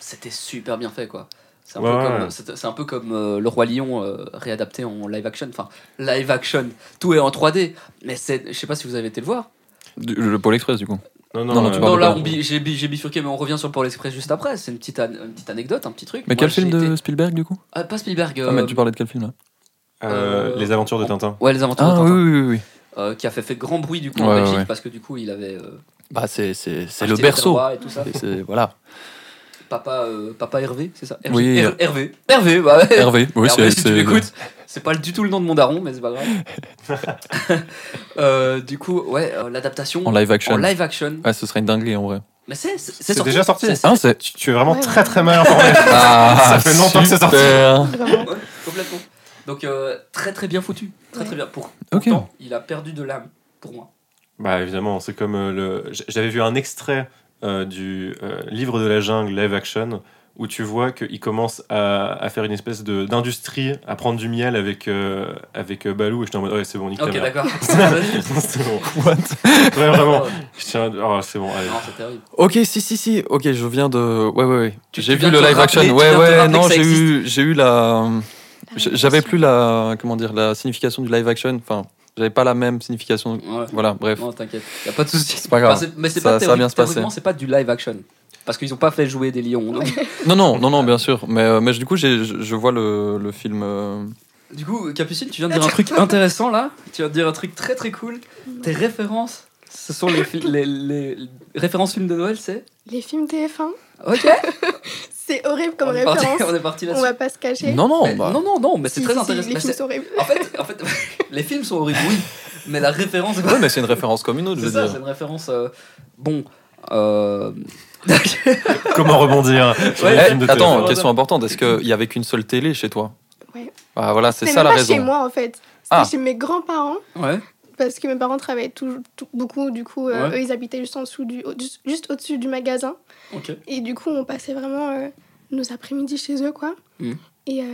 A: c'était super bien fait, quoi. C'est un,
C: Ouais,
A: peu
C: ouais.
A: comme, c'est- c'est un peu comme euh, Le Roi Lion euh, réadapté en live action. Enfin, live action, tout est en 3D. Mais c'est, je sais pas si vous avez été le voir.
B: Du- Le Pôle Express, du coup. Non, non, tu
C: euh,
B: parles
A: Non,
B: de
A: là,
B: quoi
A: on bi- j'ai bi- j'ai bifurqué, mais on revient sur le Pôle Express juste après. C'est une petite, an- une petite anecdote, un petit truc.
B: Mais
A: Moi,
B: quel film
A: j'ai été-
B: de Spielberg, du coup?
A: Ah, Pas Spielberg.
B: Ah,
A: euh,
B: mais tu parlais de quel film là?
C: euh, les
A: Oh.
C: aventures de Tintin.
A: Ouais, Les Aventures de
B: Ah, oui,
A: Tintin.
B: oui, oui.
A: euh, qui a fait, fait grand bruit du coup en
B: Ouais, ouais,
A: Belgique
B: ouais.
A: parce que du coup, il avait. euh,
B: Bah, c'est c'est- c'est
A: acheté
B: le
A: les
B: berceau.
A: droits Et tout ça.
B: C'est- c'est- Voilà.
A: Papa, euh, Papa Hervé, c'est ça Hervé,
B: Oui. euh,
A: Her- Hervé. Hervé, bah ouais.
B: <laughs> Hervé, oui,
A: Hervé,
B: c'est.
A: si tu
B: c'est-
A: m'écoutes, c'est pas du tout le nom de mon daron, mais c'est pas grave. Euh, du coup, ouais, euh, l'adaptation
B: En live action.
A: en live action.
B: Ouais, ce serait une dinguerie en vrai.
A: Mais c'est c'est- c'est
C: C'est
A: sorti.
C: déjà sorti.
A: C'est- c'est-
B: Ah, c'est.
C: Tu, tu es vraiment
D: Ouais,
C: très
D: ouais.
C: très mal
A: <laughs>
C: informé.
B: Ah, <laughs>
C: Ça fait longtemps que c'est sorti.
B: super.
D: <laughs> Vraiment.
A: Ouais, complètement. Donc euh, très très bien foutu, très
D: Ouais.
A: très bien. Pour
B: Ok.
A: pourtant, il a perdu de l'âme pour moi.
C: Bah évidemment, c'est comme euh, le. j- J'avais vu un extrait euh, du euh, livre de la jungle live action où tu vois qu'il commence à, à faire une espèce de d'industrie, à prendre du miel avec euh, avec euh, Balou et j'étais en mode ouais c'est bon nique ta
A: Ok,
C: mère.
B: <laughs>
A: d'accord.
C: <laughs> c'est bon.
B: What
C: Ouais,
A: <laughs>
C: vraiment.
A: Ouais.
C: Je tiens- oh, c'est bon. allez.
A: Non, c'est terrible.
B: Ok, si, si, si. Ok, je viens de. Ouais, ouais, ouais.
A: Tu-
B: J'ai
A: tu viens
B: vu
A: de
B: le
A: te
B: live action.
A: rappeler- tu
B: Ouais,
A: viens de te
B: ouais,
A: rappeler
B: non,
A: que ça
B: j'ai eu, j'ai eu la. j- J'avais plus la. Comment dire La signification du live action. Enfin, j'avais pas la même signification.
A: Ouais.
B: Voilà, bref.
A: Non, t'inquiète, y a pas de souci.
B: C'est pas grave.
A: Enfin, c'est- mais c'est
B: Ça-
A: pas
B: ça va bien
A: théorique-
B: se passer.
A: théoriquement, c'est pas du live action parce qu'ils ont pas fait jouer des lions. donc-
B: Non, non, non, non, bien sûr. Mais, euh, mais du coup, j'ai- je je vois le, le film. euh,
A: Du coup, Capucine, tu viens de dire un truc intéressant là. Tu viens de dire un truc très très cool. Tes références, ce sont les, fil- les, les- les références films de Noël, c'est
D: Les films TF1,
A: Ok.
D: <laughs> c'est horrible comme
A: on, est parti,
D: référence.
A: on est parti
D: On
A: là-dessus.
D: va pas se cacher.
B: Non, non,
A: Mais-
B: bah,
A: non, non, non, mais c'est
D: Si,
A: très
D: si,
A: intéressant.
D: Les
A: Mais
D: films
A: c'est-
D: sont horribles.
A: en, fait, en fait, <laughs> les films sont horribles, oui. Mais la référence, c'est
B: Ouais, mais c'est une référence comme une autre, je veux
A: ça, c'est
B: dire.
A: une référence. euh, bon. euh, <laughs>
C: Comment rebondir hein, sur
A: Ouais,
C: les
B: Eh,
C: films de
B: attends,
C: TF1?
B: question importante. Est-ce qu'il y avait qu'une seule télé chez toi
D: Ouais.
B: Ah, voilà, c'est
D: C'était
B: ça
D: même
B: la
D: pas
B: raison.
D: chez moi en fait. C'était
B: Ah.
D: chez mes grands-parents
A: ouais.
D: parce que mes parents travaillaient tout, tout- beaucoup. Du coup, euh,
A: Ouais.
D: eux, ils habitaient juste en dessous du, au- juste- juste au-dessus du magasin.
A: Ok.
D: Et du coup, on passait vraiment euh, nos après-midi chez eux, quoi.
B: Mm.
A: Mhm.
D: Et euh,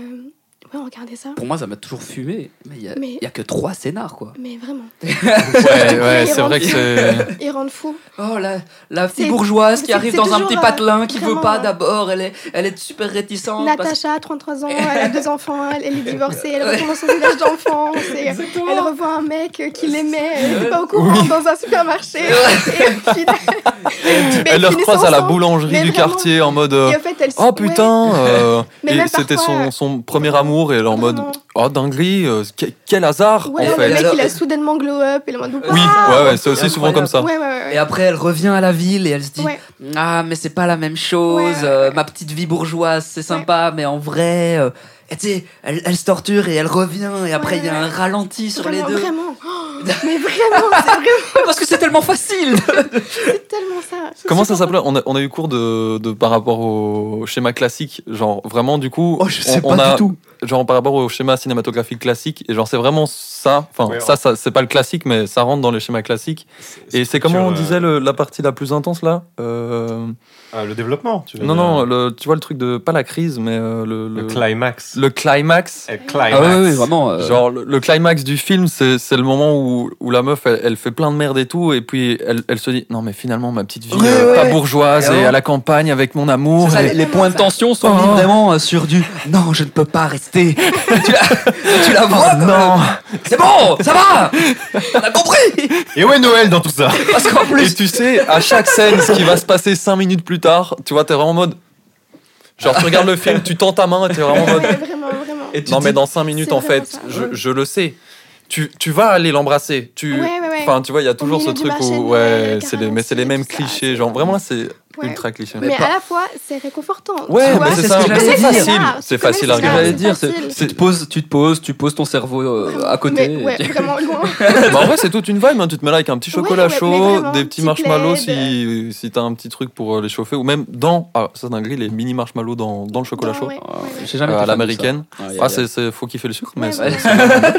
D: ouais, on regardait ça.
A: Pour moi, ça m'a toujours fumé. Mais il y a,
D: Mais-
A: il y a que trois scénars, quoi.
D: Mais
B: <laughs>
D: vraiment,
B: Ouais,
D: Ouais,
B: ouais, c'est vrai que c'est.
D: ils rendent fou.
A: Oh la, la petite
D: C'est-
A: bourgeoise qui
D: c'est-
A: arrive
D: c'est
A: dans un
D: toujours,
A: petit
D: euh,
A: patelin qui veut
D: vraiment,
A: pas
D: euh,
A: d'abord, elle est, elle est super réticente. parce-
D: Natacha, 33 ans, elle
B: <laughs>
D: a deux enfants, elle, elle est divorcée, elle retourne dans son village d'enfants. c'est-
A: Exactement.
D: Elle revoit un mec euh, qui l'aimait, elle
A: Ouais.
D: n'était pas au courant dans un supermarché. Et puis, mais
B: <laughs> Elle le
D: ils finissent
B: croise à la
D: ensemble.
B: boulangerie
D: Mais
B: du
D: vraiment.
B: quartier en mode. euh,
D: Et en fait, elle se-
B: Oh
D: ouais.
B: putain euh,
D: <laughs> Mais
B: et
D: même
B: C'était
D: parfois, euh,
B: son, son premier d'amour et elle est en mode
D: Vraiment.
B: oh dinguerie, euh, que- quel hasard
D: Ouais,
B: en
D: le
A: fait.
D: mec, il a
A: Alors-
D: soudainement glow up et le mode.
B: Oui,
D: waouh.
B: ouais, ouais, c'est aussi souvent comme ça.
D: Ouais, ouais, ouais.
A: Et après, elle revient à la ville et elle se dit
D: Ouais.
A: Ah, mais c'est pas la même
D: Ouais,
A: chose,
D: ouais,
A: euh,
D: ouais.
A: ma petite vie bourgeoise, c'est sympa, mais en vrai. euh, et tu sais, elle, elle se torture et elle revient, et après, il y a un
D: ouais.
A: ralenti sur
D: vraiment,
A: les deux.
B: <laughs>
D: Vraiment. Oh, mais vraiment, c'est vraiment
A: Parce que c'est tellement facile
D: tellement ça.
B: Comment ça s'appelait on a, on a eu cours de, de par rapport au schéma classique, genre vraiment du coup,
A: Oh, je
B: on-
A: sais
B: on,
A: pas
B: a
A: du tout.
B: genre par rapport au schéma cinématographique classique et genre c'est vraiment ça, enfin
C: Ouais,
B: ça, ça c'est pas le classique mais ça rentre dans le schéma classique et c'est comment
C: sur,
B: on
C: euh,
B: disait le- la partie la plus intense là Euh,
C: ah, le développement. Tu veux
B: Non
C: dire.
B: non, le- tu vois le truc de pas la crise mais euh, le,
C: le
B: le-
C: climax.
B: le climax.
C: Le climax.
A: Ah, oui, oui, vraiment. euh,
B: Genre le, le climax du film, c'est c'est le moment où, où la meuf elle, elle fait plein de merde et tout, et puis elle, elle se dit non mais finalement ma petite vie
A: Ouais,
B: euh,
A: ouais,
B: pas
A: ouais.
B: bourgeoise
A: Et
B: et
A: alors
B: à la campagne avec mon amour.
A: C'est ça,
B: et-
A: les, les points de tension sont
B: Oh.
A: mis vraiment euh, sur du non, je ne peux pas rester. <laughs> tu la, tu
D: Ah,
A: la vois
B: Oh,
A: comme-
B: non. <laughs>
A: C'est bon, ça va On a compris
C: Et où est Noël dans tout ça
A: Parce qu'en
B: Et
A: plus,
B: tu sais à chaque scène ce qui va se passer cinq minutes plus tard, tu vois t'es vraiment en mode genre tu regardes le film, tu tends ta main, et t'es vraiment en mode
D: <laughs> Ouais, vraiment, vraiment.
A: Et tu
B: non
A: te
B: mais
A: dis-
B: dans cinq minutes
D: c'est
B: en
D: vraiment
B: fait,
D: ça.
B: je, je le sais. Tu, tu vas aller l'embrasser. Tu
D: Ouais, ouais, ouais.
B: enfin tu vois il y a toujours ce
D: milieu du
B: truc
D: marché de
B: où
D: Noël,
B: ouais
D: avec
B: c'est
D: un
B: les mais c'est
D: ralenti
B: les
D: et
B: mêmes
D: tout ça,
B: clichés
D: c'est
B: genre vraiment là c'est
D: Ouais.
B: ultra cliché.
D: Mais,
A: pas-
D: à la fois, c'est réconfortant.
B: Ouais,
D: tu
B: mais
D: vois
A: c'est ça,
D: Je
A: j'allais
D: sais que
A: dire.
D: c'est
B: Facile,
D: rare,
B: c'est
D: je connais
B: facile à
D: que c'est
A: ce que
D: rare,
A: j'allais
D: c'est
A: dire, c'est
D: facile.
A: tu te poses, tu te poses, tu poses ton cerveau euh, à côté.
D: Mais
A: et <laughs>
D: ouais,
A: tu-
B: <laughs>
D: vraiment loin.
B: Bah, en vrai, c'est toute une vibe. hein. Tu te mets là avec un petit
D: Ouais,
B: chocolat
D: ouais, mais
B: chaud,
D: vraiment,
B: des petits
D: petite
B: marshmallows
D: LED.
B: si, si t'as un petit truc pour euh, les chauffer, ou même dans. Ah, ça, c'est dingue, les mini marshmallows dans, dans le chocolat
D: Dans-
B: chaud.
D: ouais, ouais,
A: Ah,
D: ouais.
A: J'ai
B: euh,
A: jamais été
B: à
A: fan de
B: l'américaine.
A: ça. Ouais,
B: Ah,
A: ouais,
B: c'est, c'est- faut kiffer le sucre,
D: Ouais,
B: mais
A: ouais.
D: <laughs> ouais.
B: c'est-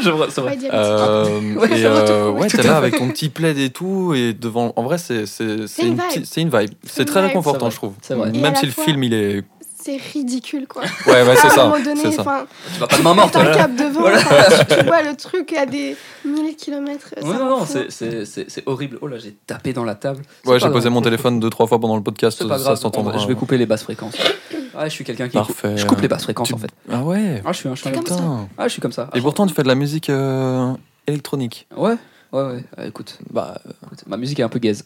A: <laughs> Je vois, c'est
D: Ouais,
A: vrai.
D: diabétique.
B: Euh,
A: Ouais,
B: et
A: je me retrouve,
B: euh,
D: oui,
B: ouais,
A: tout
B: t'es
A: à
B: là
A: fait.
B: avec ton petit plaid et tout, et devant. En vrai, c'est, c'est, c'est
D: une
B: une,
D: vibe.
B: petite- c'est une vibe.
D: C'est
B: C'est
D: une
B: très
D: vibe.
A: C'est
B: réconfortant,
A: vrai.
B: je trouve.
A: C'est vrai.
D: Et à
B: Même
D: la
B: si le
D: fois-
B: film, il est.
D: C'est ridicule, quoi.
B: Ouais, ouais, c'est
D: à un
B: ça.
D: moment donné,
B: C'est ça.
D: enfin,
A: Tu vas pas de main morte.
D: t'as un
A: ouais.
D: cap devant,
A: Voilà.
D: enfin, tu vois le truc à des 1000 km.
A: Ouais, non, non, c'est- c'est c'est- c'est horrible. Oh là, j'ai tapé dans la table. C'est
B: Ouais,
A: pas
B: j'ai posé
A: grave.
B: mon téléphone deux, trois fois pendant le podcast.
A: C'est pas
B: Ça
A: grave.
B: s'entendra.
A: Je vais couper les basses fréquences. Ouais, je suis quelqu'un qui. coupe-
B: Parfait.
A: Je coupe les basses fréquences
B: Tu-
A: en fait.
B: Ah ouais.
A: Ah, je suis un je suis un-
D: Comme ça.
B: Putain.
A: Ah, je suis comme ça.
B: Et pourtant, tu fais de la musique euh, électronique.
A: Ouais, ouais, ouais. Euh, écoute,
B: Bah,
A: écoute, ma musique est un peu
B: <laughs>
A: gaze.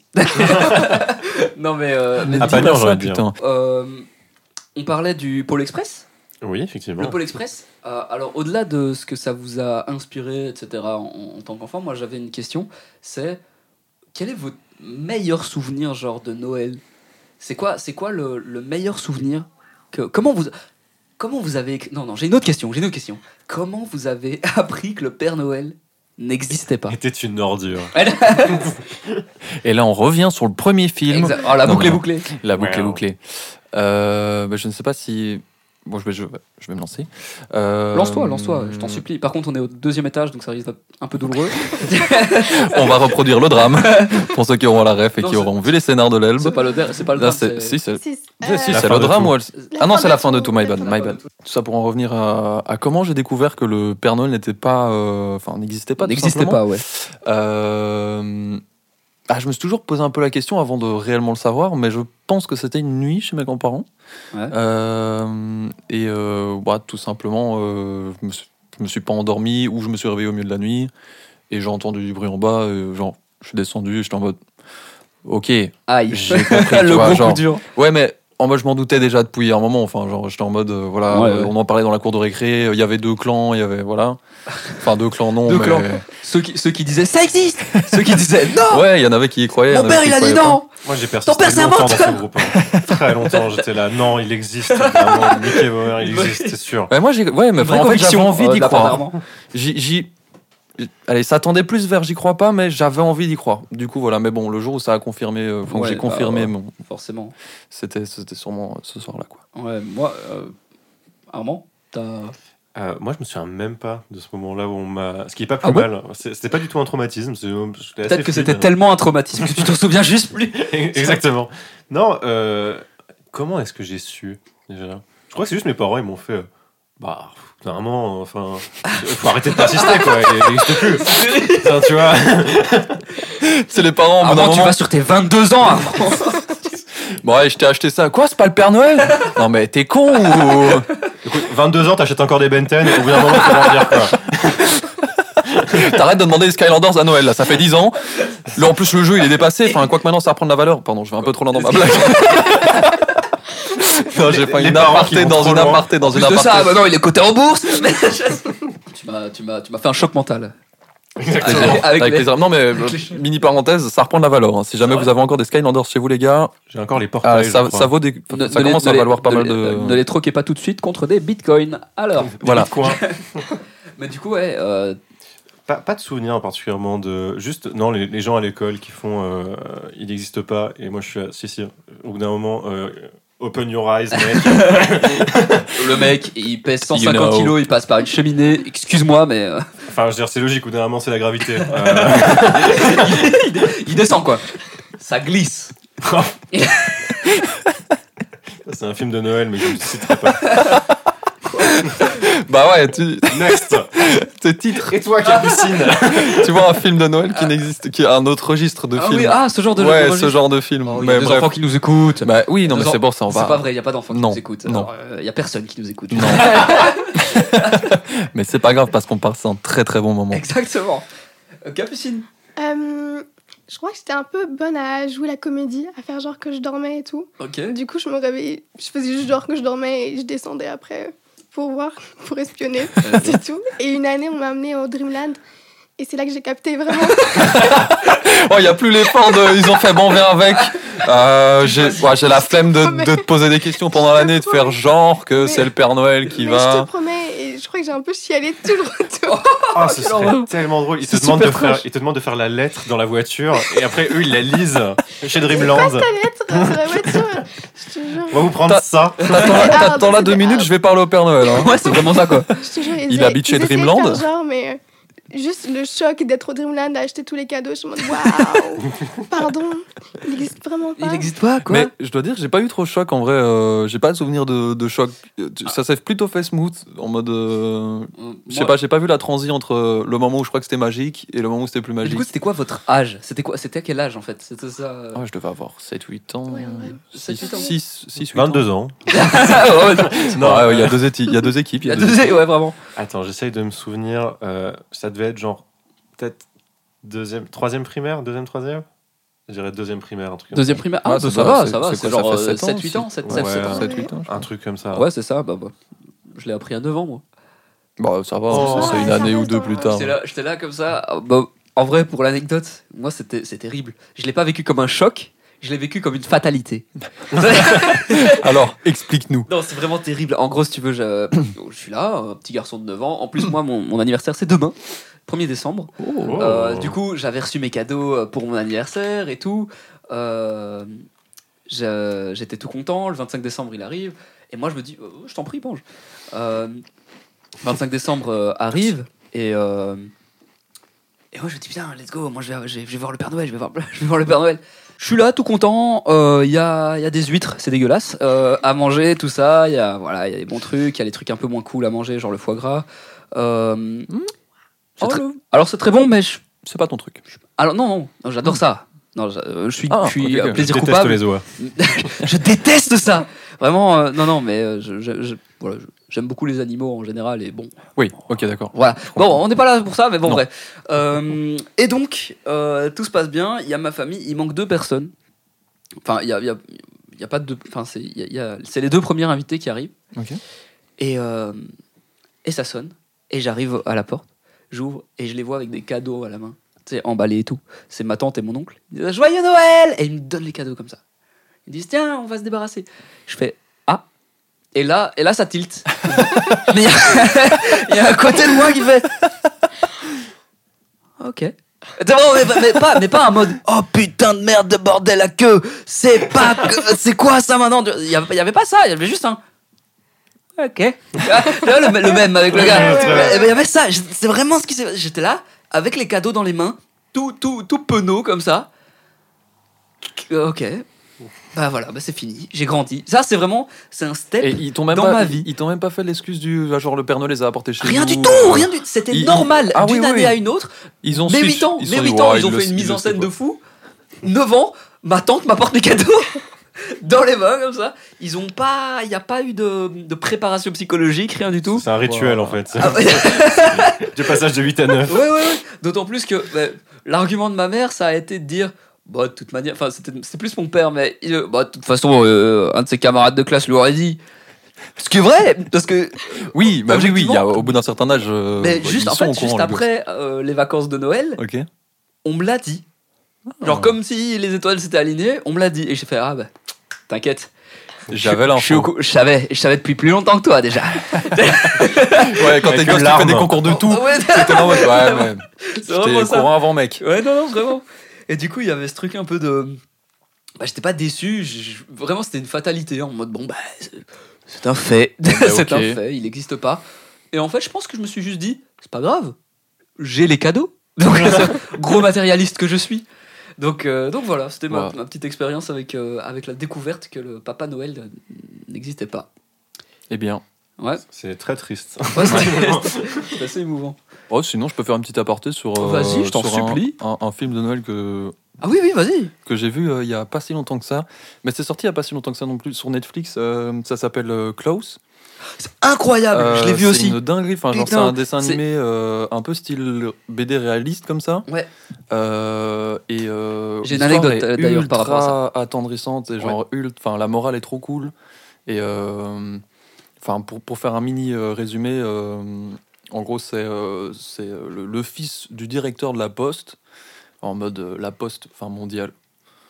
A: non, mais. euh, mais
C: Ah,
A: dis-
C: pas dur,
B: ça,
C: j'aurais dit.
B: putain.
A: euh, on parlait du Pôle Express.
C: Oui, effectivement.
A: Le Pôle Express, euh, alors au-delà de ce que ça vous a inspiré, etc., en, en tant qu'enfant, moi j'avais une question c'est quel est votre meilleur souvenir, genre de Noël C'est quoi, c'est quoi le, le meilleur souvenir que, comment, vous, comment vous avez. Non, non, j'ai une autre question, j'ai une autre question. Comment vous avez <laughs> appris que le Père Noël n'existait pas
C: était une ordure.
A: <laughs>
B: Et là, on revient sur le premier film.
A: Exact. Oh, la
B: Non,
A: boucle est
B: non.
A: bouclée.
B: La boucle est
C: Wow.
B: bouclée. Euh, bah, je ne sais pas si. Bon, je vais, je, je vais me lancer. Euh,
A: Lance-toi, lance-toi, je t'en supplie. Par contre, on est au deuxième étage, donc ça risque d'être un peu
B: <laughs>
A: douloureux.
B: On va reproduire
A: <laughs>
B: le drame pour ceux qui auront la ref et
A: Non,
B: qui
A: c'est-
B: auront vu les scénars de l'Elbe.
A: c'est pas le, der- c'est pas le
B: Là,
A: drame,
B: c'est. Si, c'est.
D: C'est
B: si, si,
D: euh,
C: La
B: c'est
C: fin
B: le
C: de
B: drame
C: tout.
B: ou elle-
D: La
B: Ah non,
D: fin
B: c'est
D: de
B: la fin de
D: tout,
B: tout, my
D: la
B: bad,
D: fin de
B: my
A: tout.
B: bad. Tout ça pour en revenir à, à comment j'ai découvert que le Père Noël n'était pas. euh, Enfin, n'existait pas. tout
A: N'existait
B: simplement.
A: pas, ouais.
B: Euh, ah, je me suis toujours posé un peu la question avant de réellement le savoir, mais je pense que c'était une nuit chez mes grands-parents.
A: Ouais.
B: Euh, et euh, bah, tout simplement, euh, je, me suis, je me suis pas endormi ou je me suis réveillé au milieu de la nuit et j'ai entendu du bruit en bas. Et, genre, je suis descendu et j'étais en mode. Ok,
A: Aïe.
B: j'ai
A: <laughs>
B: compris. tu
A: le
B: vois,
A: gros
B: genre.
A: coup dur.
B: Ouais, mais en mode, je m'en doutais déjà depuis un moment. Enfin, genre, j'étais en mode, euh, voilà,
A: Ouais,
B: euh,
A: ouais.
B: on en parlait dans la cour de récré. euh, Il y avait deux clans, il y avait, voilà. Enfin, deux clans, non.
A: Deux
B: mais-
A: clans. Ceux qui, ceux qui disaient ça existe Ceux qui disaient non
B: Ouais, il y en avait qui y croyaient. y en
A: Mon
B: avait
A: père
B: qui
A: il
B: y
A: a dit
B: croyaient pas.
A: non
C: Moi, j'ai persisté
A: père, c'est un
C: longtemps dans ce
A: menteur
C: groupe. hein. Très longtemps, j'étais là. Non, il existe. Vraiment, Mickey Bauer, il existe, c'est sûr.
B: Ouais, moi, j'ai... Ouais, mais
A: Vraie
B: en fait, j'avais
A: conviction,
B: envie
A: euh, de
B: d'y
A: la part
B: croire.
A: d'Armand.
B: J'y, j'y- Allez, ça tendait plus vers j'y crois pas, mais j'avais envie d'y croire. Du coup, voilà. Mais bon, le jour où ça a confirmé, euh, enfin,
A: Ouais,
B: j'ai
A: bah,
B: confirmé,
A: ouais.
B: bon,
A: Forcément.
B: c'était, c'était sûrement euh, ce soir-là, quoi.
A: Ouais, moi, euh, Armand, t'as.
C: Euh, moi, je me souviens même pas de ce moment-là où on m'a. Ce qui est pas plus
A: Ah ouais
C: mal. hein. C'est- C'était pas du tout un traumatisme. c'est- euh, j'étais assez
A: Peut-être que
C: fluide. hein.
A: c'était tellement un traumatisme que tu t'en souviens juste plus.
C: <laughs> Exactement. Non, euh, comment est-ce que j'ai su déjà Je crois que c'est juste mes parents, ils m'ont fait. euh, bah, pff, normalement, euh, enfin. Faut arrêter de persister, quoi. Il il existe plus. Enfin, tu vois.
B: C'est les parents,
A: Armand, Ah tu vas sur tes 22 ans, <laughs> Armand
B: Bon, ouais, je t'ai acheté ça. Quoi, c'est pas le Père Noël Non, mais t'es con ou...
C: Écoute, 22 ans, t'achètes encore des Benten. Au bout d'un moment, faut leur dire, quoi.
B: T'arrêtes de demander les Skylanders à Noël, là, ça fait 10 ans. Là, en plus, le jeu, il est dépassé. Enfin, quoi que maintenant, ça reprend de la valeur. Pardon, je vais un peu trop loin dans ma blague. Putain, j'ai fait
C: les
B: une
C: parents qui
B: aparté
C: vont
B: dans
C: trop
B: une
C: loin.
B: aparté dans une
A: Plus de ça,
B: aparté.
C: bah
A: maintenant il est coté en bourse. <laughs> tu m'as, tu m'as, tu m'as fait un choc mental.
B: Avec,
C: Exactement.
B: avec,
A: Avec les-
B: plaisir. Non, mais euh,
A: les-
B: mini parenthèse, ça reprend de la valeur. hein. Si jamais vous avez encore des Skylanders chez vous, les gars,
C: J'ai encore les
B: ah,
C: portails. je
B: ça,
A: <laughs>
C: crois.
B: ça vaut des.
A: Ne-
B: ça
A: ne les-
B: commence
A: ne
B: à
A: les-
B: valoir pas
A: ne
B: mal
A: les-
B: de.
A: Ne les troquez pas tout de suite contre des bitcoins. Alors,
B: Voilà. <laughs>
C: Des coins.
A: mais du coup, ouais, euh,
C: Pas, pas de souvenirs particulièrement de. Juste, non, les, les gens à l'école qui font euh, Il n'existe pas, et moi je suis. à- Si, si, au bout d'un moment, euh, open your
A: <laughs>
C: eyes, mec.
A: le mec, il pèse 150
B: You know.
A: kilos, il passe par une cheminée. Excuse-moi, mais euh, <laughs>
C: enfin, je veux dire, c'est logique, au bout d'un moment, c'est la gravité. Euh,
A: il descend quoi. Ça glisse.
C: c'est un film de Noël, mais je ne le citerai pas.
B: Bah ouais, tu,
C: Next
B: ce titre.
C: Et toi, <laughs> Capucine
B: tu vois un film de Noël qui n'existe, qui a un autre registre de
A: Ah
B: film.
A: oui, ah ce genre de
B: ouais,
A: jeu.
B: ce genre de film.
A: Oh, il y a
B: mais
A: des
B: bref.
A: enfants qui nous écoutent.
B: Bah oui, non,
A: Deux
B: mais c'est
A: ans.
B: bon, ça on
A: C'est
B: va.
A: pas vrai, il n'y a pas d'enfants qui
B: Non,
A: nous écoutent. euh,
B: non.
A: Il n'y a personne qui nous écoute.
B: Non. Mais c'est pas grave parce qu'on passe un très très bon
A: <laughs>
B: moment.
A: Exactement. Euh, Capucine.
D: Euh, je crois que j'étais un peu bonne à jouer la comédie, à faire genre que je dormais et tout.
A: Ok.
D: Du coup, je me réveillais, je faisais juste genre que je dormais et je descendais après pour voir, pour espionner, c'est tout. Et une année, on m'a amenée au Dreamland. Et c'est là que j'ai capté vraiment.
B: Oh, il y a plus l'effort de. Ils ont fait bon, viens avec.
A: <laughs>
B: Euh, j'ai ouais, j'ai la flemme de, de te poser des questions pendant l'année, de faire genre que c'est le Père Noël qui
D: Mais je
B: va.
D: te promets, et je crois que j'ai un peu chialé tout le retour.
C: Ah, ce
A: Quelle
C: serait
A: horreur.
C: tellement drôle. Ils te,
A: C'est
C: demandent de
A: super
C: faire,
A: trash.
C: ils te demandent de faire la lettre dans la voiture, et après, eux, ils la lisent
A: <laughs>
C: chez Dreamland.
D: Ta lettre sur la voiture, je te
C: On
D: jure.
C: va vous prendre
B: T'as-
C: ça.
B: T'attends
A: Ah,
B: là- T'attends là deux minutes, je vais parler au Père Noël. hein.
A: Ouais, c'est vraiment ça quoi.
D: Je te jure, ils
B: Il
D: faisaient-
B: habite chez
D: ils essayaient de
B: Dreamland
D: faire genre, mais euh, juste le choc d'être au Dreamland, d'acheter tous les cadeaux, je me dis waouh, pardon, il n'existe vraiment pas.
A: Il n'existe pas <laughs> quoi.
B: Mais je dois dire, j'ai pas eu trop de choc en vrai. euh, j'ai pas de souvenir de, de choc. Euh, tu- Ça s'est plutôt fait smooth en mode. euh,
A: Euh,
B: je sais
A: moi-
B: pas, j'ai pas vu la transi entre euh, le moment où je crois que c'était magique et le moment où c'était plus
A: Mais Du
B: magique.
A: coup, c'était quoi votre âge C'était quoi C'était à quel âge en fait C'était ça. euh, <laughs>
B: Ah, je devais avoir 7-8 ans.
D: Ouais, ouais.
A: 7-8 ans.
B: 6, 6
C: 22 ans.
A: Ah, ouais, ouais,
B: Non, ouais, ouais, il y a deux éti- il y a deux équipes.
A: il y a deux ouais, vraiment.
C: Attends, j'essaye de me souvenir. euh, ça devait être genre peut-être deuxième, troisième primaire, deuxième, troisième. Je dirais deuxième primaire, un truc. comme
A: Deuxième primaire. Ah,
B: Ouais,
A: bah, ça,
B: ça doit-
A: va,
B: c'est-
A: ça va.
B: c'est
A: C'est
B: quoi, ça
A: genre
B: fait sept ans,
A: 7-8 ans.
B: aussi
A: 7,
C: Ouais.
A: 7, 7,
C: Ouais.
B: 7-8 ans.
C: ça. Un truc comme ça.
A: Ouais, c'est ça. Bah, bah. Je l'ai appris à 9 ans moi.
B: Bah, ça va,
C: Oh,
B: ça, c'est
D: ouais,
B: une
D: ça
B: année ou
D: reste
B: deux
D: dans-
B: plus tard.
A: J'étais là, j'étais là comme ça. Ah, bah, en vrai, pour l'anecdote, moi, c'était c'est terrible. Je l'ai pas vécu comme un choc. Je l'ai vécu comme une fatalité. <laughs>
B: Alors, explique-nous.
A: non, c'est vraiment terrible. En gros, si tu veux, je, je suis là, un petit garçon de 9 ans. En plus, moi, mon, mon anniversaire, c'est demain, 1er décembre.
C: Oh.
A: Euh, du coup, j'avais reçu mes cadeaux euh, pour mon anniversaire et tout. Euh, je- J'étais tout content. Le 25 décembre, il arrive. Et moi, je me dis, Oh, je t'en prie, mange. Euh, 25 décembre euh, arrive. Et, euh, et moi, je me dis, putain, let's go. Moi, je vais, je vais- je vais voir le Père Noël. Je vais voir, <laughs> je vais voir le Père Noël. Je suis là, tout content. Euh, Il y, a, il y a des huîtres, c'est dégueulasse. Euh, à manger, tout ça. Il y, a, voilà, il y a des bons trucs. Il y a des trucs un peu moins cool à manger, genre le foie gras. Euh, c'est
B: Hmm. Oh,
A: très- Alors, c'est très bon, mais je
B: C'est pas ton truc.
A: alors non, non, non, j'adore ça. Non, j'a- euh, je suis,
B: Hmm. Ah,
A: je suis
B: ok, ok.
A: euh, plaisir
C: je déteste
A: coupable.
C: les oies.
A: <laughs> je déteste ça. Vraiment, euh, non, non, mais euh, je- je- je- voilà, je- j'aime beaucoup les animaux en général et bon,
B: Oui, ok, d'accord.
A: voilà. Bon,
B: comprends.
A: on n'est pas là pour ça, mais bon,
B: Non.
A: bref. Euh, et donc, euh, tout se passe bien. Il y a ma famille, il manque deux personnes. Enfin, il y a, il y a- il y a pas de, enfin, c'est il y a- il y a- c'est les deux premiers invités qui arrivent.
B: Ok.
A: Et, euh, et ça sonne. Et j'arrive à la porte, j'ouvre et je les vois avec des cadeaux à la main. Tu sais, emballés et tout. C'est ma tante et mon oncle. Ils disent Joyeux Noël Et ils me donnent les cadeaux comme ça. Ils disent Tiens, on va se débarrasser. Je fais Ah Et là, et là ça tilte. Mais il y a- il y, a un côté de moi qui fait Ok. C'est vrai, mais, mais pas, mais pas en mode Oh putain de merde de bordel à queue C'est pas. que- C'est quoi ça maintenant Il n'y avait, il y avait pas ça, il y avait juste un. Ok. Ah, le, le même avec le
C: Ouais,
A: gars.
C: ouais,
D: ouais.
A: Eh ben, Il y avait ça. je- C'est vraiment ce qui s'est. J'étais là, avec les cadeaux dans les mains, tout, tout, tout penaud comme ça. Euh, Ok. Bah voilà, bah c'est fini. J'ai grandi. Ça, c'est vraiment. C'est un step.
B: Et ils t'ont même,
A: Dans
B: pas-
A: ma vie.
B: ils t'ont même pas fait l'excuse du bah, genre le Père Noël les a apportés chez
A: Rien
B: nous.
A: du tout, rien du C'était
B: Il- il-
A: normal
B: Ah oui,
A: d'une
B: oui,
A: année
B: oui.
A: à une autre.
B: Ils ont
A: Mes
B: su-
A: 8 ans,
B: ils se
A: mes
B: sont dit,
A: huit ans,
B: ouais,
A: ils ont
B: le-
A: fait une mise
B: le
A: en scène
B: sait,
A: de fou. 9 ans, ma tante m'apporte mes cadeaux <laughs> dans les mains comme ça. Ils ont pas, il n'y a pas eu de, de préparation psychologique, rien du tout.
C: C'est un rituel en fait.
A: Ah, ouais,
C: <laughs> du passage de 8 à 9.
A: <laughs> ouais, ouais. D'autant plus que bah, l'argument de ma mère, ça a été de dire. Bah, de toute manière, enfin, c'était c'était plus mon père, mais il- bah, de toute façon, euh, un de ses camarades de classe lui aurait dit. Ce qui est vrai, parce que.
B: Oui, bah oui, oui, il y a-
A: Objectivement-
B: au bout d'un certain âge. euh,
A: mais
B: bah,
A: juste,
B: ils
A: en
B: sont au
A: fait,
B: courant,
A: juste
B: les
A: après euh, les vacances de Noël,
B: gosses. Ok.
A: on me l'a dit.
B: Ah.
A: Genre, comme si les étoiles s'étaient alignées, on me l'a dit. Et j'ai fait, ah bah, t'inquiète.
B: J'avais
A: Je, suis au
B: l'info.
A: cou- je savais, je savais depuis plus longtemps que toi déjà.
B: Ouais, quand t'es gosse,
C: Avec une
B: tu fais
C: larme.
B: des concours de <laughs> tout.
A: Ouais, <laughs>
B: T'es en mode, <laughs> ouais, mais
A: c'est
B: j'étais
A: vraiment
B: au
A: ça.
B: courant avant, mec.
A: Ouais, non, non, vraiment. Et du coup, il y avait ce truc un peu de. Bah, j'étais pas déçu, je- je- vraiment, c'était une fatalité. hein, En mode, bon, bah, c'est- c'est un fait. <laughs> c'est
B: bah, ok.
A: un fait, il n'existe pas. Et en fait, je pense que je me suis juste dit, c'est pas grave, j'ai les cadeaux. <laughs> Donc, gros matérialiste que je suis. Donc, euh, donc voilà, c'était ma,
B: Ouais.
A: ma petite expérience avec, euh, avec la découverte que le Papa Noël euh, n'existait
B: <laughs>
A: pas.
B: Eh bien.
A: Ouais,
C: C'est très triste. <laughs>
A: Ouais, c'était c'était assez émouvant.
B: Oh, sinon, je peux faire une petite aparté sur. euh,
A: Vas-y, je t'en
B: sur un-
A: supplie.
B: Un, un film de Noël que,
A: Ah oui, oui, vas-y.
B: que j'ai vu euh, il y a pas si longtemps que ça. Mais c'est sorti il y a pas si longtemps que ça non plus sur Netflix. euh, ça s'appelle euh, Klaus.
A: C'est incroyable, Ah, je l'ai
B: Euh,
A: vu aussi.
B: C'est une dinguerie. Enfin, genre, c'est
A: Putain,
B: un dessin
A: c'est-
B: animé euh, un peu style BD réaliste comme ça.
A: Ouais.
B: Euh, et euh,
A: J'ai une
B: l'histoire
A: anecdote,
B: est
A: euh, d'ailleurs, par rapport à ça.
B: ultra attendrissante et genre ult- Enfin, la morale est trop cool. Et euh, enfin, pour, pour faire un mini euh, résumé, euh, en gros, c'est euh, c'est euh, le, le fils du directeur de la Poste. En mode euh, la Poste, enfin mondiale.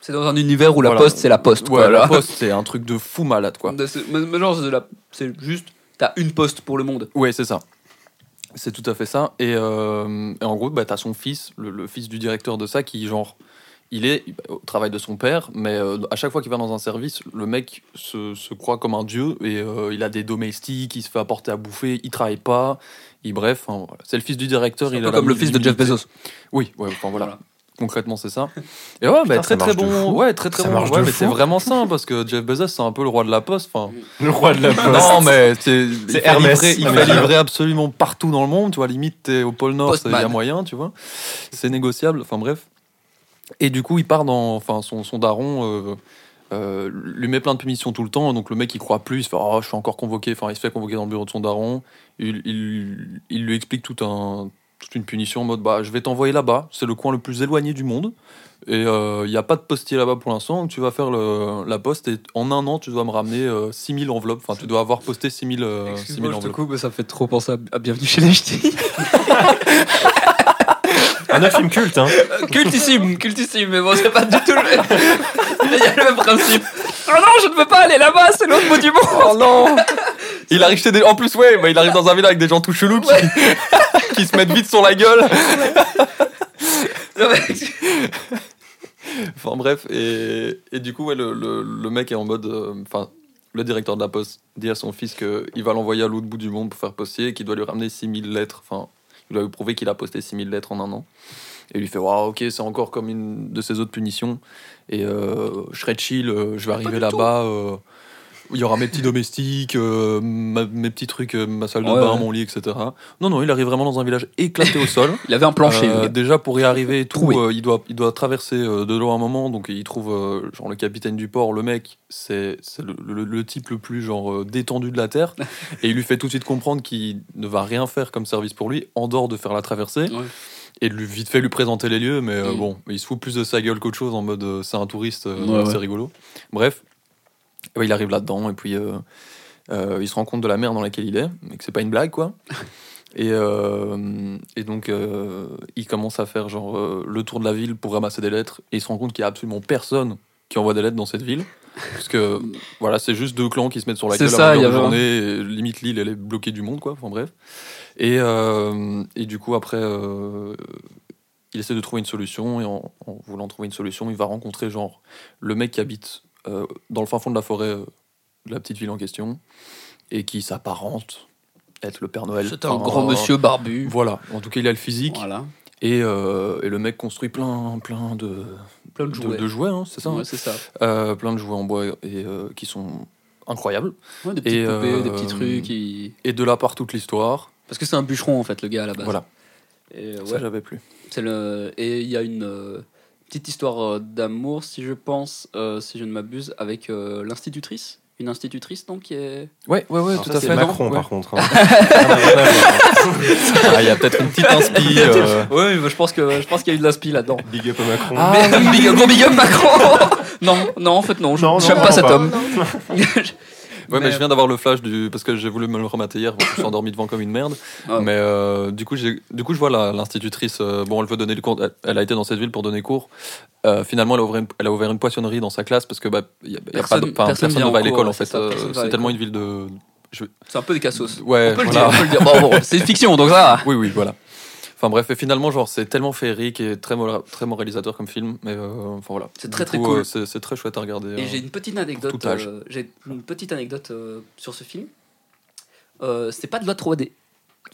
A: C'est dans un univers où la
B: Voilà.
A: poste, c'est la poste.
B: Ouais,
A: quoi, là.
B: la Poste, c'est un truc de fou malade, quoi.
A: De ce- mais- mais genre, Bah, c'est de la- c'est juste, t'as une poste pour le monde.
B: Ouais, c'est ça. C'est tout à fait ça. Et, euh, et en gros, bah, t'as son fils, le, le fils du directeur de ça, qui, genre, il est au travail de son père, mais euh, à chaque fois qu'il va dans un service, le mec se, se croit comme un dieu et euh, il a des domestiques, il se fait apporter à bouffer, il travaille pas. Il, bref, hein, voilà. c'est le fils du directeur.
A: C'est un
B: il
A: peu
B: a la
A: comme le fils de Jeff
B: visibilité.
A: Bezos.
B: Oui, ouais, enfin voilà.
A: Voilà.
B: Concrètement, c'est ça. Et ouais, bah,
C: ça
B: très très
C: marche de
B: bon.
C: fou.
B: Ouais, très très
C: Ça
B: bon.
C: marche
B: Ouais,
C: de
B: mais
C: fou.
B: c'est vraiment sain parce que Jeff Bezos, c'est un peu le roi de la poste. Enfin,
C: Le roi de la poste.
B: non, mais c'est il fait
C: Hermès.
B: livrer- il
C: Non,
B: fait
C: mais-
B: livrer absolument partout dans le monde, tu vois. Limite, t'es au pôle Nord, c'est- il y a
A: Postman.
B: moyen, tu vois. C'est négociable, enfin bref. Et du coup, il part dans. Enfin, son, son daron euh, euh, lui met plein de punitions tout le temps. Donc le mec, il croit plus. Il se fait Oh, je suis encore convoqué. Enfin, il se fait convoquer dans le bureau de son daron. Il, il, il lui explique tout un, toute une punition en mode bah, Je vais t'envoyer là-bas. C'est le coin le plus éloigné du monde. Et euh, il n'y a pas de postier là-bas pour l'instant. Donc tu vas faire le- la poste et en un an, tu dois me ramener 6000 enveloppes. Enfin, tu dois avoir posté 6000 euh, 6000
A: Excuse-moi, je te
B: enveloppes.
A: coupe, mais ça fait trop penser à, à Bienvenue chez les <laughs> Ch'tis.
C: Un autre film culte, hein.
A: Euh, cultissime, cultissime, mais bon, c'est pas du tout le même. Mais <laughs> il y a le même principe. Oh non, je ne veux pas aller là-bas, c'est l'autre bout du monde.
B: Oh <laughs> non Il arrive chez des... En plus, ouais, bah, il arrive dans un village avec des gens tout chelous qui... <laughs> qui se mettent vite sur la gueule.
A: Non, mais-
B: <laughs> Enfin bref, et, et du coup, ouais, le, le- le mec est en mode... euh, Enfin, le directeur de la poste dit à son fils qu'il va l'envoyer à l'autre bout du monde pour faire postier et qu'il doit lui ramener 6000 lettres. Enfin, il doit lui prouver qu'il a posté 6000 lettres en un an. Et il lui fait, waouh, ok, c'est encore comme une de ses autres punitions. Et euh, je serai chill, euh, je
A: du
B: vais arriver
A: tout.
B: là-bas. euh, il y aura mes petits domestiques, euh, ma- mes petits trucs, euh, ma salle de
A: Ouais,
B: bain,
A: ouais.
B: mon lit, etc. Non, non, il arrive vraiment dans un village éclaté au sol.
A: Il avait un plancher.
B: Euh,
A: le gars.
B: déjà pour y arriver et tout,
A: Troué.
B: euh, il, doit, il doit traverser euh, de l'eau un moment, donc il trouve euh, genre le capitaine du port, le mec, c'est c'est le, le- le type le plus genre euh, détendu de
A: <laughs>
B: la terre, et il lui fait tout de suite comprendre qu'il ne va rien faire comme service pour lui en dehors de faire la traversée,
A: Ouais.
B: et de lui vite fait lui présenter les lieux, mais euh,
A: Mm.
B: bon, il se fout plus de sa gueule qu'autre chose en mode euh, c'est un touriste, euh,
A: Ouais,
B: c'est
A: ouais.
B: rigolo. Bref, Et ben, il arrive là-dedans et puis euh, euh, il se rend compte de la mer dans laquelle il est, mais que c'est pas une blague quoi. Et, euh, et donc, euh, il commence à faire genre euh, le tour de la ville pour ramasser des lettres. Et il se rend compte qu'il n'y a absolument personne qui envoie des lettres dans cette ville. Parce que
A: <laughs>
B: voilà, c'est juste deux clans qui se mettent sur la
A: C'est
B: gueule
A: ça,
B: à
A: il
B: longueur
A: y avait
B: de
A: un-
B: journée. et limite, l'île, elle est bloquée du monde, quoi. Enfin bref. Et, euh, et du coup, après, euh, il essaie de trouver une solution. Et en, en voulant trouver une solution, il va rencontrer genre le mec qui habite euh, dans le fin fond de la forêt euh, de la petite ville en question. Et qui s'apparente être le Père Noël.
A: C'était un
B: Enfin,
A: grand monsieur barbu.
B: voilà, en tout cas, il a le physique.
A: Voilà.
B: Et, euh, et le mec construit plein, plein de,
A: Plein de
B: de-
A: jouets.
B: de jouets, hein, c'est ça hein
A: Ouais, c'est ça.
B: Euh, Plein de jouets en bois et, euh, qui sont incroyables.
A: Ouais, des petites
B: Et,
A: poupées, des
B: euh,
A: petits trucs. il-
B: Et de là part toute l'histoire.
A: Parce que c'est un bûcheron, en fait, le gars à la base.
B: Voilà,
A: Et, euh, Bah, ouais.
B: ça j'avais plus.
A: C'est le et il y a une euh, petite histoire euh, d'amour si je pense euh, si je ne m'abuse avec euh, l'institutrice une institutrice donc qui est.
C: <laughs>
B: Ouais, ouais, ouais,
C: Alors
B: tout
C: ça,
B: à
C: c'est
B: fait.
C: Macron,
B: non, ouais.
C: par
A: <laughs>
C: contre. hein. <laughs> Ah, non, non, non.
B: Ah, Il y a peut-être une petite
A: <laughs>
B: inspi. <laughs> euh,
A: Ouais, mais je pense que je pense qu'il y a eu de l'inspi là-dedans.
C: Big up à Macron.
B: Ah,
A: Mais <laughs> big up, gros big up Macron. <laughs> non, non, en fait non, je
C: Non,
A: j'aime
C: non,
A: pas
C: non,
A: cet
C: pas.
A: homme. <laughs>
B: Ouais, mais,
A: Mais-
B: je viens d'avoir le flash du parce que j'ai voulu me le remater hier, je me suis endormi devant comme une merde.
A: Ah.
B: Mais euh, du coup, j'ai du coup, je vois la- l'institutrice. euh, bon, elle veut donner le cours. elle- Elle a été dans cette ville pour donner cours. Euh, finalement, elle a, ouvert une, elle a ouvert une poissonnerie dans sa classe parce que bah, y a- y a
A: Personne-
B: pas de- enfin,
A: personne
B: personne
A: vient
B: ne
A: au
B: va à l'école
A: cours,
B: en
A: c'est
B: fait.
A: ça,
B: Euh,
A: personne va à
B: C'est tellement une ville de.
A: C'est un peu des cassos.
B: Ouais,
A: On peut le
B: voilà.
A: dire, Ah. on peut le dire. Bon, bon, c'est une fiction donc ça. va.
B: <laughs> Oui, oui, voilà. Enfin bref, et finalement, genre, c'est tellement féerique et très, mora- très moralisateur comme film. Mais euh, enfin voilà.
A: C'est
B: Du
A: très, très
B: coup,
A: cool.
B: euh, c'est- c'est très chouette à regarder.
A: Et
B: euh.
A: j'ai une petite anecdote.
B: tout âge.
A: euh, j'ai une petite anecdote euh, sur ce film. Euh, c'est pas de la 3D.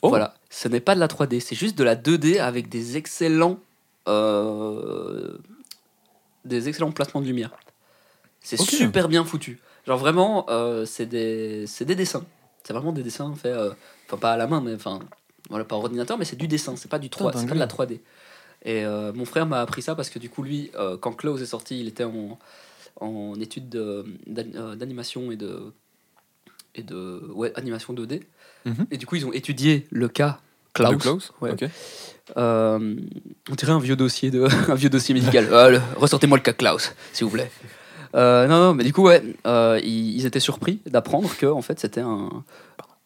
B: Oh.
A: Voilà, ce n'est pas de la 3D, c'est juste de la 2D avec des excellents, euh, des excellents placements de lumière. C'est
B: Ok.
A: super bien foutu. Genre vraiment, euh, c'est des, c'est des dessins. C'est vraiment des dessins faits, euh, enfin pas à la main, mais enfin voilà, pas ordinateur, mais c'est du dessin, c'est pas du 3,
B: Putain,
A: c'est pas de la 3D. Et euh, mon frère m'a appris ça parce que du coup, lui, euh, quand Klaus est sorti, il était en, en études de- d'an- euh, d'animation et de et de ouais, animation 2D.
B: Mhm.
A: Et du coup, ils ont étudié le cas
B: De
A: Klaus.
B: Klaus
A: ouais.
B: Ok.
A: Euh, on dirait un vieux dossier de <laughs> un vieux dossier médical. Euh, le- Ressortez-moi le cas Klaus, s'il vous plaît. Euh, non, non, mais du coup, ouais, euh, ils, ils étaient surpris d'apprendre que en fait, c'était un,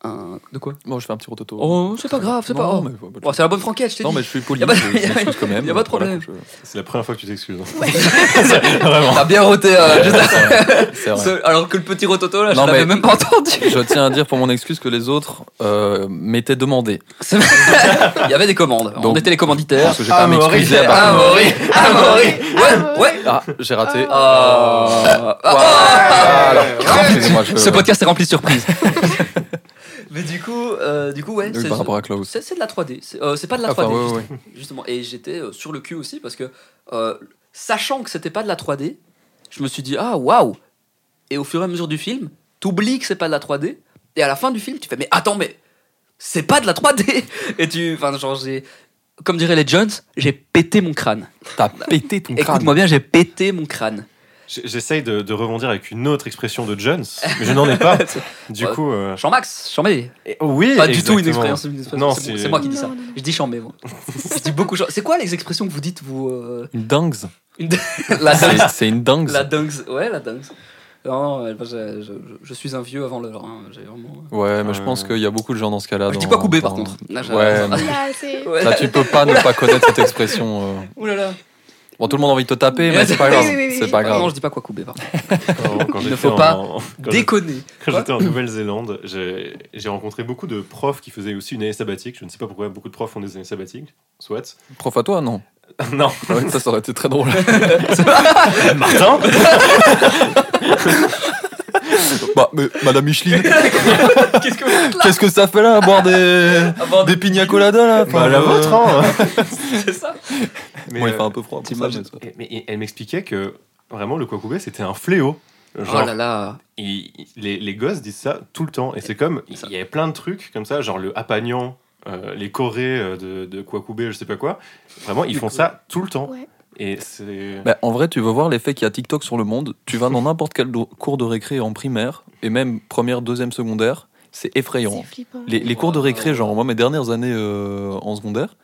A: un de quoi
B: Bon, je fais un petit rototo.
A: Oh, c'est pas grave, c'est
B: Non,
A: pas. oh.
B: non, mais, ouais, bah,
A: Oh, c'est la bonne franquette, je t'ai
B: Non,
A: dit.
B: mais je suis
A: <laughs>
B: poli.
A: Y a pas de-
B: je- je m'excuse quand même.
A: y a pas de
B: Voilà,
A: problème.
B: je-
C: C'est la première fois que tu t'excuses. hein.
A: T'as bien roté. euh, juste-
B: C'est vrai.
A: ce- alors que le petit rototo là,
B: Non,
A: je l'avais
B: mais-
A: même pas entendu.
B: Je tiens à dire pour mon excuse que les autres euh, m'étaient demandés.
A: C'est- Il y avait des commandes. on
B: Donc-
A: était les commanditaires.
B: Parce que j'ai pas à
C: Ah, Maurice,
B: m'excuser. à
C: ah,
B: part-
A: Amaury, Amaury.
D: Ouais,
A: Ouais.
B: Ah, j'ai raté.
D: Ah.
A: Ah.
B: Ah, alors, excusez-moi, je-
A: Ce podcast est rempli de surprises. <laughs> Mais du coup, euh, du coup, ouais,
B: Oui,
A: c'est
B: par rapport à Klaus.
A: c'est- c'est de la 3D. C'est euh, c'est pas de la 3D.
B: Enfin, ouais,
A: juste-
B: ouais, ouais.
A: justement. Et j'étais euh, sur le cul aussi parce que, euh, sachant que c'était pas de la 3D, je me suis dit, ah waouh Et au fur et à mesure du film, t'oublies que c'est pas de la 3D, et à la fin du film, tu fais, mais attends, mais c'est pas de la 3D <laughs> Et tu. Enfin, genre, j'ai. Comme diraient les Jones, j'ai pété mon crâne.
B: T'as pété ton crâne.
A: Écoute-moi bien, j'ai pété mon crâne.
C: J- J'essaye de, de rebondir avec une autre expression de Jones, mais je n'en
A: <laughs>
C: ai pas. Du
A: Ouais.
C: coup, euh,
A: Jean-Max, Jean-Max
C: et- oh Ah. oui,
A: Pas du tout une
C: exactement.
A: expérience. une expérience.
C: Non,
A: c'est bon,
C: c'est-
A: c'est moi qui dis ça.
D: Non, non.
A: Je dis chambé,
D: <laughs>
A: moi. je dis beaucoup chambé. C'est quoi les expressions que vous dites, vous
C: <laughs>
A: euh,
B: Une dingue.
A: une- La dingue. <laughs>
B: C'est- C'est une dingue.
A: la dingue. Ouais, la dingue. Non, non, moi, je, je- je suis un vieux avant l'heure. hein. J'ai vraiment.
B: Ouais, mais je
C: Euh.
B: pense qu'il y a beaucoup de gens dans ce cas-là.
A: Je dis
B: Ah, dans-
A: pas coupé, par
B: dans-
A: contre. Là, j'ai-
B: Ouais, mais-
D: Là,
A: <laughs>
D: c'est.
A: Ouais.
B: Là, tu peux pas ne pas connaître cette expression. euh.
A: <laughs> Ouh là là.
B: Bon, tout le monde a envie de te taper, mais c'est pas
A: <laughs> Oui,
B: grave.
D: oui, oui, oui.
B: C'est pas
A: Non,
B: grave.
A: je dis pas quoi couper, par contre.
C: Quand- quand
A: Il ne
C: j'étais
A: faut pas
C: en- quand
B: <laughs>
C: j'étais-
A: Déconner.
C: Quand j'étais en Nouvelle-Zélande, j'ai j'ai rencontré beaucoup de profs qui faisaient aussi une année sabbatique. Je ne sais pas pourquoi beaucoup de profs font des années sabbatiques. Soit. <laughs>
B: Prof
A: <laughs>
B: à toi, non
C: non,
B: Ouais, Ça, ça aurait été très drôle.
C: Martin
B: Bah, mais Madame Micheline,
A: Qu'est-ce que vous faites là
B: qu'est-ce que ça fait là
A: <laughs>
B: à boire des.
A: Avant
B: Des pina colada là euh,
C: Bah, la vôtre, hein
A: c'est ça.
C: Mais,
B: Bon, il
C: euh,
B: fait un peu froid. pour ça,
C: mais,
B: mais ça-
C: mais elle m'expliquait que vraiment le Kwakubé c'était un fléau. Genre,
A: Oh là là.
C: il- il- les, les gosses disent ça tout le temps. Et c'est comme, il y avait plein de trucs comme ça, genre le apagnan, euh, les corées euh, de, de Kwakubé, je sais pas quoi. Vraiment, ils font ça tout le temps.
D: Ouais.
C: Et c'est.
B: Bah, en vrai, tu veux voir l'effet qu'il y a TikTok sur le monde. Tu vas dans n'importe quel do- cours de récré en primaire, et même première, deuxième, secondaire, c'est effrayant.
D: C'est flippant.
B: Les, les cours de
A: Wow.
B: récré, genre moi, mes dernières années euh, en secondaire,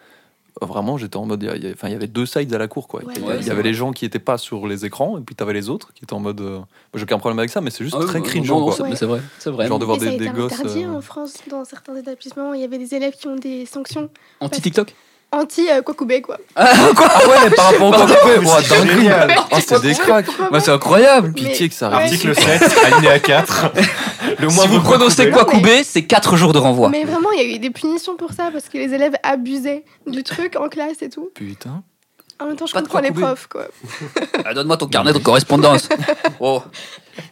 B: euh, vraiment, j'étais en mode. il y a- il y a- Enfin, il y avait deux sides à la cour, quoi.
D: Ouais.
B: Il y a-
A: Ouais,
B: il
A: c'est
B: y avait
A: vrai.
B: les gens qui étaient pas sur les écrans, et puis t'avais les autres qui étaient en mode. euh, moi, J'ai aucun problème avec ça, mais c'est juste
A: Ah oui,
B: très
A: non,
B: cringeant,
A: non,
B: quoi.
A: c'est- mais C'est vrai. C'est vrai.
B: Genre de voir
D: Mais ça a
B: des,
D: été
B: des gosses.
D: interdit hein,
A: hein.
B: euh,
D: en France dans certains établissements. Il y avait des élèves qui ont des sanctions
A: Anti-TikTok
D: anti-Kwakubé, quoi.
A: Ah, quoi
B: Ah ouais, mais par rapport au
A: Pardon,
B: coupé,
C: mais
B: ouah,
C: c'est
B: Oh, dinguerie.
C: génial.
B: Ah, c'est des cracks.
A: Bah, C'est incroyable
B: Pitié que ça
D: Ouais.
B: arrive.
C: Article 7, alinéa 4. Le moins
A: Si vous
C: vous
A: prononcez quoi couper, c'est 4 jours de renvoi.
D: Mais vraiment, il y a eu des punitions pour ça parce que les élèves abusaient du truc en classe et tout.
B: Putain.
D: En même temps, je
A: Pas de
D: comprends les
A: Kwakubé.
D: profs, quoi.
A: Ah, Donne-moi ton carnet de correspondance. Oh.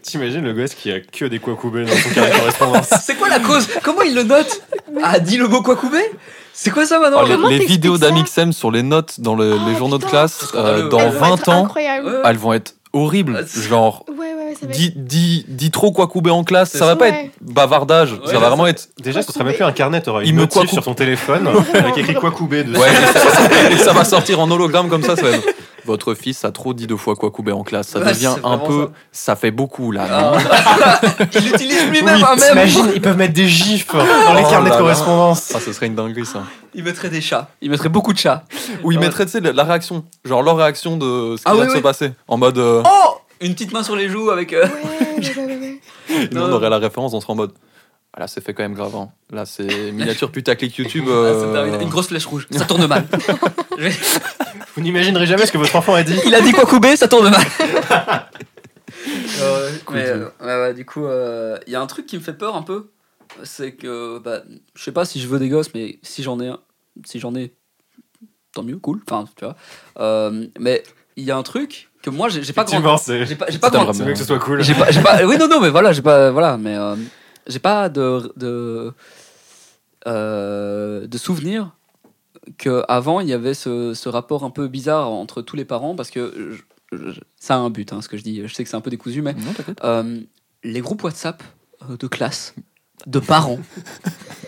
C: T'imagines le gosse qui a que des Kwakubé dans son carnet de
A: <laughs>
C: correspondance
A: C'est quoi la cause Comment il le note Ah, dit le mot quoi couper C'est quoi ça Ah, maintenant
B: Oh, les-
D: comment
B: les
D: t'expliques
B: vidéos
D: ça
B: d'Amixem sur les notes dans le-
D: Oh,
B: les journaux de
D: putain.
B: classe
A: C'est scandaleux.
B: euh, dans
D: Elles vont
B: 20
D: être
B: ans,
D: Incroyable.
A: Ouais.
B: elles vont être horribles.
A: Ah, c'est-
B: Genre,
D: Ouais, ouais, ouais, ça va être-
B: dis, dis, dis trop quoi couper en classe,
A: C'est
B: ça va
D: ça.
B: pas
D: Ouais.
B: être bavardage,
A: Ouais,
B: ça va vraiment être.
C: Déjà, ce serait même plus un carnet, t'auras
B: Il
C: une
B: me
C: notif
B: Kwaku-
C: sur ton téléphone avec écrit Kwakubé dessus.
B: Ouais, et ça, et ça va sortir en hologramme comme ça, ça va être- votre fils a trop dit deux fois quoi couper en classe. Ça
A: Ouais,
B: devient
A: c'est
B: un
A: vraiment
B: peu. Ça. fait beaucoup là. non
A: Ah. <laughs> il utilise lui-même un même.
C: T'imagines, ils peuvent mettre des gifs dans les
B: Oh
C: carnets
B: là
C: de
B: là.
C: correspondance.
B: Ah, ce serait une dinguerie ça.
A: Il mettrait des chats. Il mettrait beaucoup de chats.
B: Ou ils
A: Ah Ouais.
B: mettraient, tu sais, la, la réaction. Genre leur réaction de ce qui
A: Ah
B: vient
A: oui,
B: de
A: oui.
B: se passer. En mode. euh,
A: Oh Une petite main sur les joues avec. euh,
D: Ouais, ouais, ouais, ouais, ouais.
B: et nous,
A: non.
B: on aurait la référence, on serait en mode. Ah, là, c'est fait quand même grave. hein. Là, c'est miniature putaclic YouTube.
A: ah, c'est
B: euh,
A: terminé. Une grosse flèche rouge. Ça tourne mal.
C: Vous n'imaginerez jamais ce que votre enfant a dit.
A: Il a dit quoi couper, ça tourne mal. Euh, mais, euh, ouais, ouais, du coup, euh, il y a un truc qui me fait peur un peu. C'est que, bah, je sais pas si je veux des gosses, mais si j'en ai un, si j'en ai, tant mieux, cool. Enfin, tu vois. Euh, mais il y a un truc que moi, j'ai j'ai pas grand.
C: Effectivement, c'est
A: J'ai
C: c'est
A: pas, j'ai pas
B: C'est un
A: grand-
B: vrai
C: mieux que ce soit cool.
A: J'ai pas, j'ai pas- oui, non, non, mais voilà, j'ai pas, voilà, mais euh, j'ai pas de de, euh, de souvenir que avant il y avait ce, ce rapport un peu bizarre entre tous les parents parce que je- je- ça a un but, hein, ce que je dis. Je sais que c'est un peu décousu, mais
B: Non, t'inquiète.
A: euh, les groupes WhatsApp euh, de classe, de parents. <laughs>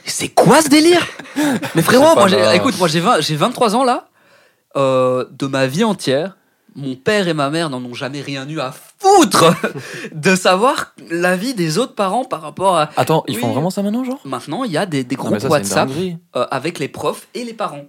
A: C'est quoi ce délire Mais
B: C'est
A: frérot,
B: pas
A: moi, j'ai-
B: grave.
A: écoute, moi j'ai 20 j'ai 23 ans là. Euh, de ma vie entière, mon père et ma mère n'en ont jamais rien eu à foutre <laughs> de savoir l'avis des autres parents par rapport à.
B: Attends, ils font
A: Oui.
B: vraiment ça maintenant, genre
A: Maintenant, il y a des, des
B: Non,
A: groupes
B: Ah, mais ça, c'est une
A: WhatsApp
B: dinguerie.
A: euh, avec les profs et les parents.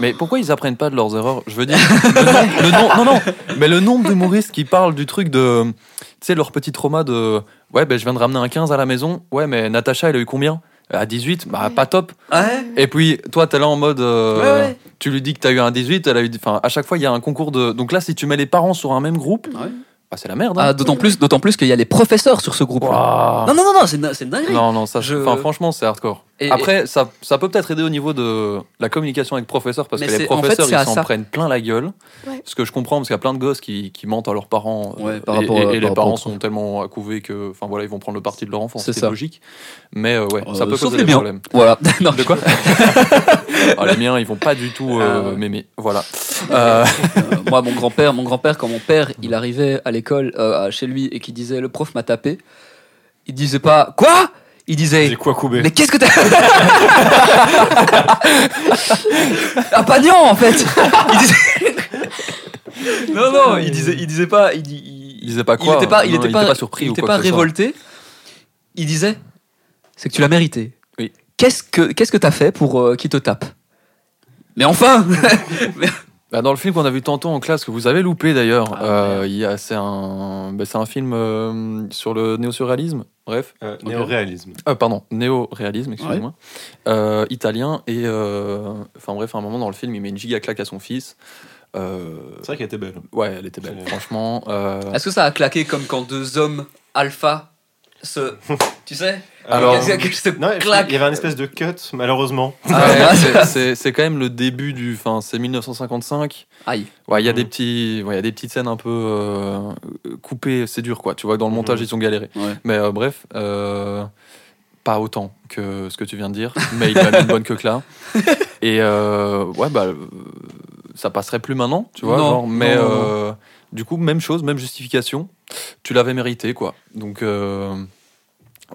B: Mais pourquoi ils apprennent pas de leurs erreurs Je veux dire, le nom- le nom- non, non, mais le nombre d'humoristes qui parlent du truc de, tu sais, leur petit trauma de, ouais, ben je viens de ramener un 15 à la maison, ouais, mais Natacha, elle a eu combien À 18, bah pas top.
A: Ouais,
B: Et puis, toi, t'es là en mode, euh,
A: Ouais, ouais.
B: tu lui dis que t'as eu un 18, elle a eu, enfin, à chaque fois, il y a un concours de, donc là, si tu mets les parents sur un même groupe,
A: Ouais.
B: bah, c'est la merde.
A: Ah,
B: Hein.
A: D'autant plus, d'autant plus qu'il y a les professeurs sur ce groupe.
B: Ouah.
A: Non, non, non, non, c'est une, c'est une dinguerie.
B: Non, non, ça,
A: Je-
B: enfin, franchement, c'est hardcore.
A: Et-
B: Après, ça, ça peut peut-être aider au niveau de la communication avec le professeur, parce
A: Mais
B: que les
A: c'est- en fait,
B: professeurs,
A: c'est à
B: ils s'en
A: ça.
B: prennent plein la gueule.
D: Ouais.
B: Ce que je comprends, parce qu'il y a plein de gosses qui, qui mentent à leurs parents. euh,
A: Ouais, par
B: et,
A: rapport à-
B: et- et
A: par
B: les
A: rapport
B: parents
A: aux
B: sont tellement accouvés que, enfin voilà, ils vont prendre le parti de leur enfant,
A: C'est
B: c'est
A: ça.
B: logique. Mais euh, ouais, ça
A: Euh,
B: peut
A: sauf
B: poser
A: les
B: des
A: miens. <laughs>
B: problèmes.
A: Voilà. Non,
B: De quoi Ah, Les miens, ils vont pas du tout euh,
A: Ah.
B: m'aimer. Voilà.
A: <laughs>
B: Euh,
A: Euh, moi, mon grand-père, mon grand-père, quand mon père il arrivait à l'école, euh, à- chez lui, et qu'il disait le prof m'a tapé, il disait pas quoi Il
C: J'ai
A: disait
C: quoi couper
A: mais qu'est-ce que t'as <laughs> Un pagnon en fait. Il disait- <laughs> non non, il disait, il disait pas, il, il,
B: il disait pas
A: il
B: quoi hein.
A: était pas, il
B: non,
A: était pas,
B: surpris
A: il
B: ou
A: était
B: quoi
A: pas
B: que ce soit.
A: révolté. Il disait, c'est que tu l'as mérité.
B: Oui.
A: Qu'est-ce que qu'est-ce que t'as fait pour euh, qu'il te tape Mais enfin <laughs>
B: Bah, dans le film qu'on a vu tantôt en classe, que vous avez loupé d'ailleurs,
A: Ah,
B: euh, il y a- c'est un, bah, c'est un film euh, sur le néo-surréalisme, bref.
C: Euh, Néo-réalisme.
B: Euh, pardon, néo-réalisme, excusez-moi. Euh, italien, et euh, enfin bref, à un moment dans le film, il met une giga claque à son fils. Euh,
C: C'est vrai qu'elle était belle.
B: ouais, elle était belle,
C: C'est-
B: franchement. euh,
A: Est-ce que ça a claqué comme quand deux hommes alpha se.
B: <laughs>
A: Tu sais
B: Alors-
A: <laughs> Que- que- que se Ah
C: Non, il y
A: claquent.
C: avait un espèce de cut, malheureusement.
B: ah, ouais, <laughs> c'est- c'est- c'est quand même le début du. Enfin, c'est 1955.
A: Aïe.
B: Ouais, il y a
C: Mhm.
B: des
A: Mm.
B: petits, ouais, il y a des petites scènes un peu euh, coupées, c'est dur quoi. Tu vois, que dans le montage
C: Mhm.
B: ils ont galéré.
A: Mm. Ouais.
B: Mais euh, bref, euh, pas autant que ce que tu viens de dire, mais il a mis une bonne queue
A: <laughs>
B: là. Et euh, ouais, bah euh, ça passerait plus maintenant, tu vois.
A: Non,
B: genre, mais
A: non, non,
B: euh, du coup, même chose, même justification. Tu l'avais mérité quoi. Donc euh,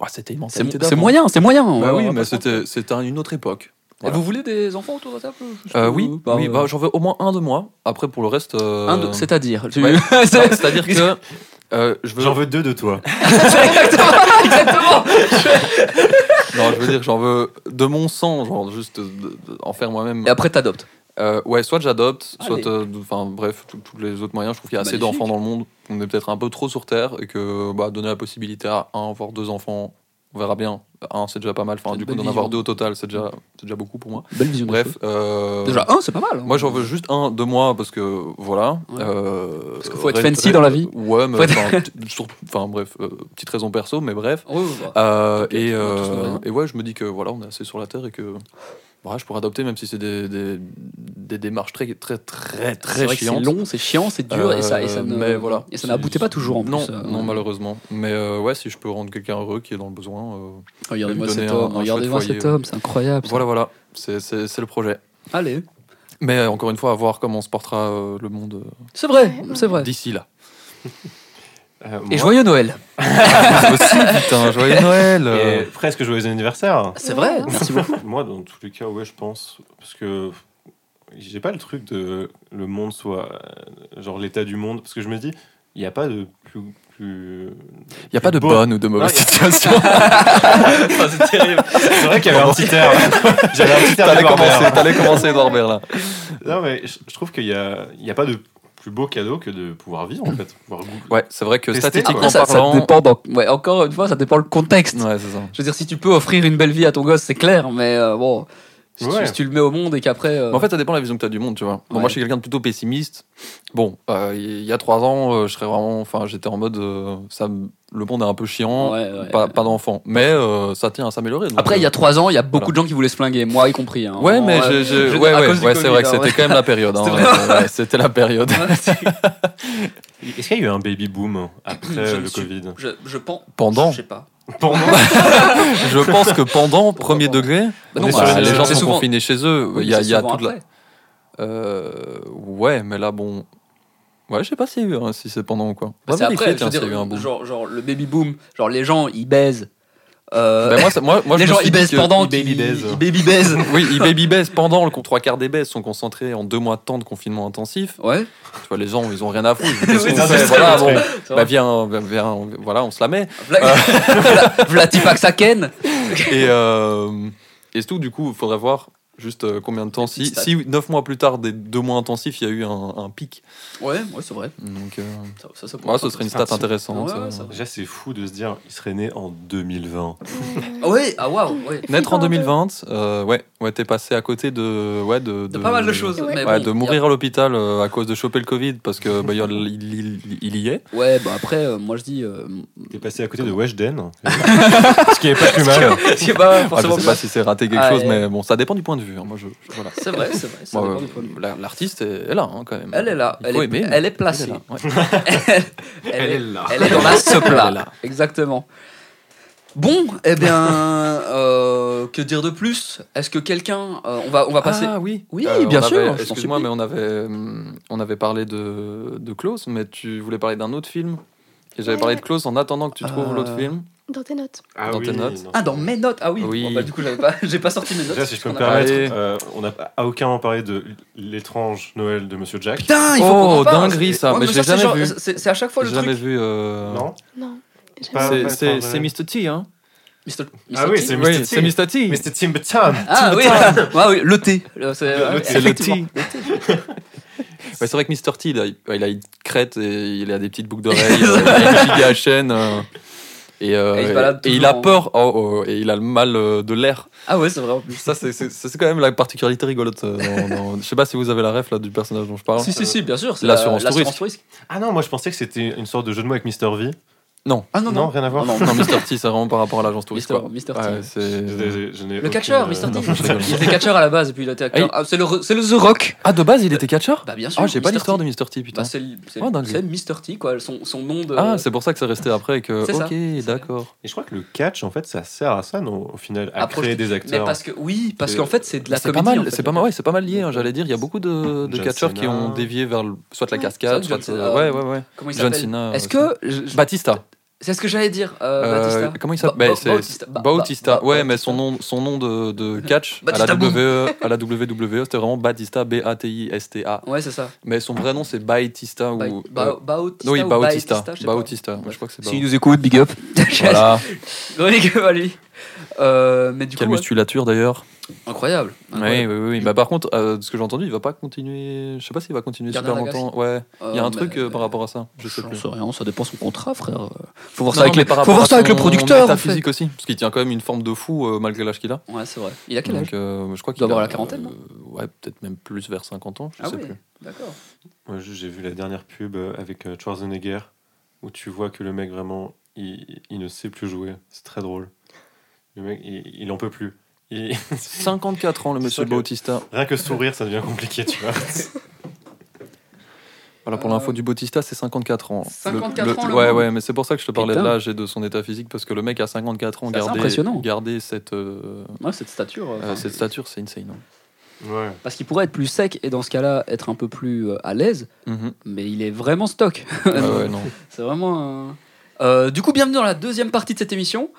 B: ouais, c'était une
A: C'est
B: mentalité
A: c'est
B: d'avant.
A: moyen, c'est moyen. on
B: Bah
A: va- on
B: oui,
A: va
B: mais
A: pas se mentir.
B: c'était c'était une autre époque.
A: Et
B: voilà.
A: Vous voulez des enfants autour de la table je
B: Euh,
A: peux-
B: oui,
A: bah,
B: oui,
A: euh,
B: bah, j'en veux au moins un de moi. Après, pour le reste. euh,
A: un de- C'est-à-dire. tu-
B: Ouais.
A: C'est-
B: Enfin, <laughs> C'est-à-dire que euh, je veux,
C: J'en veux deux de toi.
A: exactement, <laughs> exactement.
B: non, je veux dire, j'en veux de mon sang, genre juste de- de- en faire moi-même.
A: Et après, t'adoptes.
B: Euh, ouais, soit j'adopte,
A: Allez.
B: soit, euh, enfin bref, tout- tous les autres moyens. Je trouve qu'il y a assez
A: Magnifique.
B: d'enfants dans le monde. On est peut-être un peu trop sur terre et que bah, donner la possibilité à un voire deux enfants, on verra bien. Un, c'est déjà pas mal.
A: C'est
B: Enfin,
A: une
B: du coup,
A: bonne
B: d'en
A: vision.
B: avoir deux au total, c'est déjà, c'est déjà beaucoup pour moi.
A: Belle vision.
B: Bref, euh,
A: Déjà, un, c'est pas mal. hein.
B: Moi, j'en veux juste un de moi parce que voilà.
A: Ouais.
B: euh,
A: Parce qu'il faut être
B: reste-
A: fancy dans la vie.
B: Ouais, mais
A: Faut être- <laughs>
B: enfin, t- surtout- enfin bref, euh, petite raison perso, mais bref.
A: Oh, Ouais, ouais, ouais.
B: Euh,
A: Ok,
B: et,
A: on a tous nos
B: euh,
A: raisons.
B: et ouais, je me dis que voilà, on est assez sur la terre et que voilà, je pourrais adopter, même si c'est des, des, des démarches très, très, très,
A: C'est
B: très
A: vrai que c'est
B: chiantes.
A: long, c'est chiant, c'est dur et ça, et ça
B: Euh,
A: ne-
B: mais voilà.
A: et ça n'aboutit pas toujours en
B: non,
A: plus. euh,
B: Non, malheureusement. Mais euh, ouais, si je peux rendre quelqu'un heureux qui est dans le besoin, euh,
A: Regardez-moi
B: Donner
A: cet
B: un- un
A: homme,
B: chouette
A: regardez-moi
B: foyer,
A: cet
B: ouais.
A: homme, c'est incroyable. ça.
B: voilà, voilà, c'est- c'est c'est le projet.
A: Allez,
B: Mais euh, encore une fois, à voir comment se portera euh, le monde euh,
A: c'est vrai, c'est vrai.
B: d'ici là. <laughs>
C: Euh, moi,
A: Et joyeux Noël.
B: aussi, putain, joyeux Noël
C: et
B: euh.
C: presque joyeux anniversaire.
A: C'est vrai,
D: Ouais.
A: merci beaucoup.
C: Moi, dans tous les cas, ouais, je pense. Parce que j'ai pas le truc de le monde soit euh, genre l'état du monde parce que je me dis il n'y a pas de plus plus <laughs>
B: Il n'y a pas de
C: Bon.
B: bonne ou de mauvaise
C: Non, y
A: <laughs>
C: a-
B: situation.
A: Enfin, c'est terrible.
C: c'est vrai qu'il y avait un petit <laughs> air j'avais un petit air
B: T'allais
C: de barbare.
B: commencer, t'allais commencer, Edouard Baird, là.
C: non mais je, je trouve qu'il y a il y a pas de plus beau cadeau que de pouvoir vivre en fait pouvoir goûter.
B: Ouais, c'est vrai que
C: Tester,
B: statistiquement
A: Après, Ah, bah, ça, ça
B: parlant.
A: dépend. dans- ouais, encore une fois, ça dépend le contexte.
B: Ouais, c'est ça.
A: Je veux dire, si tu peux offrir une belle vie à ton gosse, c'est clair, mais euh, bon. Si,
C: Ouais.
A: tu, si tu le mets au monde et qu'après. euh,
B: Mais en fait, ça dépend de la vision que tu as du monde, tu vois. Bon, moi,
A: Ouais.
B: je suis quelqu'un de plutôt pessimiste. Bon, euh, il y a trois ans, euh, je serais vraiment, enfin, j'étais en mode, euh, ça, me- le monde est un peu chiant,
A: ouais, ouais.
B: pas, pas d'enfant, mais euh, ça tient à s'améliorer. donc,
A: Après, il y a
B: euh,
A: trois ans, il y a beaucoup
B: Voilà.
A: de gens qui voulaient se flinguer, moi y compris. hein.
B: Ouais,
A: Bon,
B: mais
A: euh,
B: je- je-
A: je-
B: ouais,
A: à
B: ouais,
A: cause du
B: ouais, c'est
A: Covid,
B: vrai que
A: hein,
B: c'était
A: ouais. <laughs>
B: quand même la période. hein,
A: C'était
B: ouais, ouais, c'était la période.
C: est-ce qu'il y a eu un baby boom après
A: Je
C: euh,
A: ne
C: le
A: suis-
C: covid
A: <laughs> Je, je pense.
B: Pendant.
A: Je sais pas.
C: pour moi
B: Je pense que pendant premier
A: pas
B: degré,
A: Bah
C: On
A: non,
C: est
B: bah,
C: sur
B: les
C: les-
B: gens
A: c'est
B: sont
A: souvent-
B: confinés chez eux.
A: oui,
B: il y a,
A: c'est
B: il y a
A: souvent
B: toute la.
A: après.
B: Euh, ouais, mais là, bon. Ouais, je sais pas s'il y a eu, hein, si c'est pendant ou quoi.
A: Bah,
B: Va
A: c'est
B: vérifier,
A: après, je
B: tiens,
A: veux
B: s'il y
A: dire,
B: a eu hein, un boom.
A: genre, genre le baby boom, genre les gens ils baisent. Euh, <laughs>
B: Ben, moi, ça- moi, moi, je
A: les
B: me
A: gens
B: suis
A: ils
B: dit
A: baisent
B: que-
A: pendant
C: ils baby
A: qu'ils-
C: baisent.
A: ils baby
B: <laughs>
A: baisent.
B: Oui, ils baby baissent pendant le con- trois quarts des baisses sont concentrés en deux mois de temps de confinement intensif.
A: Ouais.
B: Tu vois, les gens, ils ont rien à foutre. Ils disent,
A: Oui,
B: qu'est-ce
A: c'est
B: qu'on fait
A: ça,
B: Voilà,
A: c'est
B: bon,
A: vrai.
B: bah viens, viens, viens, voilà, on se la met.
A: Vla- Vla- Vlatipak Saken.
B: Et, euh, et c'est tout, du coup, il faudrait voir juste euh, combien de temps. Si,
A: petites
B: si neuf mois plus tard, des deux mois intensifs, il y a eu un, un pic.
A: Ouais, ouais, c'est vrai.
B: Donc, euh,
A: Ça, ça, ça
B: ouais, ce serait une stat
C: petit-
B: intéressante.
A: Ouais, ouais,
B: euh.
A: ça-
C: déjà c'est fou de se dire il serait né en 2020
A: Ah ouais, ah waouh, ouais.
B: Naître en
D: Flippant un peu.
B: 2020, euh, ouais, ouais, t'es passé à côté de, ouais, de,
A: De pas mal de choses.
D: Ouais.
A: mais
B: Ouais,
A: bon,
B: de
A: y a-
B: mourir à l'hôpital euh, à cause de choper le Covid parce que bah, il, y a- il- il- il y est.
A: Ouais, bah après, euh, moi je dis.
B: <laughs>
A: euh,
C: t'es passé à côté de Weshden ce qui est pas plus mal
A: je sais pas
B: Ah, je
A: forcément.
B: sais pas si c'est raté quelque
A: Ah,
B: chose,
A: et-
B: mais bon, ça dépend du point de vue. hein. Moi, je, je- voilà.
A: C'est vrai, c'est vrai. ça
B: Moi,
A: dépend
B: euh,
A: du point de vue.
B: la- L'artiste est, est là, hein, quand même.
A: Elle est là,
B: Il
A: elle
B: faut
A: est,
B: aimer, hein. mais
A: elle est placée.
B: elle est là, ouais.
A: Elle est-
C: là
A: <laughs> Elle est dans la soupe
B: Elle est
A: là.
B: là.
A: Exactement. Bon, eh bien, euh, que dire de plus Est-ce que quelqu'un, euh, on va, on va passer.
B: Ah oui,
A: Oui, bien
B: on
A: sûr,
B: avait-
A: je t'en
B: Excuse-moi,
A: supplie.
B: mais on avait, hum, on avait parlé de, de Klaus, mais tu voulais parler d'un autre film. Et j'avais parlé de Klaus en attendant que tu trouves
A: Euh,
B: l'autre film.
D: Dans tes notes.
B: dans tes notes.
A: Ah, dans mes notes. Ah oui.
B: Oui.
A: Bon, bah, du coup, j'avais pas, <laughs> j'ai pas sorti mes notes.
C: Déjà, si je peux me
A: On a-
C: permettre,
B: Allez.
C: euh, on n'a à aucun moment parlé de l'étrange Noël de Monsieur Jack.
A: Putain, il faut qu'on en
B: Oh,
A: parle.
B: dinguerie, ça,
A: Ouais,
B: mais je l'ai
A: c'est
B: jamais
A: genre-
B: vu.
A: C'est c'est à chaque fois le
B: J'ai jamais
A: truc.
B: vu. euh,
C: Non
D: Non. j'ai
C: Pas-
D: jamais-
B: c'est-
C: pas-
B: C'est
C: pas-
B: c'est Mr. T, hein
A: Mr.
C: Ah
A: Mr.
C: oui,
A: T.
C: c'est
B: Oui,
C: Mr.
B: c'est
C: T.
B: Mr. T.
C: Mr. Timbatan.
A: Ah oui, ah, oui, le thé. Le- C'est
C: Le- le
A: ouais,
C: thé.
B: le
A: effectivement.
B: T. <laughs> Ouais, c'est vrai que Mr. T, il a, il a une crête et il a des petites
A: <laughs>
B: boucles d'oreilles, euh, il a une giga à chaîne. euh, et, euh,
A: Et il se balade
B: et
A: toujours hein.
B: il a
A: en-
B: peur oh, oh, et il a le mal euh, de l'air.
A: Ah ouais, c'est vrai. en plus.
B: Ça, c'est- c'est c'est quand même la particularité rigolote. euh, dans- dans- Je sais pas si vous avez la ref là, du personnage dont je parle.
A: Si, si, si, bien sûr. c'est
B: L'assurance
A: la-
B: touriste.
A: touriste.
C: Ah non, moi je pensais que c'était une sorte de jeu de mots avec Mister V.
A: Ah non, non.
C: rien à voir.
A: Non,
B: Non, Mr. T, c'est vraiment par rapport à l'agence touriste.
A: Mister,
B: quoi.
A: Mister
B: Ouais,
A: T.
B: c'est-
C: Je- je n'ai
A: Le
C: aucune,
A: catcheur,
C: euh,
A: Mr. T.
B: non, je rigole.
A: Il était catcheur à la base et puis il était acteur.
B: Ah,
A: Ah, c'est le, re- c'est le The Rock.
B: Ah, de base, il était catcheur
A: Bah bien sûr.
B: Ah, j'ai pas
A: Mr.
B: l'histoire
A: T.
B: de Mr. T, putain.
A: Bah, c'est le- c'est
B: Oh, dingue.
A: c'est Mr. T, quoi. Son, son nom de.
B: Ah, c'est pour ça que c'est resté après et que.
A: C'est ça.
B: Ok, d'accord.
C: Et je crois que le catch, en fait, ça sert à ça, non Au final, à
A: Approche-
C: créer des
A: mais
C: acteurs.
A: parce que oui, parce
C: C'est-
A: qu'en fait c'est de la
B: C'est pas
A: comédie. en
B: mal,
A: fait.
B: c'est pas mal, ouais, c'est pas mal lié. hein, J'allais dire, il y a beaucoup de, de
C: John
B: catcheurs qui
C: Cena.
B: ont dévié vers le- soit la
D: Ouais.
B: cascade,
A: C'est vrai que
B: soit
A: John
B: euh, ouais,
A: Cena-
B: ouais, ouais.
A: Comment il
B: John
A: s'appelle
B: Cena.
A: Est-ce
B: euh,
A: que je-
B: Batista.
A: c'est ce que j'allais dire euh,
B: Euh,
A: Batista
B: Comment il s'appelle
A: Ba-
B: Ben,
A: Ba-
B: c'est-
A: Bautista. Ba-
B: Bautista.
A: Ba-
B: Ouais, mais
A: Bautista.
B: son nom, son nom
A: <laughs>
B: de, de catch à
A: Batista
B: la
A: Boom.
B: WWE, à la WWE, c'était vraiment Batista, B-A-T-I-S-T-A.
A: Ouais, c'est ça.
B: Mais son vrai nom, c'est Bautista
A: Ba-
B: ou.
A: Ba-
B: euh,
A: Bautista.
B: non, oui,
A: ou
B: Bautista.
A: je sais pas.
B: Bautista. Je crois que c'est
A: S'il
B: Bautista.
A: nous écoute, big <laughs> up.
B: Voilà.
A: Non, big up à lui. Euh, mais du
B: Quelle
A: coup, ouais. Ah,
B: musculature d'ailleurs.
A: incroyable.
B: Oui,
A: incroyable.
B: oui, oui. Bah, par contre, euh, de ce que j'ai entendu, il va pas continuer. Je sais pas s'il va continuer
A: Gardien
B: super
A: d'Agassi.
B: longtemps. Ouais. Il y a
A: Euh,
B: un truc
A: mais-
B: euh, par rapport à ça. Je sais
A: J'en
B: plus.
A: sais rien, ça dépend son contrat, frère. Euh, Faut voir
B: Non,
A: ça avec
B: mais
A: les.
B: par
A: Faut
B: rapport
A: voir
B: à
A: ça avec le
B: son
A: producteur. en fait.
B: métaphysique aussi, parce qu'il tient quand même une forme de fou euh, malgré l'âge qu'il a.
A: Ouais, c'est vrai. Il a quel âge
B: Donc, euh, je crois qu'il
A: doit avoir la
B: a,
A: quarantaine,
B: euh, Ouais, peut-être même plus vers 50 ans, je sais
A: Ah oui,
B: plus.
A: D'accord.
C: Moi, je- j'ai vu la dernière pub euh, avec euh, Schwarzenegger, où tu vois que le mec, vraiment, il, il ne sait plus jouer. C'est très drôle. Le mec, il, il en peut plus. Il- <laughs>
B: 54 ans, le
C: C'est
B: monsieur
C: sûr que-
B: Bautista.
C: Rien que sourire, ça devient compliqué, tu vois.
A: <laughs>
B: Voilà, pour
A: Euh,
B: l'info du Bautista, c'est 54 ans. Le-
A: 54
B: le-
A: ans, le
B: Ouais,
A: monde.
B: ouais, mais c'est pour ça que je te parlais de
A: Putain.
B: l'âge et de son état physique, parce que le mec à 54 ans,
A: C'est assez
B: garder,
A: impressionnant.
B: garder cette, euh,
A: Ouais, cette stature. euh,
B: euh,
A: enfin,
B: cette stature, c'est insane. hein.
C: Ouais.
A: Parce qu'il pourrait être plus sec et dans ce cas-là être un peu plus euh, à l'aise,
B: Mhm.
A: mais il est vraiment stock. <laughs>
B: Ouais, ouais, non.
A: C'est vraiment un- Euh, du coup, bienvenue dans la deuxième partie de cette émission.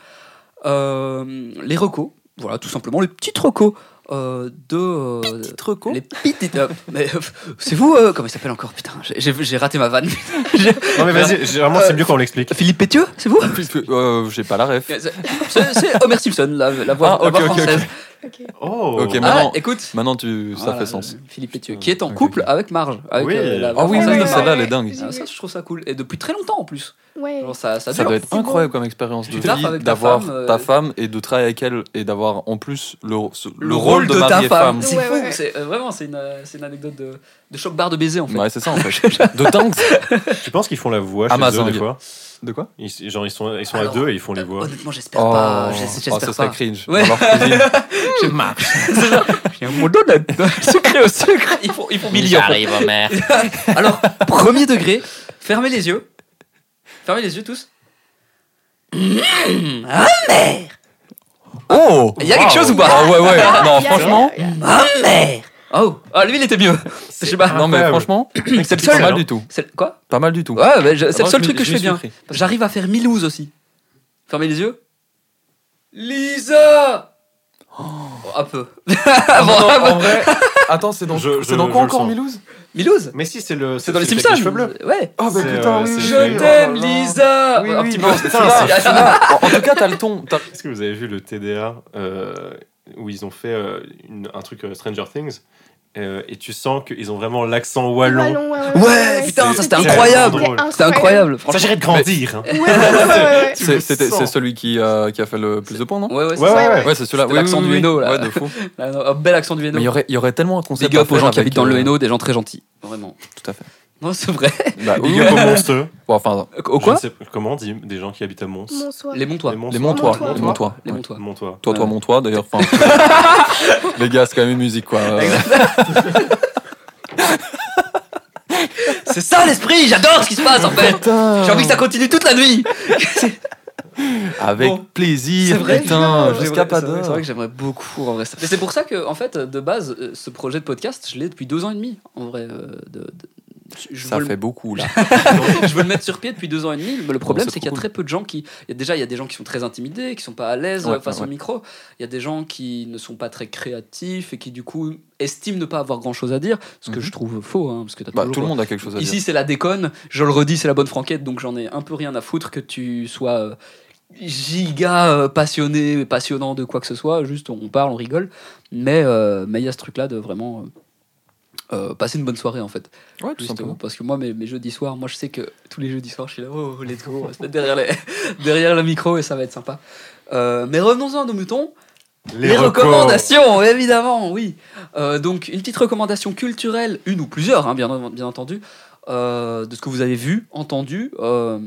A: Euh, les recos. Voilà, tout simplement, les petites recos. euh, de. euh,
B: Petite reco.
A: les petites. euh, <laughs> mais euh, c'est vous, euh, comment il s'appelle encore Putain, j'ai- j'ai j'ai raté ma
B: <laughs>
A: vanne. J'ai-
C: Non, mais vas-y, généralement, c'est
A: Euh,
C: mieux quand on l'explique.
A: Philippe Pétieux, c'est vous
B: Euh, J'ai pas la ref.
A: C'est c'est Homer Simpson, la, la voix,
B: Ah,
A: la
B: ok,
A: voix
B: ok, ok.
A: française.
D: Ok.
C: Oh
B: Ok,
A: Ah,
B: Maintenant-
A: écoute,
B: Maintenant, tu, ça
A: Voilà,
B: fait sens.
A: Philippe Pétieux,
C: Putain,
A: qui est en
C: ok,
A: couple
C: ok.
A: avec Marge. Avec,
C: Oui.
A: euh, la
B: Ah
A: voix
B: oui, oui,
A: française.
B: oui, celle-là, elle est
D: ouais,
B: dingue.
D: j'ai
A: Ah,
D: vu.
A: ça, je trouve ça cool. Et depuis très longtemps en plus.
D: Ouais.
A: Genre, ça, ça,
B: Ça
A: dure.
B: doit être
D: c'est
B: incroyable comme expérience de
A: Tu taffes
B: vie
A: avec ta
B: d'avoir
A: femme, euh,
B: ta femme et de travailler avec elle et d'avoir en plus le, ce- le rôle de,
A: ta
B: mari et femme.
A: C'est
D: Ouais,
A: fou.
D: ouais.
A: C'est, euh, vraiment, c'est une, euh, c'est une anecdote de, de choc barre de baiser en fait.
B: Ouais, c'est ça en fait. de dingue.
C: Tu penses qu'ils font la voix chez
B: Amazon.
C: eux des fois
B: De quoi
C: Ils- Genre, ils sont, ils sont
A: Alors,
C: à deux et ils font les
A: Euh,
C: voix.
A: Honnêtement, j'espère pas. j'es- J'espère
B: oh, ça serait
A: pas.
B: cringe.
A: Ouais.
B: Dans leur cuisine.
A: Je <laughs> marche. J'ai un mot d'honnête. <laughs> Secret au secret. Ils font, ils font millions.
E: J'arrive, Homer.
A: Alors, premier degré, fermez les yeux. Fermez les yeux tous. Ah,
B: Oh
A: Il y a quelque chose ou pas
B: Ah ouais, ouais. Non,
D: Il y a-
B: franchement.
D: il y a-
A: Ah, merde Oh, ah, lui, il était mieux. Je sais pas.
B: Non, mais
C: Incroyable.
B: franchement,
A: C'est le
B: pas
A: seul.
B: mal
C: hein.
B: du tout.
A: C'est- Quoi
B: Pas mal du tout.
A: Ouais, mais je- c'est le
B: Moi,
A: seul
B: m'y-
A: truc que je
B: m'y
A: fais
B: suis
A: bien.
B: pris.
A: J'arrive à faire Milouz aussi. Fermez les yeux. Lisa Oh, Un peu. <laughs>
B: Ah, non,
A: Bon,
B: non,
A: un peu.
B: en vrai, Attends, c'est dans,
C: Je-
B: c'est
C: je-
B: dans quoi
C: je le
B: encore
C: sens.
B: Milouz
A: Milouz
C: Mais si, c'est le.
A: C'est dans les
C: celui
A: Simpsons.
C: avec cheveux bleus.
A: Ouais.
B: Oh,
C: C'est, euh, c'est
A: Je
C: celui-
A: t'aime, Lisa
B: Oui,
A: Un
B: oui,
A: petit
B: non,
A: peu.
B: c'est ça.
A: C'est-
B: En en tout cas, t'as le ton. t'as-
C: Est-ce que vous avez vu le TDA euh, où ils ont fait euh, une- un truc euh, Stranger Things euh, et tu sens qu'ils ont vraiment l'accent wallon.
D: Wallon,
A: Ouais, putain,
C: ça, c'était
D: C'est-
C: incroyable.
A: C'était incroyable,
C: Ça,
A: franchement.
C: j'irais de grandir. hein.
D: Ouais, ouais,
B: <laughs>
D: ouais, ouais.
C: Tu
B: C'est
C: le
B: c'était-
C: sens.
B: c'est celui qui, euh, qui a fait le plus de points, non
A: Ouais, ouais, c'est
C: Ouais,
A: ça.
C: ouais, ouais.
B: Ouais, c'est celui-là.
A: C'était
B: Oui,
A: l'accent
B: oui,
A: du
B: oui.
A: Hainaut, là.
B: Ouais, de fou.
A: Ah, non, Un bel accent du
B: Mais il y
A: Hainaut.
B: aurait, il y aurait tellement un concept.
A: Big
B: à
A: up aux
B: faire
A: gens qui
B: avec,
A: habitent dans le
B: euh,
A: Hainaut, des gens très gentils. Vraiment.
B: Tout à fait.
A: Non, c'est vrai. Euh,
B: Bah, oui,
C: Big
B: oui.
C: up aux monsteux.
B: Bon, enfin,
A: Au quoi
C: Je ne sais- Comment on dit des gens qui habitent à Mons
D: Bonsoir.
A: Les bons toits.
B: les Montois.
D: Montois.
B: Les Montois.
A: Les
B: Ouais.
A: bons toits.
C: Montois.
B: Toi, toi,
A: Ouais.
B: mon toi, d'ailleurs.
A: <laughs>
B: enfin, les gars, c'est quand même une musique, quoi. Euh,
A: C'est ça l'esprit, j'adore ce qui se passe en fait.
B: putain.
A: J'ai envie que ça continue toute la nuit.
B: Avec
A: Bon.
B: plaisir,
A: C'est vrai,
B: putain,
A: C'est
B: jusqu'à
A: vrai,
B: pas
A: c'est vrai,
B: d'heure.
A: C'est vrai que j'aimerais beaucoup en vrai ça. Mais c'est pour ça que, en fait, de base, euh, ce projet de podcast, je l'ai depuis deux ans et demi. En vrai, euh, de- de- je,
B: Ça
A: veux
B: fait
A: <laughs>
B: beaucoup, là.
A: le, je veux le mettre sur pied depuis deux ans et demi. Mais le problème,
B: c'est
A: c'est
B: trop
A: qu'il y a
B: cool.
A: très peu de gens qui. il y a déjà, il y a des gens qui sont très intimidés, qui sont pas à l'aise
B: Ouais,
A: euh, face
B: ouais.
A: au micro. Il y a des gens qui ne sont pas très créatifs et qui, du coup, estiment ne pas avoir grand chose à dire. Ce que
B: Mhm.
A: je trouve faux, hein, parce que t'as
B: Bah,
A: toujours-
B: tout le monde a quelque chose à dire.
A: Ici, c'est la déconne. Je le redis, c'est la bonne franquette. Donc, j'en ai un peu rien à foutre que tu sois euh, giga euh, passionné, passionnant de quoi que ce soit. Juste, on parle, on rigole. Mais euh, mais il y a ce truc-là de vraiment. euh, euh, passer une bonne soirée en fait
B: Ouais, tout
A: Justement,
B: simplement.
A: parce que moi mes, mes jeudis soirs moi je sais que tous les jeudis soirs je suis là oh let's go on va se mettre derrière, les, <laughs> derrière le micro et ça va être sympa Euh, mais revenons-en à nos moutons les, recommandations, évidemment, oui. Euh, donc, une petite recommandation culturelle, une ou plusieurs, hein, bien, bien entendu, euh, de ce que vous avez vu, entendu, euh,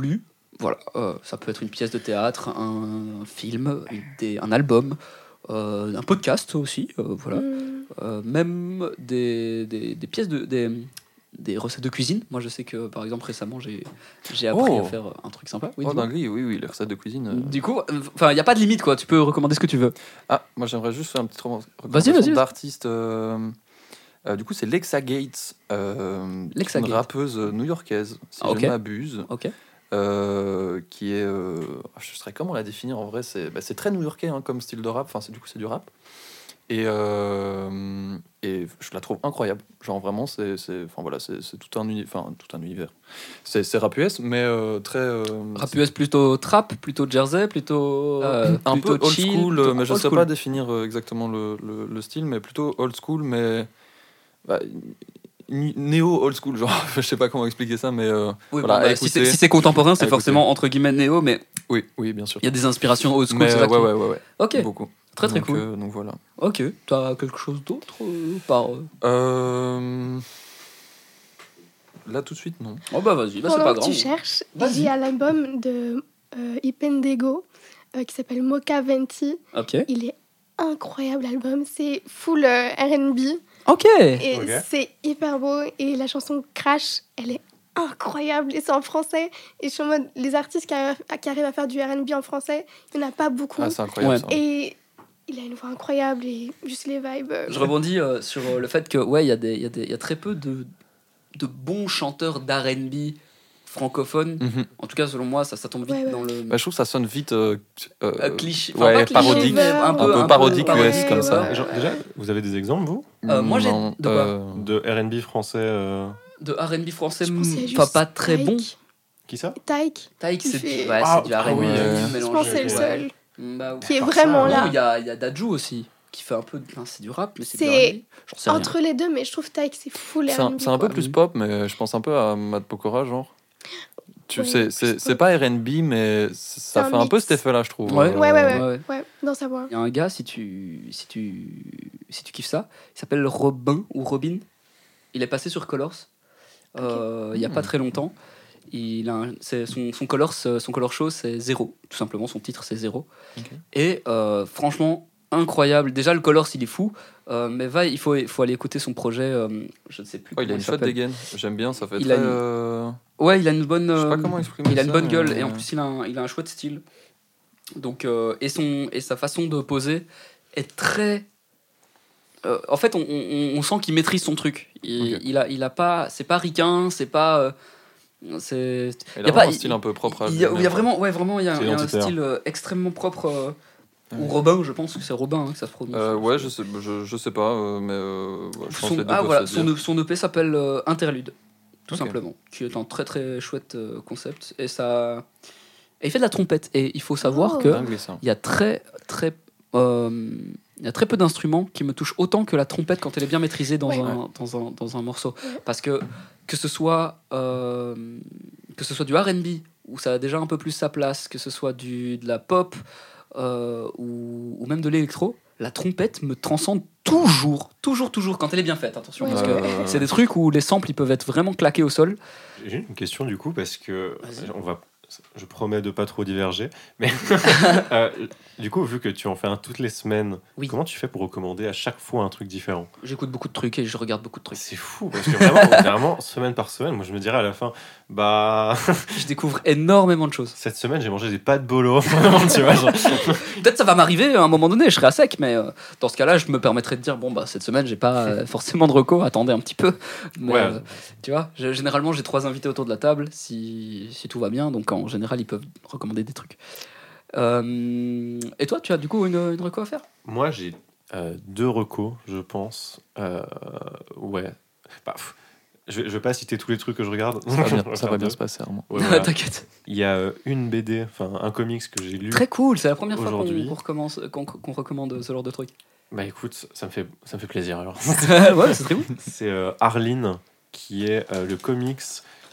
A: lu. Voilà, euh, ça peut être une pièce de théâtre, un film, une- des- un album, euh, un podcast aussi, euh, voilà.
D: Mm.
A: Euh, même des, des- des pièces de. Des, des recettes de cuisine. Moi, je sais que, par exemple, récemment, j'ai j'ai appris
B: Oh.
A: à faire un truc sympa. Oui,
B: oh,
A: dis-moi.
B: dinguerie, oui, oui, les recettes de cuisine. euh.
A: du coup, enfin, il n'y a pas de limite, quoi. Tu peux recommander ce que tu veux.
B: Ah, moi j'aimerais juste faire un petit roman
A: vas-y.
B: d'artiste. euh, euh, du coup, c'est Lexa Gates, euh, qui est
A: Lexa
B: une
A: Gates.
B: rappeuse new-yorkaise, si
A: Ah, ok.
B: je ne m'abuse,
A: Ok.
B: euh, qui est, euh, je saurais comment la définir en vrai, c'est bah, c'est très new-yorkais hein, comme style de rap, enfin c'est du coup c'est du rap, et, euh, et je la trouve incroyable, genre vraiment c'est, c'est- enfin voilà c'est c'est tout un uni- enfin tout un univers, c'est c'est rap US mais euh, très euh,
A: Rap US plutôt trap, plutôt jersey, plutôt
B: Euh, un peu
A: plutôt
B: old
A: chill,
B: school,
A: plutôt
B: euh, mais je
A: old
B: ne sais
A: school.
B: pas définir euh, exactement le, le- le style, mais plutôt old school, mais bah, n- néo old school, genre, <laughs> je sais pas comment expliquer ça, mais euh,
A: Oui,
B: Voilà,
A: bon, bah,
B: à
A: si c'est
B: écouter.
A: si c'est contemporain,
B: À
A: c'est
B: écouter.
A: forcément entre guillemets néo, mais
B: oui, oui, bien sûr.
A: il y a des inspirations old school.
B: Mais,
A: c'est
B: euh,
A: ça
B: ouais,
A: qui-
B: ouais, ouais, ouais,
A: Ok,
B: beaucoup.
A: très très
B: donc,
A: cool.
B: euh, donc voilà.
A: Ok, t'as quelque chose d'autre euh, par euh
B: Euh, Là tout de suite, non.
A: Oh bah vas-y, bah, c'est
D: Pendant
A: pas
D: que
A: grave.
D: tu cherches,
A: Vas-y.
D: il y a l'album de euh, Ipendego euh, qui s'appelle Mocha Venti.
A: Ok.
D: Il est incroyable l'album, c'est full euh, R&B
A: Ok.
D: et
C: Ok.
D: c'est hyper beau et la chanson Crash, elle est incroyable et c'est en français et je suis en mode les artistes qui arrivent, à- qui arrivent à faire du R&B en français, il n'y en a pas beaucoup
B: Ah, c'est incroyable.
A: Ouais.
B: ça.
D: et il a une voix incroyable et juste les vibes. euh,
A: Je rebondis euh, sur euh, le fait que ouais, il y a des, il y a des- il y a très peu de de bons chanteurs d'R&B francophone.
B: Mhm.
A: En tout cas, selon moi, ça, ça tombe vite
D: Ouais, ouais.
A: dans le
B: Bah, je trouve que ça sonne vite euh, euh,
A: euh, cliché.
B: ouais,
A: pas cliché,
B: parodique.
A: mais
D: Un peu
B: parodique
D: US, comme ça.
A: ouais.
C: Et Euh, genre, déjà, vous avez des exemples, vous
A: Euh, moi, j'ai-
B: non,
A: de quoi
B: euh,
C: De RB français. euh,
A: De RB français,
D: Je pensais
A: mm,
D: juste
A: pas, pas très bon.
D: Tyke.
C: Qui ça
D: Tyke,
A: Taïk,
D: Il
A: c'est
D: fait-
A: du, ouais,
C: Ah,
A: c'est du
C: ah
A: RB
B: oui,
A: euh,
B: ouais.
D: je
A: mélangé.
D: pense que c'est le
C: ouais.
D: seul
A: Mm, bah, ouais.
D: qui est
C: Par ça,
D: vraiment
C: ouais.
A: Non,
D: là.
A: il y a, il y a Dadju aussi, qui fait un peu. de- enfin, c'est du rap, mais c'est du
D: C'est
A: RB. J'en sais rien.
D: Entre les deux, mais je trouve Tyke, c'est fou les
B: C'est un,
D: R&B,
B: c'est un peu
D: quoi.
B: plus
A: Mhm.
B: pop, mais je pense un peu à Mad Pokora, genre. Tu
D: Ouais,
B: sais, c'est
D: plus
B: c'est pas RB, mais ça
D: C'est un
B: fait un peu
D: mix.
B: cet effet-là, je trouve.
A: Ouais.
D: Ouais, ouais, ouais.
A: ouais.
D: Ouais, dans sa voix.
A: Il y a un gars, si tu, si tu, si tu kiffes ça, il s'appelle Robin ou Robin. Il est passé sur Colors euh, il y a pas
B: Hmm.
A: très longtemps. Il a un- c'est son, son Colors, euh, son Color Show, c'est Zéro. Tout simplement, son titre, c'est Zéro.
B: Ok.
A: Et euh, franchement, incroyable. Déjà, le Colors, il est fou. euh, mais va, il faut, il faut aller écouter son projet. euh, je ne sais plus.
B: Ouais, Oh, il a
A: comment
B: une chouette
A: s'appelle.
B: dégaine. J'aime bien, ça fait
A: Il
B: très.
A: a une-
B: euh,
A: Ouais, il a une bonne.
B: Je sais pas
A: euh,
B: comment exprimer
A: il a une
B: ça,
A: bonne gueule
B: mais-
A: et en plus il a un, il a un chouette style. Donc euh, et son et sa façon de poser est très. euh, en fait, on, on- on sent qu'il maîtrise son truc. Il,
B: Ok.
A: il a il a pas c'est pas ricain, c'est pas euh, c'est
B: Il
A: y
B: a
A: a
B: vraiment
A: pas-
B: un style un peu propre. à
A: il y a,
B: lui, hein.
A: il y a
B: mais-
A: vraiment ouais vraiment il y a,
C: C'est
A: il y a un
C: identitaire.
A: style euh, extrêmement propre. euh, Ou
B: Ouais.
A: Robin, je pense que c'est Robin hein, que ça se prononce.
B: Euh, ouais, je sais, je, je sais pas, euh, mais euh, ouais, je pense
A: Son-
B: que les deux
A: ah
B: peuvent
A: voilà,
B: se
A: son,
B: dire.
A: son EP s'appelle euh, Interlude, tout
B: Ok.
A: simplement, qui est un très très chouette euh, concept. Et ça. Et il fait de la trompette. Et il faut savoir
D: Oh.
A: que <laughs>
B: Dingue, ça.
A: il y a très très euh, il y a très peu d'instruments qui me touchent autant que la trompette quand elle est bien maîtrisée dans,
D: Ouais.
A: un, dans, un, dans un morceau. Parce que que ce soit, euh, que ce soit du RB, où ça a déjà un peu plus sa place, que ce soit du, de la pop euh, ou, ou même de l'électro, la trompette me transcende toujours, toujours, toujours, quand elle est bien faite, attention.
D: Ouais.
A: Parce
B: Euh,
A: que c'est des trucs où les samples ils peuvent être vraiment claqués au sol.
C: J'ai une question du coup parce que
A: Vas-y.
C: on va, je promets de pas trop diverger, mais euh, du coup vu que tu en fais un toutes les semaines,
A: Oui.
C: comment tu fais pour recommander à chaque fois un truc différent
A: J'écoute beaucoup de trucs et je regarde beaucoup de trucs.
C: C'est fou parce que vraiment, vraiment, semaine par semaine, moi je me dirais à la fin, bah <laughs>
A: Je découvre énormément de choses.
C: cette semaine j'ai mangé des pâtes bolo, <laughs> Vraiment, tu vois, genre,
A: Peut-être ça va m'arriver à un moment donné, je serai à sec, mais euh, dans ce cas-là, je me permettrais de dire bon bah cette semaine j'ai pas
C: <laughs>
A: euh, forcément de recours, attendez un petit peu. Mais,
C: Ouais.
A: euh, tu vois, je- généralement j'ai trois invités autour de la table si, si tout va bien, donc en général ils peuvent recommander des trucs. Euh, et toi, tu as du coup une, une reco à faire
C: Moi, j'ai euh, deux recos, je pense. Euh, ouais. Bah, pff, je, vais, je vais pas citer tous les trucs que je regarde.
B: Ça va
C: <laughs> Je
B: bien, ça va
C: regarde
B: bien
C: deux.
B: se passer, vraiment.
C: Ouais,
A: <laughs>
C: voilà.
A: T'inquiète.
C: Il y a euh, une BD, enfin un comics que j'ai lu.
A: Très cool, c'est la première fois qu'on
C: Aujourd'hui.
A: qu'on recommence- qu'on- qu'on recommande ce genre de
C: <laughs>
A: truc.
C: Bah écoute, ça me fait, ça me fait plaisir alors.
A: ouais, c'est très bon.
C: <laughs> C'est euh, Arline qui est euh, le comics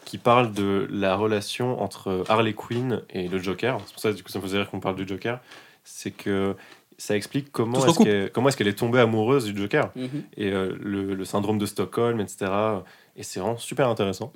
C: qui parle de la relation entre euh, Harley Quinn et le Joker. C'est pour ça du coup ça me faisait rire qu'on parle du Joker. C'est que ça explique
A: Tout
C: comment
A: se
C: est-ce
A: recoupe.
C: qu'elle comment est-ce qu'elle est tombée amoureuse du Joker.
A: Mhm.
C: et euh, le, le syndrome de Stockholm, etc. Et c'est vraiment super intéressant.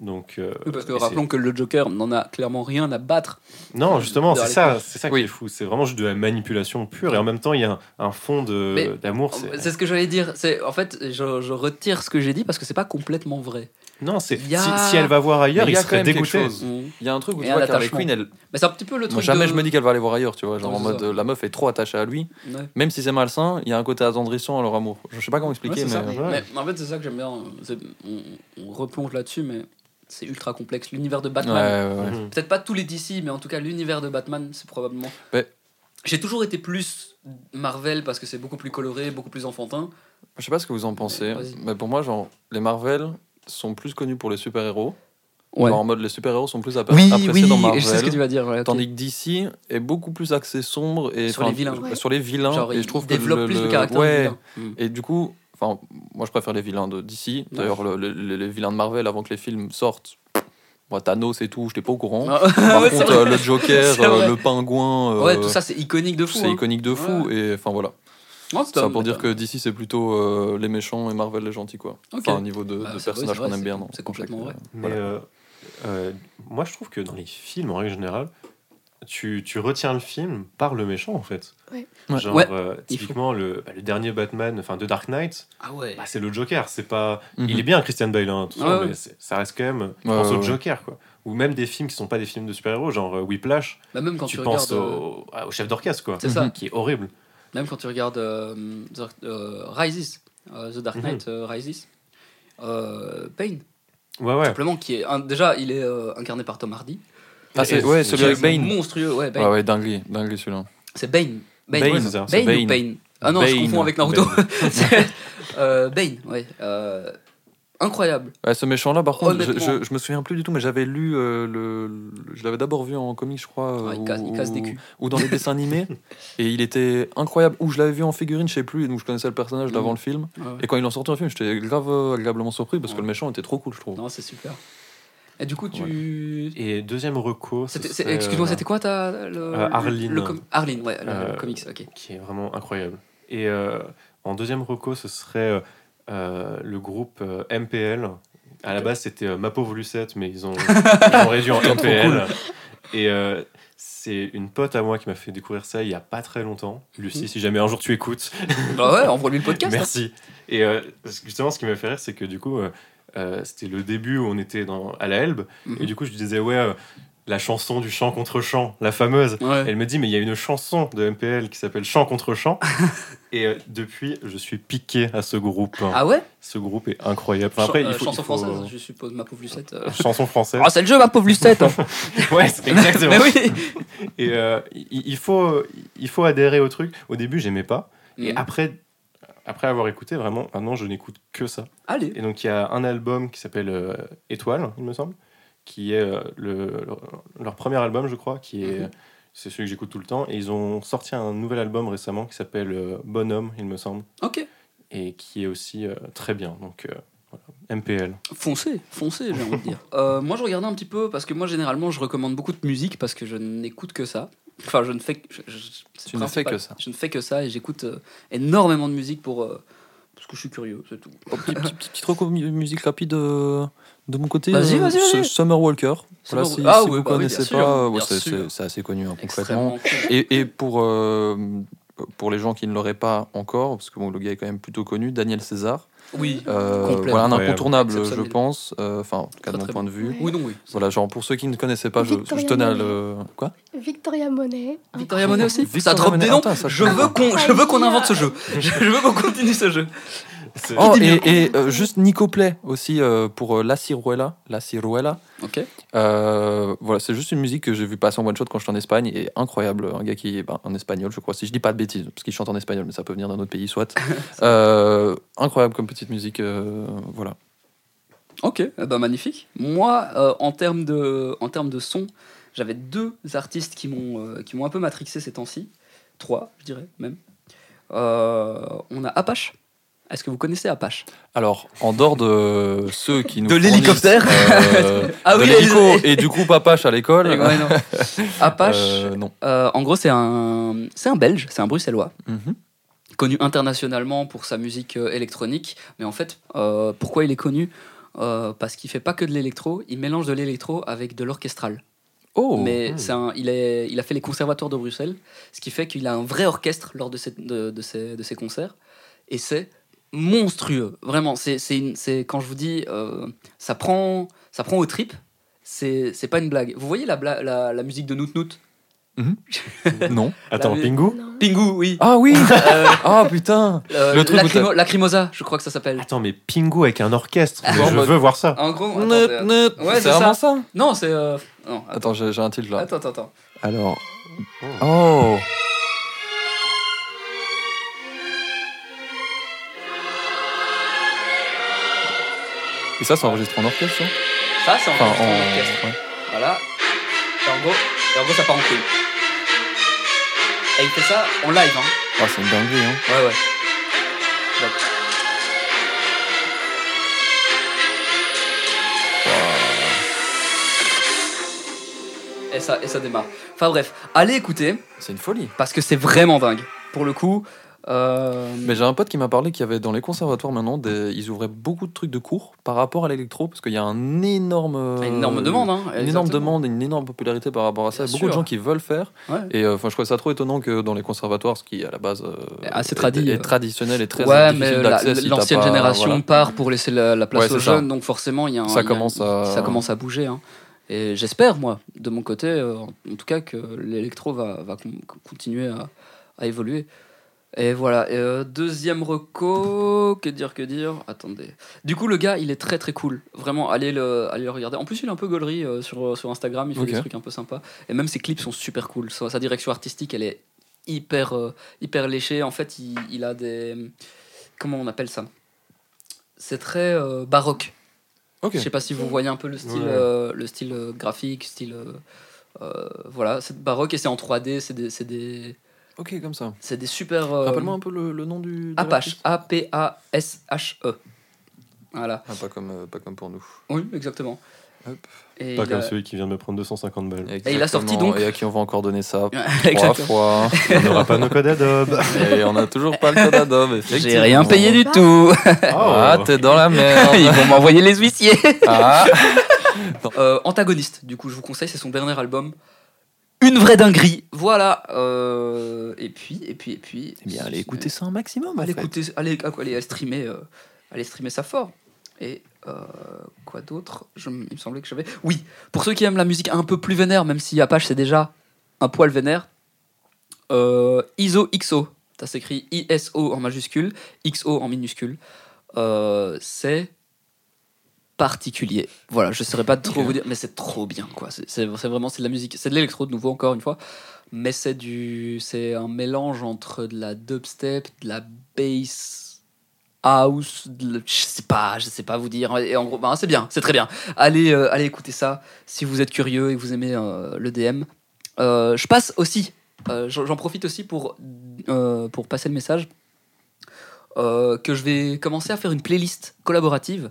C: Donc, euh,
A: Oui, parce que
C: et c'est-
A: rappelons que le Joker n'en a clairement rien à battre.
C: Non, justement,
A: de
C: c'est
A: Harley
C: ça, c'est ça qui
B: Oui.
C: est fou. C'est vraiment juste de la manipulation pure. Et en même temps, il y a un, un fond
A: Mais-
C: de- d'amour.
A: C'est
C: c'est-
A: ce que j'allais dire. C'est en fait, je, je retire ce que j'ai dit parce que c'est pas complètement vrai.
C: Non, c'est
A: il y a-
C: si, si elle va voir ailleurs,
B: Mais il y
C: il,
B: a quand
C: serait
B: même quelque
C: dégoûté.
B: chose. Il y a un truc où
A: Et
B: tu
A: un
B: vois qu'Harley
A: attachement.
B: Quinn, elle,
A: Mais Mmh. Bah, c'est un petit peu le truc.
B: Mmh. Moi, jamais
A: de-
B: je me dis qu'elle va aller voir ailleurs, tu vois. Genre
A: Non,
B: en
A: c'est
B: mode
A: ça.
B: euh, la meuf est trop attachée à lui,
A: Ouais.
B: même si c'est malsain, il y a un côté attendrissant à leur amour. Je sais pas comment
A: Ouais,
B: expliquer,
A: c'est
B: mais.
A: ça.
C: Ouais.
A: Mais en fait, c'est ça que j'aime bien. C'est- On, on replonge là-dessus, mais c'est ultra complexe. L'univers de
B: Ouais,
A: Batman.
B: ouais, ouais.
C: Mhm.
A: Peut-être pas tous les DC, mais en tout cas, l'univers de Batman, c'est probablement.
B: Ouais.
A: J'ai toujours été plus Marvel parce que c'est beaucoup plus coloré, beaucoup plus enfantin.
B: Je sais pas ce que vous en pensez,
A: Vas-y.
B: mais pour moi, genre, les Marvel sont plus connus pour les super-héros.
A: Ouais.
B: Genre en mode, les super-héros sont plus appa-
A: Oui,
B: appréciés
A: oui,
B: dans
A: et
B: Marvel.
A: je sais ce que tu vas dire. ouais, ok.
B: Tandis que DC est beaucoup plus axé sombre et
A: Sur
B: enfin,
A: les vilains.
D: Ouais.
B: Sur les vilains,
A: Genre,
B: et
A: il
B: je trouve que
A: développe
B: le-
A: plus de
B: le-
A: caractère.
B: ouais.
A: du vilain. Mm.
B: Et du coup, enfin, moi je préfère les vilains de DC. D'ailleurs, le- le- le- les vilains de Marvel avant que les films sortent. Moi, Thanos et tout, j'étais pas au courant.
A: Ah, <laughs>
B: Par
A: ouais, c'est
B: contre,
A: vrai.
B: euh, le Joker,
A: C'est
B: euh,
A: vrai.
B: le pingouin, euh,
A: Ouais, tout ça, c'est iconique de fou.
B: c'est
A: hein.
B: iconique de fou. Et enfin voilà,
A: Non, c'est
B: ça
A: top,
B: pour dire
A: d'accord.
B: que DC c'est plutôt euh, les méchants et Marvel les gentils quoi.
A: Ok.
B: Enfin, au niveau de,
A: Bah,
B: de
A: c'est
B: personnages
A: vrai, c'est
B: qu'on aime
A: vrai,
B: bien.
A: c'est-
B: dans-
A: c'est complètement vrai.
B: euh,
C: Mais
B: voilà.
C: euh, euh, moi, je trouve que dans les films, en règle générale, tu, tu retiens le film par le méchant, en fait.
D: Ouais.
B: Ouais.
C: Genre,
A: Ouais.
C: euh,
A: Il faut.
C: typiquement, le, bah, le dernier Batman, enfin, de Dark Knight,
A: Ah ouais.
C: Bah, c'est le Joker, c'est pas.
B: Mhm.
C: Il est bien Christian Bale, hein, tout ça,
A: Ouais, ouais.
C: mais c'est- ça reste quand même. Je
B: Ouais,
C: pense
B: ouais,
C: au
B: ouais.
C: Joker, quoi. Ou même des films qui sont pas des films de super-héros, genre euh, Whiplash,
A: Bah, même quand tu,
C: tu, penses
A: regardes. euh,
C: au, à- au chef d'orchestre, quoi.
A: C'est ça.
B: Mhm.
C: Qui est horrible.
A: Même quand tu regardes euh, The- euh, Rises, euh, The Dark Knight euh, Rises, euh, Pain,
C: Ouais, ouais.
A: Simplement, qui est un- déjà, il est euh, incarné par Tom Hardy.
B: Ah, c'est- ouais, celui
A: qui
B: avec
A: est
B: Bane.
A: Monstrueux, ouais, Bane.
B: Ah ouais, dinguerie, dinguerie celui-là.
A: C'est Bane. Bane,
C: Bane,
A: ouais,
C: c'est ça,
A: Bane
B: c'est
A: ou
B: Bane.
A: Bane Ah non, je
B: Bane.
A: confonds avec Naruto. <laughs> C'est- euh, Bane, ouais. euh, incroyable.
B: Ouais, ce méchant-là, par contre, je,
A: Honnêtement.
B: je, je me souviens plus du tout, mais j'avais lu euh, le, le- Je l'avais d'abord vu en comics, je crois. euh,
A: Ouais, il, casse, il
B: ou-
A: casse des culs.
B: ou dans les
A: <laughs>
B: dessins animés. Et il était incroyable. Ou je l'avais vu en figurine, je sais plus, et donc je connaissais le personnage d'avant
A: Mhm.
B: le film.
A: Ouais, ouais.
B: Et quand ils l'ont sorti en film, j'étais grave euh, agréablement surpris parce que
A: Ouais.
B: le méchant était trop cool, je trouve.
A: Non, c'est super. Et du coup, tu.
C: Et deuxième reco, ce
A: C'était- c'est-
C: serait,
A: Excuse-moi,
C: euh,
A: c'était quoi ta. Le,
C: euh, Arline.
A: le com- Arline, ouais, le,
C: Euh,
A: comics, ok.
C: qui est vraiment incroyable. Et euh, en deuxième reco, ce serait euh, euh, le groupe euh, MPL. À la base, c'était euh, Mapo Volucette, mais ils ont, ils ont réduit en MPL. Et euh, c'est une pote à moi qui m'a fait découvrir ça il y a pas très longtemps. Lucie, si jamais un jour tu écoutes,
A: Bah ouais, envoie-lui le podcast. hein.
C: Merci. Et euh, parce que justement, ce qui m'a fait rire, c'est que du coup, euh, euh, c'était le début où on était dans, à la Elbe.
A: Mhm.
C: Et du coup, je disais, ouais, euh, la chanson du chant contre chant, la fameuse.
A: Ouais.
C: Elle me dit, mais il y a une chanson de MPL qui s'appelle Chant contre
A: <laughs>
C: chant. et euh, depuis, je suis piqué à ce groupe.
A: Ah ouais
C: Ce groupe est incroyable. Enfin, après,
A: Chan-
C: il
A: euh,
C: faut,
A: Chanson
C: il faut-
A: française, je suppose, ma pauvre Lucette. euh.
C: Chanson française.
A: Ah, c'est le jeu, ma pauvre Lucette hein.
B: <laughs>
C: ouais, c'est- <laughs> exactement.
A: Mais oui
C: Et euh, il, il faut, il faut adhérer au truc. Au début, j'aimais pas. Et
A: Mm.
C: après, après avoir écouté, vraiment, maintenant, je n'écoute que ça.
A: Allez
C: Et donc il y a un album qui s'appelle euh, Étoile, il me semble, qui est euh, le, leur, leur premier album, je crois, qui est
A: Mhm.
C: c'est celui que j'écoute tout le temps. Et ils ont sorti un nouvel album récemment qui s'appelle euh, Bonhomme, il me semble,
A: Ok.
C: et qui est aussi euh, très bien. Donc euh, voilà. MPL.
A: Foncez, foncez, j'ai envie de dire. Euh, moi, je regardais un petit peu parce que moi, généralement, je recommande beaucoup de musique parce que je n'écoute que ça. Enfin, je ne fais que, je, je- c'est
B: Tu ne fais
A: principal.
B: que ça.
A: Je ne fais que ça et j'écoute euh, énormément de musique pour euh, parce que je suis curieux, c'est tout.
B: Oh, petit- petit- Petite reco- mu- musique rapide euh, de mon côté.
A: Vas-y, vas-y,
B: Su-
A: vas-y.
B: Summer Walker.
A: Summer-
B: Voilà,
A: Ah
B: si, si
A: ouais,
B: vous
A: bah oui, bien
B: connaissez
A: sûr,
B: pas, euh, ouais,
A: bien
B: c'est-
A: sûr.
B: c'est c'est assez connu hein, concrètement.
A: Extrêmement. cool.
B: Et, et pour, euh, pour les gens qui ne l'auraient pas encore, parce que bon, le gars est quand même plutôt connu, Daniel César.
A: Oui.
B: Euh,
A: Complet.
B: voilà un
C: Incroyable.
B: incontournable, je
A: Exceptionnel.
B: pense. euh, Enfin, en tout cas de
A: Très,
B: mon
A: très
B: point de vue.
D: Ouais.
A: Oui, non, oui.
B: Voilà, genre pour ceux qui ne connaissaient pas, je,
D: Victoria
B: je tenais à
D: Monet.
B: le. Quoi
D: Victoria Monet.
A: Victoria Monet aussi. ça
B: Victoria
A: drop
B: Monet,
A: des noms.
B: attends, ça,
A: Je
B: je
A: veux qu'on, je veux qu'on invente ce
B: <laughs>
A: jeu. Je, je veux qu'on continue ce jeu.
C: C'est-
B: Oh,
A: Qui dit
B: et, et, euh, juste Nico Play aussi euh, pour euh, La Ciruela. La Ciruela.
A: Ok.
B: Euh, voilà, c'est juste une musique que j'ai vue passer en one shot quand j'étais en Espagne et incroyable. Un gars qui est ben, un espagnol, je crois, si je dis pas de bêtises, parce qu'il chante en espagnol, mais ça peut venir d'un autre
A: <laughs>
B: pays, soit. Euh, incroyable comme petite musique. euh, voilà.
A: Ok, eh ben, magnifique. Moi, euh, en termes de, en termes de son, j'avais deux artistes qui m'ont, euh, qui m'ont un peu matrixé ces temps-ci. Trois, je dirais même. Euh, on a Apache. Est-ce que vous connaissez Apache
B: Alors, en dehors de ceux qui nous.
A: De l'hélicoptère.
B: fournissent, euh,
A: <laughs> Ah
B: de
A: oui,
B: l'hélico
A: les-
B: et du coup, papache à l'école.
A: Ouais, ouais, non. Apache,
B: Ah, euh, non.
A: euh, en gros, c'est un, c'est un Belge, c'est un Bruxellois.
B: Mhm.
A: connu internationalement pour sa musique euh, électronique. Mais en fait, euh, pourquoi il est connu Euh, Parce qu'il fait pas que de l'électro, il mélange de l'électro avec de l'orchestral.
B: Oh,
A: Mais
C: hmm.
A: c'est un- il, est, il a fait les conservatoires de Bruxelles, ce qui fait qu'il a un vrai orchestre lors de ses, de, de ses, de ses concerts. Et c'est monstrueux, vraiment. C'est, c'est une- c'est- quand je vous dis, euh, ça, prend, ça prend aux tripes. C'est, c'est pas une blague. Vous voyez la, bla- la, la musique de Nout Nout
B: non.
C: Attends,
A: la-
C: Pingu
D: Non.
A: Pingu, oui.
B: Ah oui
A: <laughs> Euh,
B: Ah putain
A: euh,
B: Le truc où
A: Lacrymo- Lacrimosa, je crois que ça s'appelle.
C: Attends, mais Pingu avec un orchestre mais
B: Genre
C: Je
B: mode-
C: veux voir ça
A: En gros, attends,
B: Nut,
A: euh,
B: nut.
A: Ouais, c'est
B: C'est vraiment ça
A: non, c'est. euh, Non, attends,
B: Attends, j'ai j'ai un tilt là.
A: attends, attends, attends.
B: Alors. Oh Et ça, c'est enregistré en orchestre, ça
A: Ça, c'est en,
B: Enfin,
A: c'est en
B: en-
A: orchestre.
B: ouais.
A: Voilà. Et en gros, et en gros, ça part en couille. Et il fait ça en live, hein.
B: Ah, c'est une dinguerie, hein.
A: Ouais, ouais. Donc, Et ça, et ça démarre. Enfin bref, allez écouter,
B: C'est une folie.
A: parce que c'est vraiment dingue. Pour le coup, euh,
B: Mais j'ai un pote qui m'a parlé qu'il y avait dans les conservatoires maintenant, des... ils ouvraient beaucoup de trucs de cours par rapport à l'électro, parce qu'il y a un énorme. euh,
A: une énorme demande. Hein,
B: Une
A: exactement.
B: énorme demande et une énorme popularité par rapport à ça.
A: Bien
B: Beaucoup de
A: sûr.
B: gens qui veulent faire.
A: Ouais.
B: Et euh, enfin, je trouvais ça trop étonnant que dans les conservatoires, ce qui à la base euh,
A: Assez
B: est-
A: tradi,
B: est,
A: euh.
B: traditionnel et très
A: ouais,
B: difficile
A: mais euh, la-
B: d'accès si t'as
A: l'ancienne
B: pas-
A: génération
B: voilà.
A: part pour laisser la, la place
B: Ouais,
A: aux
B: c'est ça.
A: jeunes, donc forcément, il y a un-
B: Ça
A: il y a-
B: commence à-
A: ça commence à bouger. hein. Et j'espère, moi, de mon côté, euh, en en tout cas, que l'électro va, va con- continuer à, à évoluer. Et voilà. Et, euh, deuxième reco. Que dire, que dire Attendez. Du coup, le gars, il est très très cool. Vraiment, allez le, allez le regarder. En plus, il est un peu gaulerie euh, sur, sur Instagram. Il fait
B: Ok.
A: des trucs un peu sympas. Et même ses clips sont super cool. Sa, sa direction artistique, elle est hyper, euh, hyper léchée. En fait, il, il a des. Comment on appelle ça C'est très euh, baroque.
B: Ok.
A: Je sais pas si vous voyez un peu le style,
C: Ouais.
A: euh, le style euh, graphique, style. euh, euh, voilà, c'est baroque et c'est en 3D. C'est des, c'est des,
B: Ok, comme ça.
A: c'est des super. euh,
B: Rappelle-moi un peu le, le nom du. de
A: Apache,
B: l'artiste.
A: A-P-A-S-H-E. E. Voilà.
B: Ah, pas comme, euh, pas comme pour nous.
A: Oui, exactement.
B: Hop.
A: Et
C: Pas
A: il
C: comme
A: a-
C: celui qui vient de me prendre 250 balles.
A: Et il a sorti
B: Exactement.
A: donc-
B: Et à qui on va encore donner ça trois
A: euh, <laughs> Exactement.
B: fois.
C: On n'aura pas nos
A: <laughs>
C: codes Adobe.
B: Et on a toujours pas le code Adobe. effectivement.
A: J'ai rien payé du
B: <laughs>
A: tout.
C: Oh.
B: Ah, t'es
A: <laughs>
B: dans la
A: Ils
B: merde.
A: vont m'envoyer les huissiers. <laughs>
B: Ah.
A: Euh, antagoniste, du coup, je vous conseille, c'est son dernier album. Une vraie dinguerie. Voilà. Euh, Et puis, et puis, et puis.
B: Eh bien, allez écouter ça un maximum. en
A: Allez
B: fait.
A: écouter, allez, allez, allez streamer, euh, allez streamer ça fort. Et euh, quoi d'autre Je m- Il me semblait que j'avais. Oui, pour ceux qui aiment la musique un peu plus vénère, même si Apache c'est déjà un poil vénère, euh, ISO XO, ça s'écrit ISO en majuscule, XO en minuscule, euh, c'est particulier. Voilà, je ne saurais pas trop vous dire, mais c'est trop bien quoi. C'est c'est- c'est vraiment c'est de la musique, c'est de l'électro de nouveau encore une fois mais c'est du c'est un mélange entre de la dubstep de la bass house de la- je sais pas je sais pas vous dire et en gros ben, c'est bien c'est très bien allez euh, allez écouter ça si vous êtes curieux et que vous aimez euh, le DM Euh, je passe aussi euh, j'en j'en profite aussi pour euh, pour passer le message euh, que je vais commencer à faire une playlist collaborative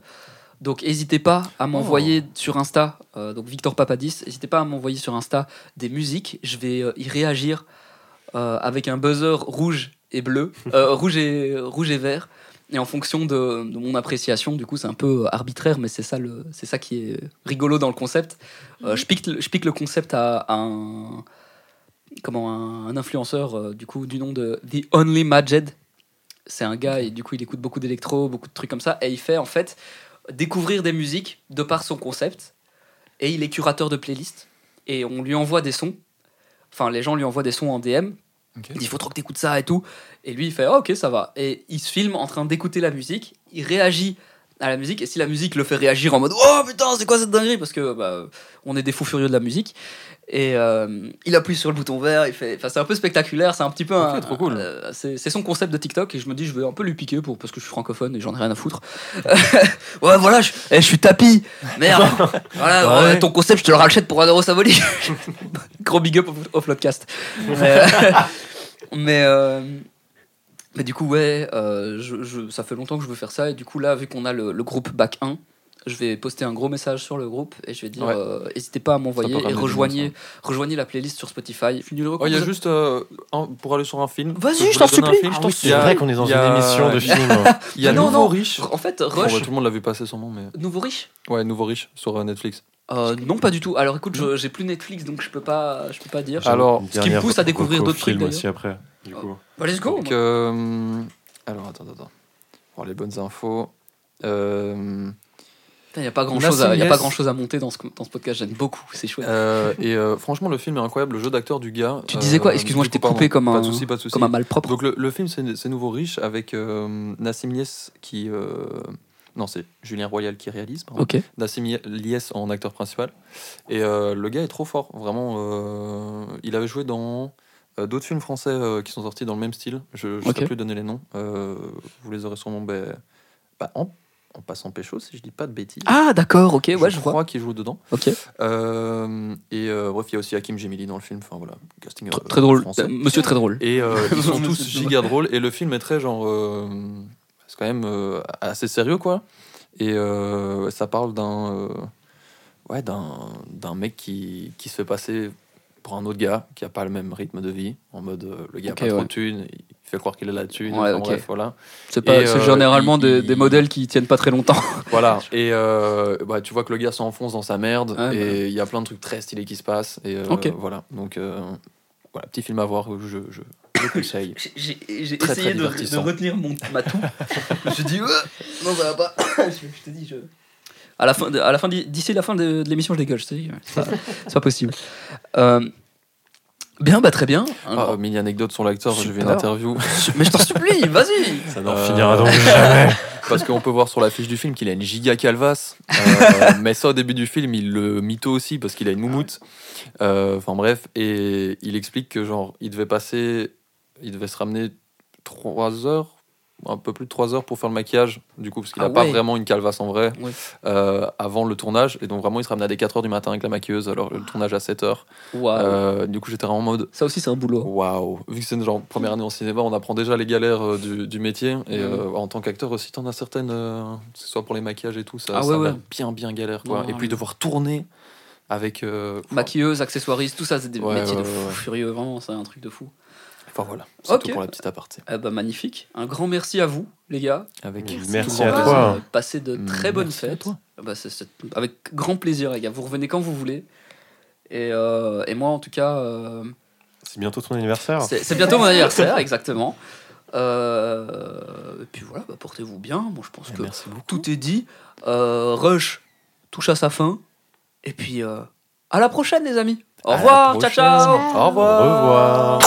A: donc n'hésitez pas à m'envoyer sur Insta euh, donc Victor Papadis n'hésitez pas à m'envoyer sur Insta des musiques. Je vais euh, y réagir euh, avec un buzzer rouge et bleu, euh, rouge, et, rouge et vert. Et en fonction de, de mon appréciation, du coup, c'est un peu euh, arbitraire, mais c'est ça, le, c'est ça qui est rigolo dans le concept. Euh, je, pique, le- je pique le concept à, à un, comment, un, un influenceur euh, du, coup, du nom de The Only Majed. C'est un gars, et du coup, il écoute beaucoup d'électro, beaucoup de trucs comme ça. Et il fait, en fait, découvrir des musiques de par son concept. Et il est curateur de playlists et on lui envoie des sons. Enfin, les gens lui envoient des sons en DM.
B: Ok.
A: Il dit, faut trop que t'écoutes ça et tout. Et lui, il fait, Ah, ok, ça va. Et il se filme en train d'écouter la musique. Il réagit à la musique. Et si la musique le fait réagir en mode, oh putain, c'est quoi cette dinguerie Parce que bah, on est des fous furieux de la musique. Et euh, il appuie sur le bouton vert. Il fait, enfin, c'est un peu spectaculaire. C'est un petit peu
B: Ok,
A: un-
B: trop cool.
A: euh, c'est c'est son concept de TikTok. Et je me dis, je vais un peu lui piquer pour parce que je suis francophone et j'en ai rien à foutre. <laughs> ouais, voilà, je, eh, je suis tapis. Merde.
B: <laughs> Bah
A: voilà,
C: Ouais.
A: ouais, ton concept, je te le rachète pour un euro symbolique. <laughs> Gros big up au, au podcast.
B: <laughs>
A: mais euh, mais, euh, mais du coup, ouais, euh, je, je- ça fait longtemps que je veux faire ça. Et du coup, là, vu qu'on a le, le groupe Bac 1, je vais poster un gros message sur le groupe et je vais dire
B: Ouais.
A: euh, n'hésitez pas à m'envoyer
B: Ça peut
A: et
B: ramener du
A: rejoignez,
B: monde,
A: rejoignez la playlist sur Spotify. Fini le
B: Oh, il y a
A: recours.
B: juste euh, un- pour aller sur un film.
A: Vas-y,
B: voulais
A: je t'en
B: donner un
A: supplie.
B: film,
A: Ah
B: je t'en
A: oui,
B: supplie.
C: C'est vrai qu'on est dans
B: Il y a-
C: une
A: <laughs>
C: émission de film.
B: Il y a
A: Non,
B: Nouveau
A: non.
B: Riche.
A: En fait,
B: Bon, bah,
A: Rush,
B: tout le monde l'avait passé son nom, mais.
A: nouveau riche
B: Ouais, Nouveau Riche sur euh, Netflix.
A: Euh, Non, pas du tout. Alors écoute, je- j'ai plus Netflix donc je peux pas, je peux pas dire.
B: Ah. Alors,
A: ce qui me pousse à découvrir d'autres
C: films
A: trucs,
C: aussi après. Du coup.
A: Bah, let's go
B: Donc, euh, alors, attends, attends. Voir les bonnes infos. Euh,
A: Il n'y a pas grand chose à,
B: Nassim
A: y a pas
B: Yes.
A: grand chose à monter dans ce, dans ce podcast. J'aime beaucoup, c'est chouette.
B: euh, et euh, franchement, le film est incroyable. Le jeu d'acteur du gars.
A: Tu disais quoi
B: euh,
A: Excuse-moi,
B: du
A: je t'ai
B: coup, pardon.
A: coupé comme un-
B: Pas de souci, pas de souci.
A: Comme un malpropre.
B: Donc le, le film c'est c'est Nouveau Riche avec euh, Nassim Liès qui... euh, non c'est Julien Royal qui réalise. pardon.
A: Ok.
B: Nassim Liès en acteur principal. Et euh, le gars est trop fort, vraiment. euh, il avait joué dans euh, d'autres films français euh, qui sont sortis dans le même style. Je ne
A: Ok.
B: sais plus donner les noms. Euh, vous les aurez sûrement ben, bah, en, en passant pécho, si je dis pas de bêtises.
A: Ah, d'accord, ok, ouais, je,
B: je
A: vois.
B: crois qu'il joue dedans.
A: Ok.
B: Euh, et euh, bref, il y a aussi Hakim Gemili dans le film. Enfin voilà, casting
A: Tr-
B: euh,
A: très drôle.
B: français.
A: Monsieur très drôle.
B: Et euh,
A: <laughs>
B: ils sont
A: Non, mais
B: tous
A: c'est
B: giga drôles. Et le film est très genre. euh, c'est quand même euh, assez sérieux, quoi. Et euh, ça parle d'un. euh, ouais, d'un, d'un mec qui, qui se fait passer pour un autre gars qui a pas le même rythme de vie. En mode, euh, le gars a
A: Ok,
B: pas trop
A: ouais.
B: de thunes, il fait croire qu'il a la thune.
A: Ouais,
B: enfin,
A: ok.
B: Bref, voilà.
A: C'est pas-
B: Et,
A: c'est
B: euh,
A: généralement
B: il-
A: des,
B: il-
A: des modèles qui tiennent pas très longtemps.
B: voilà. Et euh, bah, tu vois que le gars s'enfonce dans sa merde.
A: Ouais,
B: et il
A: bah.
B: y a plein de trucs très stylés qui se passent. Et euh,
A: Ok.
B: voilà. Donc, euh, voilà, petit film à voir. Je, je,
A: <coughs>
B: je conseille.
A: <laughs> J'ai essayé
B: Très, essayé très de- divertissant. de
A: retenir mon, ma
B: <laughs>
A: toux. je dis, euh, non, ça va pas. <coughs> je, te dis, je. À la fin, de- à la fin d'i- d'ici la fin de, de l'émission, je dégueule. Je te dis, ouais, c'est pas, c'est pas possible. Euh, Bien, bah très bien. Alors,
B: Ah, <laughs> mille anecdotes sur l'acteur, j'ai vu une
A: Super.
B: interview.
A: mais je t'en supplie, <laughs> vas-y
C: Ça n'en
B: Euh,
C: finira donc jamais.
B: <laughs> Parce qu'on peut voir sur la fiche du film qu'il a une giga calvasse. Euh, mais ça, au début du film, il le mytho aussi parce qu'il a une moumoute. Euh, Enfin bref, et il explique que genre, il devait passer, il devait se ramener 3 heures, un peu plus de 3 heures pour faire le maquillage, du coup, parce qu'il
A: Ah
B: n'a pas
A: ouais.
B: vraiment une calvasse en vrai,
A: Ouais.
B: euh, avant le tournage. Et donc vraiment, il se ramenait à des 4 heures du matin avec la maquilleuse, alors le tournage à 7 heures.
A: Waouh.
B: Euh, oh. du coup, j'étais vraiment en mode.
A: Ça aussi, c'est un boulot.
B: Waouh! Vu que c'est une genre première année en cinéma, on apprend déjà les galères euh, du, du métier. Et
A: Mhm.
B: euh, en tant qu'acteur aussi, t'en as certaines, euh, que ce soit pour les maquillages et tout, ça,
A: Ah
B: ça
A: ouais,
B: va
A: ouais.
B: bien, bien galère. Quoi.
A: Ouais,
B: et puis
A: ouais.
B: devoir tourner avec. euh, enfin,
A: Maquilleuse, accessoiriste, tout ça, c'est des
B: Ouais,
A: métiers de
B: ouais, ouais,
A: fou
B: ouais.
A: furieux, vraiment, c'est un truc de fou.
B: Enfin voilà, c'est
A: Ok.
B: tout pour la petite aparté.
A: Eh bah, magnifique. Un grand merci à vous, les gars.
B: Avec
D: Merci
C: Merci
D: beaucoup.
C: à
A: Bah,
C: toi.
A: euh, Passez de très
B: Merci
A: bonnes
B: à
A: fêtes.
B: toi.
A: Ah bah, c'est- c'est- avec grand plaisir, les gars. Vous revenez quand vous voulez. Et, euh, et moi, en tout cas, euh,
C: C'est bientôt ton anniversaire.
A: c'est c'est bientôt mon anniversaire, exactement. Euh, et puis voilà, bah, portez-vous bien. Moi, je pense
B: Et
A: que
B: Eh, Merci beaucoup.
A: tout est dit. Euh, Rush touche à sa fin. Et puis, euh, à la prochaine, les amis. Au
B: À la
A: revoir. Ciao,
B: prochaine.
A: ciao.
B: Au
C: Au
B: revoir!
C: revoir.